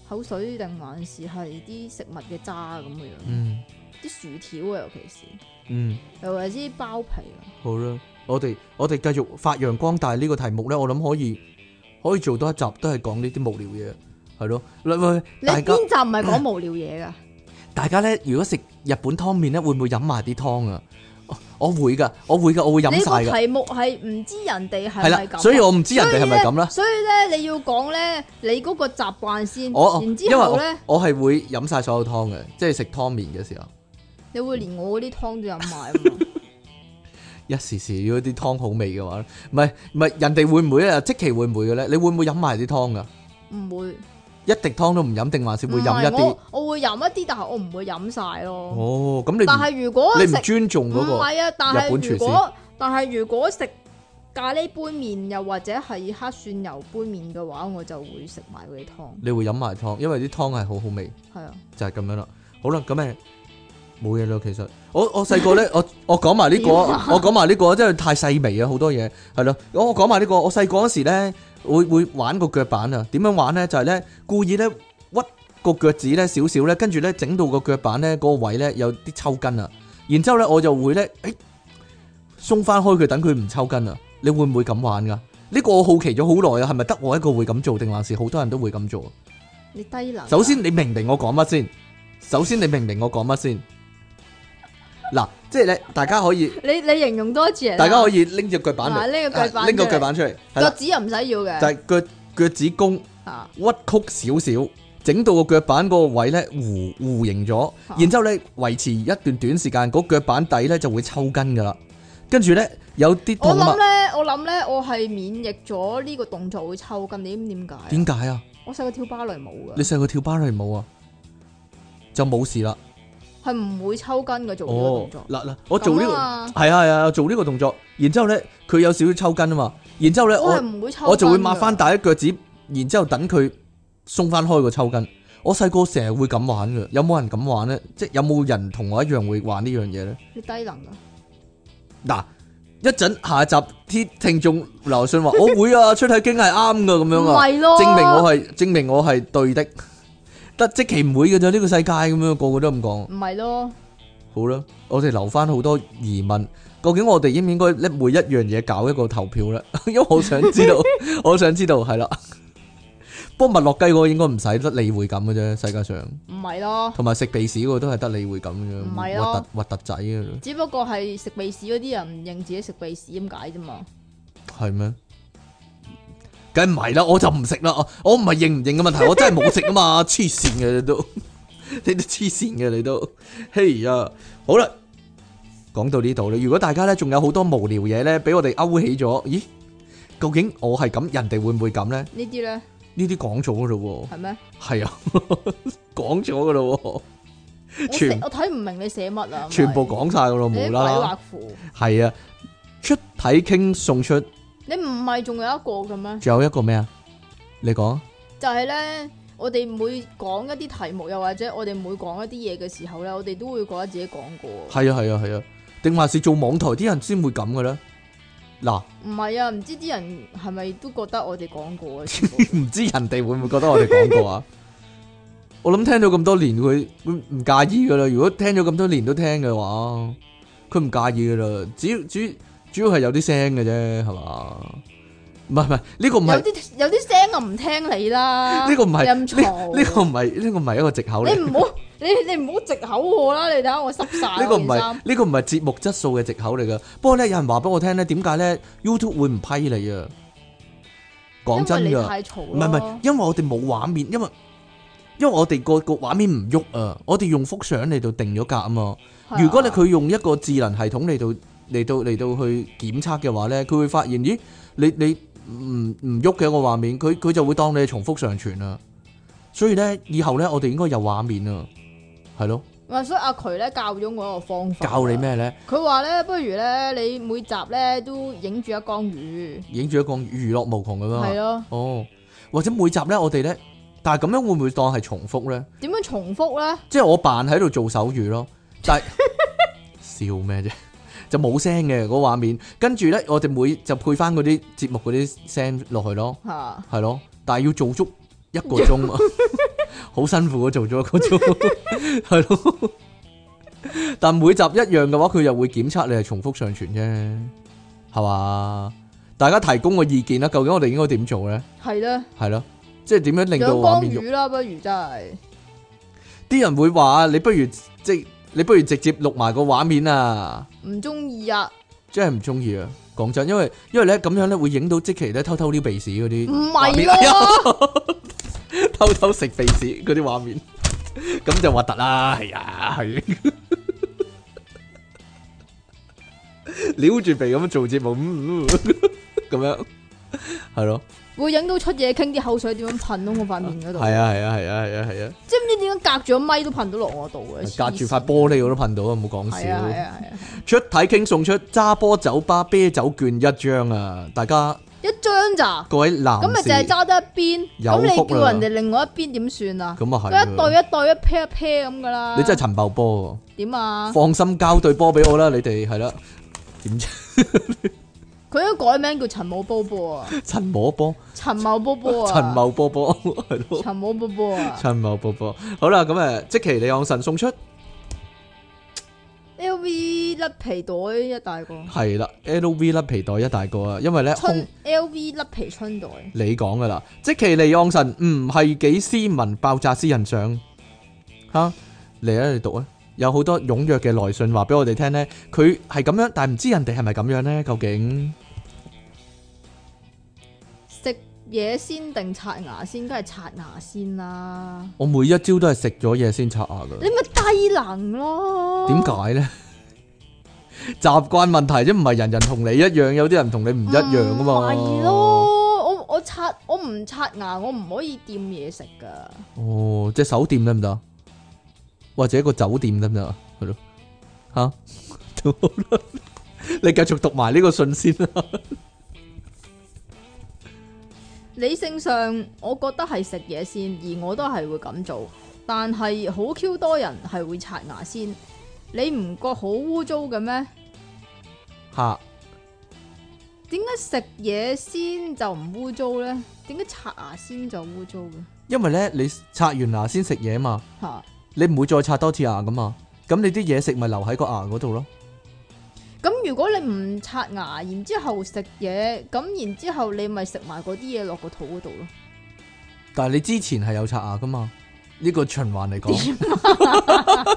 Speaker 2: 口水定還是係啲食物嘅渣咁樣樣，
Speaker 1: 嗯
Speaker 2: 啲薯條啊尤其是，
Speaker 1: 嗯。
Speaker 2: 又或者啲包皮啊，
Speaker 1: 好啦，我哋我哋繼續發揚光大呢個題目咧，我諗可以可以做多一集，都係講呢啲無聊嘢，係咯。喂喂，
Speaker 2: 你
Speaker 1: 大家
Speaker 2: 邊集唔係講無聊嘢㗎？
Speaker 1: 大家咧，如果食日本湯麵咧，會唔會飲埋啲湯啊？我我會噶，我會噶，我會 (coughs) 飲
Speaker 2: 你個
Speaker 1: 晒噶，
Speaker 2: 題目係唔知人哋係
Speaker 1: 係
Speaker 2: 咪
Speaker 1: 啦。
Speaker 2: 咁？啊
Speaker 1: 所以我唔知人哋係咪咁啦。
Speaker 2: 所以咧，你要講咧，你嗰個習慣先，
Speaker 1: 我
Speaker 2: 然
Speaker 1: 因為
Speaker 2: 之後
Speaker 1: 我
Speaker 2: 咧，
Speaker 1: 我係會飲晒所有湯嘅，即係食湯麵嘅時候，
Speaker 2: 你會連我嗰啲湯都飲埋啊嘛。
Speaker 1: 一時時如果啲湯好味嘅話，唔係唔係人哋會唔會咧？即期會唔會嘅咧？你會唔會飲埋啲湯噶？ (laughs)
Speaker 2: 唔會，
Speaker 1: 一滴湯都唔飲，定還是會
Speaker 2: 唔
Speaker 1: 飲
Speaker 2: 係
Speaker 1: 一啲
Speaker 2: 我？我會飲一啲，但係我唔會飲晒咯。
Speaker 1: 哦，咁你唔
Speaker 2: 但係如果
Speaker 1: 你唔
Speaker 2: 食
Speaker 1: 尊重
Speaker 2: 唔
Speaker 1: 嗰、個
Speaker 2: 係啊，但
Speaker 1: 日本
Speaker 2: 係
Speaker 1: 廚
Speaker 2: 如果但係如果食咖喱杯麵又或者係黑蒜油杯麵嘅話，我就會食埋嗰啲湯。
Speaker 1: 你會飲埋湯，因為啲湯係好好味，
Speaker 2: 係啊，
Speaker 1: 就係、咁樣啦。好啦，咁誒冇嘢啦。其實我我細個
Speaker 2: (laughs)
Speaker 1: 咧，我我講埋呢個，
Speaker 2: 點啊
Speaker 1: 我講埋呢個，真係太細微啊，好多嘢係咯。我我講埋呢個，我細個嗰時咧會會玩個腳板啊。點樣玩咧？就係、呢，咧故意咧屈個腳趾咧少少咧，跟住咧整到個腳板咧嗰個位咧有啲抽筋啊，然之後咧我就會咧，誒鬆翻開佢，等佢唔抽筋啊！你會唔會咁玩噶？呢個我好奇咗好耐啊，係咪得我一個會咁做，定還是好多人都會咁做啊？
Speaker 2: 你低能啊。
Speaker 1: 首先你明唔明我講乜先？首先你明唔明我講乜先？嗱，即係咧，大家可以，
Speaker 2: 你你形容多一次啊。
Speaker 1: 大家可以拎只腳板
Speaker 2: 啊
Speaker 1: 嚟，
Speaker 2: 拎個腳板
Speaker 1: 啊拎個
Speaker 2: 出嚟
Speaker 1: 腳板出嚟，係
Speaker 2: 腳
Speaker 1: 啦，
Speaker 2: 趾又唔使要嘅。
Speaker 1: 就係腳腳趾公。
Speaker 2: 啊
Speaker 1: 屈曲少少，整到個腳板嗰個位咧弧弧形咗
Speaker 2: 嚇，
Speaker 1: 然之後咧維持一段短時間，嗰腳板底咧就會抽筋噶啦。跟住咧有啲
Speaker 2: 我
Speaker 1: 痛
Speaker 2: 諗
Speaker 1: 啊，
Speaker 2: 咧，我諗咧，我係免疫咗呢個動作會抽筋，你知唔知點解啊？
Speaker 1: 點解啊？
Speaker 2: 我細個跳芭蕾舞
Speaker 1: 你
Speaker 2: 嘅，
Speaker 1: 細個跳芭蕾舞啊，就冇事啦。
Speaker 2: 係唔會抽筋嘅做呢個
Speaker 1: 哦
Speaker 2: 動，作。
Speaker 1: 嗱嗱，我做呢
Speaker 2: 咁
Speaker 1: 個
Speaker 2: 啊
Speaker 1: 係啊係啊，我做呢個動作，然之後咧佢有少少抽筋啊嘛，然之後咧
Speaker 2: 我係
Speaker 1: 我
Speaker 2: 唔會抽筋㗎，
Speaker 1: 我就會抹翻大一腳趾，然之後等佢鬆翻開個抽筋。我細個成日會咁玩嘅，有冇人咁玩咧？即係有冇人同我一樣會玩呢樣嘢咧？
Speaker 2: 你低能啊！
Speaker 1: 嗱，一陣下集啲聽眾留信話我會啊，出體經係啱噶咁樣
Speaker 2: 唔
Speaker 1: 啊，
Speaker 2: 係咯，
Speaker 1: 證明我係證明我係對的，得即其唔會嘅咋呢個世界咁樣，個個都咁講。
Speaker 2: 唔係咯，
Speaker 1: 好啦，我哋留翻好多疑問，究竟我哋應唔應該咧每一樣嘢搞一個投票咧？ (laughs) 因為我想知
Speaker 2: (laughs)
Speaker 1: 道，我想知道係啦。不過麥樂雞嗰個應該唔使得你會咁嘅啫，世界上
Speaker 2: 唔係咯，
Speaker 1: 同埋食鼻屎嗰個都係得你會咁
Speaker 2: 唔
Speaker 1: 樣，
Speaker 2: 係啊
Speaker 1: 核突核突仔嘅咯，
Speaker 2: 只不過係食鼻屎嗰啲人唔認自己食鼻屎咁解啫嘛。
Speaker 1: 係咩？梗唔係啦，我就唔食啦，我我唔係認唔認嘅
Speaker 2: (laughs)
Speaker 1: 問題，我真係冇食啊嘛，黐線嘅 (laughs) 你都，你都黐線嘅你都，嘿呀，好啦，講到呢度啦，如果大家咧仲有好多無聊嘢咧，俾我哋勾起咗，咦，究竟我係咁，人哋會唔會咁咧？
Speaker 2: 呢啲咧
Speaker 1: 呢啲講咗噶咯
Speaker 2: 係咩？
Speaker 1: 喎，係啊， (laughs) 講咗噶咯
Speaker 2: 我
Speaker 1: 全
Speaker 2: 寫我睇唔明你寫乜啊？
Speaker 1: 喎，全部
Speaker 2: 咪
Speaker 1: 講晒噶咯，
Speaker 2: 你啲
Speaker 1: 無
Speaker 2: 鬼
Speaker 1: 啦啦，
Speaker 2: 畫符，
Speaker 1: 係啊，出體傾送出，
Speaker 2: 你唔係仲有一個嘅咩？
Speaker 1: 仲有一個咩啊？你講。
Speaker 2: 就係咧，我哋每講一啲題目，又或者我哋每講一啲嘢嘅時候咧，我哋都會覺得自己講過。
Speaker 1: 係啊係啊係啊，定還是做網台啲人先會咁嘅咧？嗱， (laughs)
Speaker 2: 唔係啊，唔知啲人係咪都覺得我哋講過啊？
Speaker 1: 唔知人哋會唔會覺得我哋講過啊？ (laughs) 我諗聽咗咁多年，佢佢唔介意噶啦。如果聽咗咁多年都聽嘅話，佢唔介意噶啦。只要主主要係有啲聲嘅啫，係嘛？唔係唔係，呢 (laughs) 個唔係
Speaker 2: 有啲有啲聲啊，唔聽你啦。
Speaker 1: 呢個唔係
Speaker 2: 咁嘈
Speaker 1: 呢呢個唔係呢個唔係一個藉口嚟
Speaker 2: 啊你。唔好你你唔好藉口我啦，你睇下我濕晒
Speaker 1: 呢個
Speaker 2: 我
Speaker 1: 唔
Speaker 2: 件
Speaker 1: 係
Speaker 2: 衫。
Speaker 1: 呢個唔係節目質素嘅藉口嚟噶。不過咧，有人話俾我聽咧，點解咧 YouTube 會唔批你啊？講真
Speaker 2: 因為
Speaker 1: 噶
Speaker 2: 你。太嘈
Speaker 1: 唔係唔係
Speaker 2: 咯，。
Speaker 1: 因為我哋冇畫面，因為因為我哋個個畫面唔喐啊，我哋用幅相嚟到定咗格啊嘛。
Speaker 2: 係啊
Speaker 1: 如果你佢用一個智能系統嚟到嚟到嚟到去檢測嘅話咧，佢會發現咦，你你唔唔喐嘅個畫面，佢佢就會當你係重複上傳啊。所以咧，以後咧，我哋應該有畫面啊，係咯。
Speaker 2: 唔係所以阿渠咧教咗我一個方法。啊
Speaker 1: 教你？咩咧？
Speaker 2: 佢話咧，不如咧你每集咧都影住一缸魚，
Speaker 1: 影住一個娛樂無窮咁樣
Speaker 2: 係
Speaker 1: 啊。
Speaker 2: 咯？
Speaker 1: 哦，或者每集咧，我哋咧，但係咁樣會唔會當係重複咧？
Speaker 2: 點樣重複咧？
Speaker 1: 即係我扮喺度做手語咯，但係笑咩啫？就冇聲嘅嗰個畫面，跟住咧我哋每就配翻嗰啲節目嗰啲聲落去咯，
Speaker 2: 嚇
Speaker 1: 係咯，但係要做足一個鐘啊，好辛苦啊，做咗一個鐘，係咯。但每集一樣嘅話，佢又會檢測你係重複上傳啫，係嘛？大家提供個意見啦，究竟我哋應該點做咧？
Speaker 2: 係啦，
Speaker 1: 係咯，即係點樣令到
Speaker 2: 養
Speaker 1: 畫
Speaker 2: 缸
Speaker 1: 面喐？
Speaker 2: 魚啦，不如真係
Speaker 1: 啲人會話你不如即你不如直接錄埋個畫面啊，
Speaker 2: 唔中意啊！
Speaker 1: 真係唔中意啊！講真，因為因為咧咁樣咧會影到即期咧偷偷撩鼻屎嗰啲
Speaker 2: 唔
Speaker 1: 畫
Speaker 2: 係
Speaker 1: 面，哎呀
Speaker 2: 咯，
Speaker 1: (laughs) 偷偷食鼻屎嗰啲畫面，咁就核突啦！係啊，係 (laughs) 撩住鼻咁做節目，嗯嗯咁樣係咯，
Speaker 2: 會影到出嘢傾啲口水點樣噴到我塊面嗰度。
Speaker 1: 係啊，係啊，係啊，係啊，係啊，
Speaker 2: 知唔知點解隔住個咪都噴到落我度嘅？
Speaker 1: 隔住塊玻璃我都噴到啊！唔好講
Speaker 2: 係啊
Speaker 1: 笑
Speaker 2: 係。啊係啊，
Speaker 1: 出體傾送出揸波酒吧啤酒券一張啊！大家
Speaker 2: 一張咋？
Speaker 1: 各位男士
Speaker 2: 咁咪淨係揸得一邊，
Speaker 1: 有
Speaker 2: 咁你
Speaker 1: 福
Speaker 2: 叫
Speaker 1: 啦
Speaker 2: 人哋另外一邊點算啊？
Speaker 1: 咁
Speaker 2: 佢
Speaker 1: 啊係
Speaker 2: 一對
Speaker 1: 喎，
Speaker 2: 一對一 pair 一 pair 咁噶啦。
Speaker 1: 你真係陳茂波
Speaker 2: 點啊 (laughs)
Speaker 1: 喎，？放心交對波俾我啦，你哋係啦，點啫？
Speaker 2: 佢佢都改名叫陳武波
Speaker 1: (laughs)
Speaker 2: 波啊，
Speaker 1: 陳摸波，
Speaker 2: 陳茂波波啊，
Speaker 1: 陳茂波波，係
Speaker 2: (laughs)
Speaker 1: 咯。
Speaker 2: 陳武波波啊
Speaker 1: 陳茂波波，好啦，咁誒，即其李昂神送出
Speaker 2: ，LV 甩皮袋啊一大個，
Speaker 1: 係啦，LV 甩皮袋一大個啊，因為咧空
Speaker 2: 春 LV 甩皮春袋，
Speaker 1: 你講噶啦，即其利昂神唔係幾斯文爆炸私人相吓，嚟啊你讀啊！有好多踴躍嘅來信話俾我哋聽呢，佢係咁樣，但係唔知人哋係咪咁樣呢？究竟
Speaker 2: 食嘢先定刷牙先，梗係刷牙先啦，
Speaker 1: 我每一朝都係食咗嘢先刷牙噶，
Speaker 2: 你咪低能咯，
Speaker 1: 點？解呢？ (laughs) 習慣問題啫，唔係人人同你一樣，有啲人同你唔一樣噶啊嘛。
Speaker 2: 嗯係咯，我我刷我唔刷牙，我唔可以掂嘢食噶。
Speaker 1: 哦，隻手掂得唔得？或者個酒店得唔得？係咯，吓、都好啦。 (laughs) 你繼續讀埋呢個信先啦。 (laughs)
Speaker 2: 理性上，我覺得係食嘢先，而我都係會咁做。但係好 Q 多人係會刷牙先，你唔覺好污糟嘅咩？
Speaker 1: 吓，
Speaker 2: 點解食嘢先就唔污糟呢？點解刷牙先就污糟嘅？
Speaker 1: 因為咧你刷完牙先食嘢嘛，
Speaker 2: 吓、
Speaker 1: 你唔會再刷多次牙噶嘛。咁你啲嘢食咪留喺個牙嗰度咯。
Speaker 2: 咁如果你唔刷牙，然之後食嘢，咁然之後你咪食埋嗰啲嘢落個肚嗰度咯。
Speaker 1: 但係你之前係有刷牙噶嘛？呢、個循環嚟講， (laughs)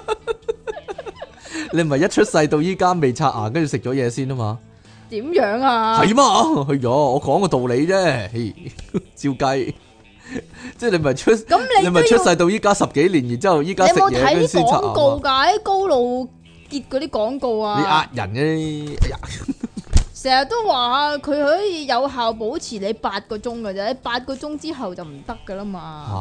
Speaker 1: 你唔係一出世到依家未刷牙，跟住食咗嘢先啊嘛？
Speaker 2: 點樣啊？
Speaker 1: 係嘛？去咗，我講個道理啫，嘿照計。即係你咪出，
Speaker 2: 咁你
Speaker 1: 你咪
Speaker 2: 都
Speaker 1: 出
Speaker 2: 要
Speaker 1: 世到依家十幾年，然之後依
Speaker 2: 你
Speaker 1: 家
Speaker 2: 有
Speaker 1: 食
Speaker 2: 冇
Speaker 1: 嘢
Speaker 2: 睇
Speaker 1: 跟住
Speaker 2: 啲
Speaker 1: 先刷啊
Speaker 2: 廣告
Speaker 1: 牙
Speaker 2: 㗎？喺高露潔嗰啲廣告啊？
Speaker 1: 嘛。你呃人嘅，哎呀
Speaker 2: 成日都話佢可以有效保持你八個鐘嘅啫，你八個鐘之後就唔得噶啦嘛，
Speaker 1: 啊！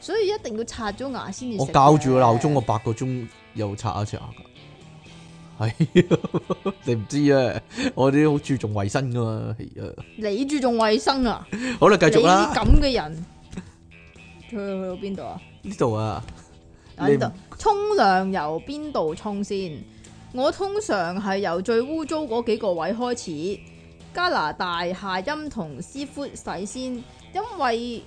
Speaker 2: 所以一定要刷咗牙先至食
Speaker 1: 我
Speaker 2: 嘅。
Speaker 1: 校住個鬧鐘，我八個鐘又刷一次牙噶。係 (laughs) 啊，你唔知啊，我啲好注重衞生噶嘛。係啊，
Speaker 2: 你注重衞生啊，
Speaker 1: 好啦，繼續啦
Speaker 2: 你，咁嘅人，佢去到邊度啊？
Speaker 1: 呢度啊，
Speaker 2: 啊
Speaker 1: 你
Speaker 2: 呢度沖涼由邊度沖先？我通常係由最污糟嗰幾個位開始，加拿大下陰同 s 闊洗先，因為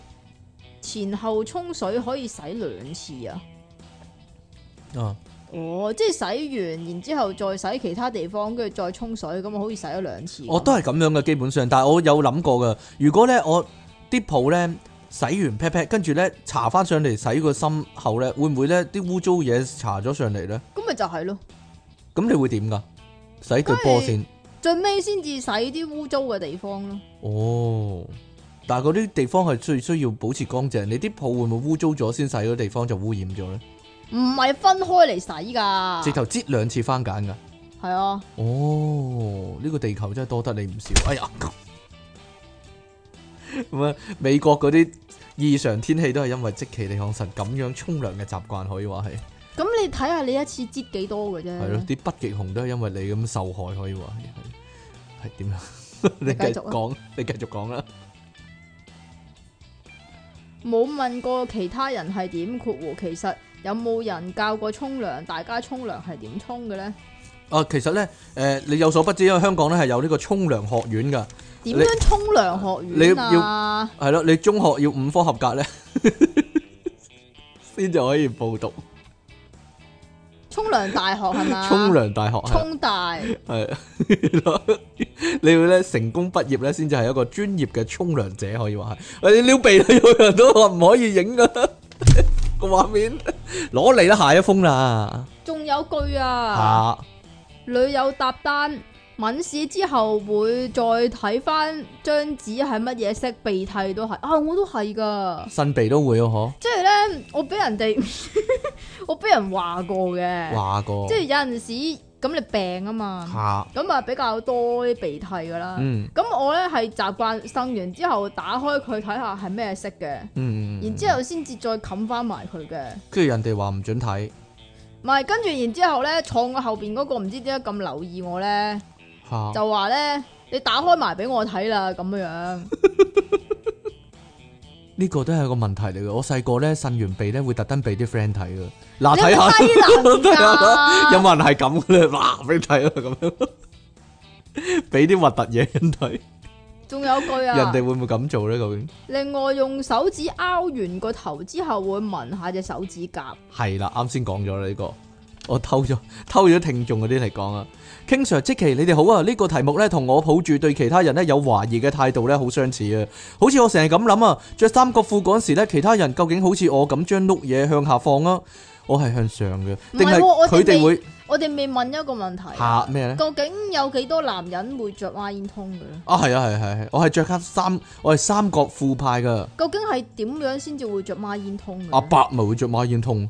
Speaker 2: 前後沖水可以洗兩次啊。
Speaker 1: 啊，
Speaker 2: 哦，即係洗完，然之後再洗其他地方，跟住再沖水，咁啊好似洗咗兩次咁。
Speaker 1: 我都係咁樣嘅基本上，但係我有諗過噶。如果咧我啲泡咧洗完 pat pat，跟住咧搽翻上嚟洗個心口咧，會唔會咧啲污糟嘢搽咗上嚟咧？
Speaker 2: 咁咪就係咯，
Speaker 1: 咁你會點噶？洗對波先。
Speaker 2: 最尾先至洗啲污糟嘅地方咯。
Speaker 1: 哦，但係嗰啲地方係最需要保持乾淨。你啲泡會唔會污糟咗先洗嗰地方就污染咗咧？
Speaker 2: 唔係分開嚟洗㗎，
Speaker 1: 直頭擠兩次番梘噶。
Speaker 2: 係啊，
Speaker 1: 哦，呢、個地球真係多得你唔少。哎呀，咁啊，美國嗰啲異常天氣都係因為即其利康神咁樣沖涼嘅習慣，可以話係
Speaker 2: 咁你睇下你一次擠幾多嘅啫。
Speaker 1: 係咯，啲北極熊都係因為你咁受害，可以話係係係點樣？你
Speaker 2: 你繼
Speaker 1: 繼續
Speaker 2: 續啊
Speaker 1: 講，你繼續講啦。
Speaker 2: 冇問過其他人係點括弧，其實有冇人教過沖涼？大家沖涼係點沖嘅呢？
Speaker 1: 啊，其實咧，誒、你有所不知，因為啊香港咧係有呢個沖涼學院噶，
Speaker 2: 點樣沖涼學院啊？
Speaker 1: 係咯，你中學要五科合格咧， (laughs) 先至可以報讀
Speaker 2: 沖涼大學係
Speaker 1: (laughs)
Speaker 2: 嘛？
Speaker 1: 沖涼大學。係啦啊
Speaker 2: 沖大
Speaker 1: 係咯， (laughs) 你要咧成功畢業咧，先至係一個專業嘅沖涼者，可以話係。喂你撩鼻啦，有人都話唔可以影噶 (laughs) 個畫面，攞嚟啦，下一封啦，
Speaker 2: 仲有句
Speaker 1: (laughs)
Speaker 2: 啊。
Speaker 1: 嚇
Speaker 2: 女友搭單，抿屎之後會再睇翻張紙係乜嘢色，鼻涕都係啊，我都係噶，
Speaker 1: 新鼻都會哦，
Speaker 2: 即係咧，我俾人哋， (laughs) 我俾人話過
Speaker 1: 嗬，
Speaker 2: 嘅，
Speaker 1: 話過
Speaker 2: 即係有陣時咁你病啊嘛，
Speaker 1: 嚇，
Speaker 2: 咁啊比較多啲鼻涕噶啦，
Speaker 1: 嗯
Speaker 2: 咁、我咧係習慣生完之後打開佢睇下係咩色嘅，
Speaker 1: 嗯，
Speaker 2: 然之後先至再冚翻埋佢嘅。
Speaker 1: 跟住人哋話唔准睇，
Speaker 2: 唔係，跟住然之後咧，坐我後邊嗰個唔知點解咁留意我咧，
Speaker 1: 嚇。
Speaker 2: 就話咧，你打開埋俾我睇啦，咁樣樣。
Speaker 1: 呢個都係個問題嚟嘅。我細個咧擤完鼻咧會特登俾啲 friend 睇嘅。
Speaker 2: 你
Speaker 1: 嗱，
Speaker 2: 有冇
Speaker 1: 啊睇下
Speaker 2: 低
Speaker 1: (laughs)
Speaker 2: 能㗎
Speaker 1: 睇下有冇人係咁嘅咧，嗱俾你睇啦咁樣。俾啲核突嘢人睇，
Speaker 2: 仲有句
Speaker 1: 人哋
Speaker 2: 啊
Speaker 1: 會，唔會咁做咧？究竟
Speaker 2: 另外用手指拗完個頭之後，會聞下隻手指甲。
Speaker 1: 係啦，啱先講咗啦呢個，我偷咗 (laughs) 偷咗聽眾嗰啲嚟講啊。King Sir、即其你哋好啊！呢、個題目呢，同我抱住對其他人呢有懷疑嘅態度呢好相似啊！好似我成日咁諗啊，着三角褲嗰時呢，其他人究竟好似我咁將碌嘢向下放啊？我係向上嘅，
Speaker 2: 唔係
Speaker 1: 定係
Speaker 2: 喎我哋
Speaker 1: 佢哋會
Speaker 2: 我哋未問一個問題啊，
Speaker 1: 嚇咩呢？
Speaker 2: 究竟有幾多男人會着孖煙通嘅咧？
Speaker 1: 啊，係啊，係係係，我係着黑三，我係三角褲派噶。
Speaker 2: 究竟係點樣先至會着孖煙通嘅呢？
Speaker 1: 阿伯咪會着孖煙通，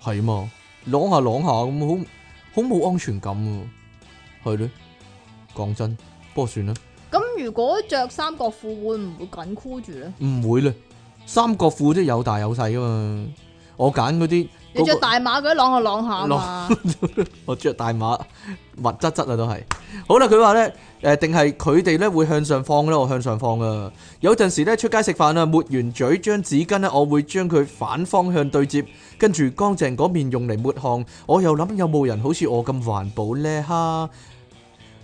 Speaker 1: 係嘛？啷下啷下咁，好好冇安全感喎。係咯，講真，不過算啦，
Speaker 2: 咁如果着三角褲會唔會緊箍住咧？
Speaker 1: 唔會啦。三角褲都有大有細噶嘛。我揀嗰啲，
Speaker 2: 你着
Speaker 1: 嗰個
Speaker 2: 大碼嗰啲啷下啷下啊嘛，
Speaker 1: 我着大碼，密質質啊都係。好啦，佢話咧，誒定係佢哋咧會向上放咧，我向上放啊。有陣時咧出街食飯啊，抹完嘴張紙巾咧，我會將佢反方向對接，跟住乾淨嗰面用嚟抹汗。我又諗有冇人好似我咁環保呢？哈！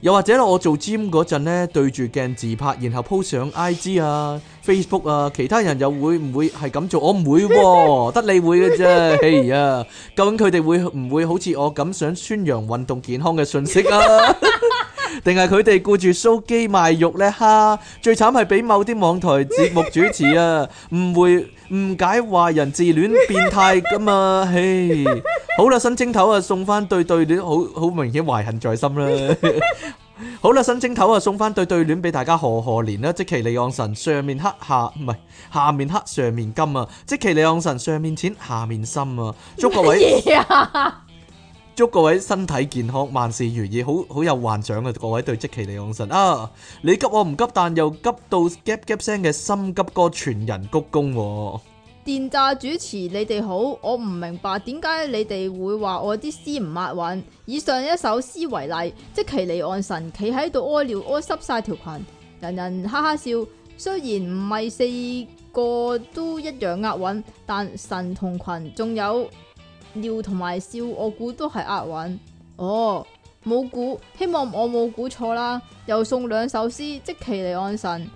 Speaker 1: 又或者呢我做 gym 嗰陣咧，對住鏡自拍，然後 po 上 IG 啊、Facebook 啊，其他人又會唔會係咁做？我唔會喎、得你會嘅啫。哎呀，究竟佢哋會唔會好似我咁想宣揚運動健康嘅信息啊？定係佢哋顧住騷肌賣肉呢？哈！最慘係俾某啲網台節目主持啊，誤會誤解話人自戀變態噶 (laughs) 嘛，嘿！好啦，新蒸頭啊，送翻對對戀，好好明顯懷恨在 (laughs) 心啦。好啦，新蒸頭啊，送翻對對戀俾大家賀賀年啦，即其利昂神上面黑下唔係下面黑上面金啊，即其利昂神上面錢下面心啊，祝各位。
Speaker 2: (laughs) 嘢啊！
Speaker 1: 祝各位身體健康，萬事如意，好好有幻想啊！各位對即其利昂神啊，你急我唔急，但又急到 gap gap 聲嘅心急哥全人鞠躬喎，
Speaker 2: 電炸主持，你哋好，我唔明白點解你哋會話我啲詩唔押韻。以上一首詩為例，即其離岸神企喺度屙尿，屙濕晒條裙，人人哈哈笑。雖然唔係四個都一樣押韻，但神同裙仲有尿同埋笑，我估都係押韻。哦，冇估，希望我冇估錯啦。又送兩首詩，即其離岸神，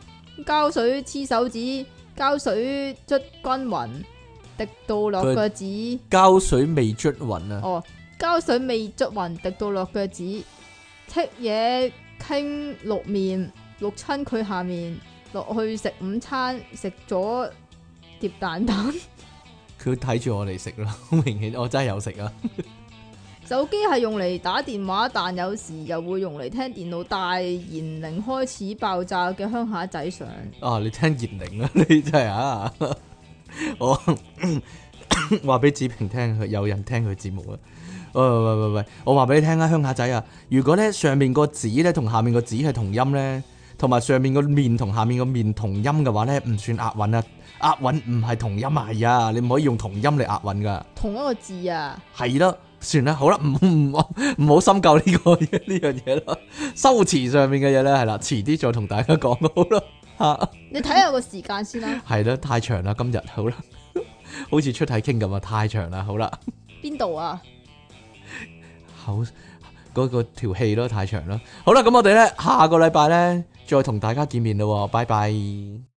Speaker 2: 膠水黐手指。膠水捽均勻，滴到落腳趾。
Speaker 1: 膠水未捽勻啊！
Speaker 2: 哦，膠水未捽勻，滴到落腳趾。剔嘢傾淥面，淥親佢下面，落去食午餐，食咗碟蛋蛋。 (laughs)
Speaker 1: 佢睇住我嚟食啦，好明顯我真係有食啊！
Speaker 2: 手機係用嚟打電話，但有時又會用嚟聽電腦。大年齡開始爆炸嘅鄉下仔相，
Speaker 1: 啊，你聽言靈啊， (laughs) 你真係啊！ (laughs) 我 (coughs) 話俾子平聽，佢有人聽佢節目啊！喂喂喂喂，我話俾你聽啊，鄉下仔啊，如果咧上面個子咧同下面個子係同音咧，同埋上面個面同下面個面同音嘅話咧，唔算押韻啊！押韻唔係同音啊，係啊，你唔可以用同音嚟押韻噶。
Speaker 2: 同一個字啊！
Speaker 1: 係啦，算啦，好啦，唔唔唔好深究呢、個 (laughs) 呢樣嘢啦，修辭上面嘅嘢咧係啦，遲啲再同大家講好啦嚇。
Speaker 2: 你睇下個時間先啦，
Speaker 1: 系啦，太長啦，今日好啦， (laughs) 好似出體傾咁啊，太長啦，好啦，
Speaker 2: 邊度啊？
Speaker 1: 口嗰、個條氣咯，太長啦，好啦，咁我哋咧下個禮拜咧再同大家見面咯喎，拜拜。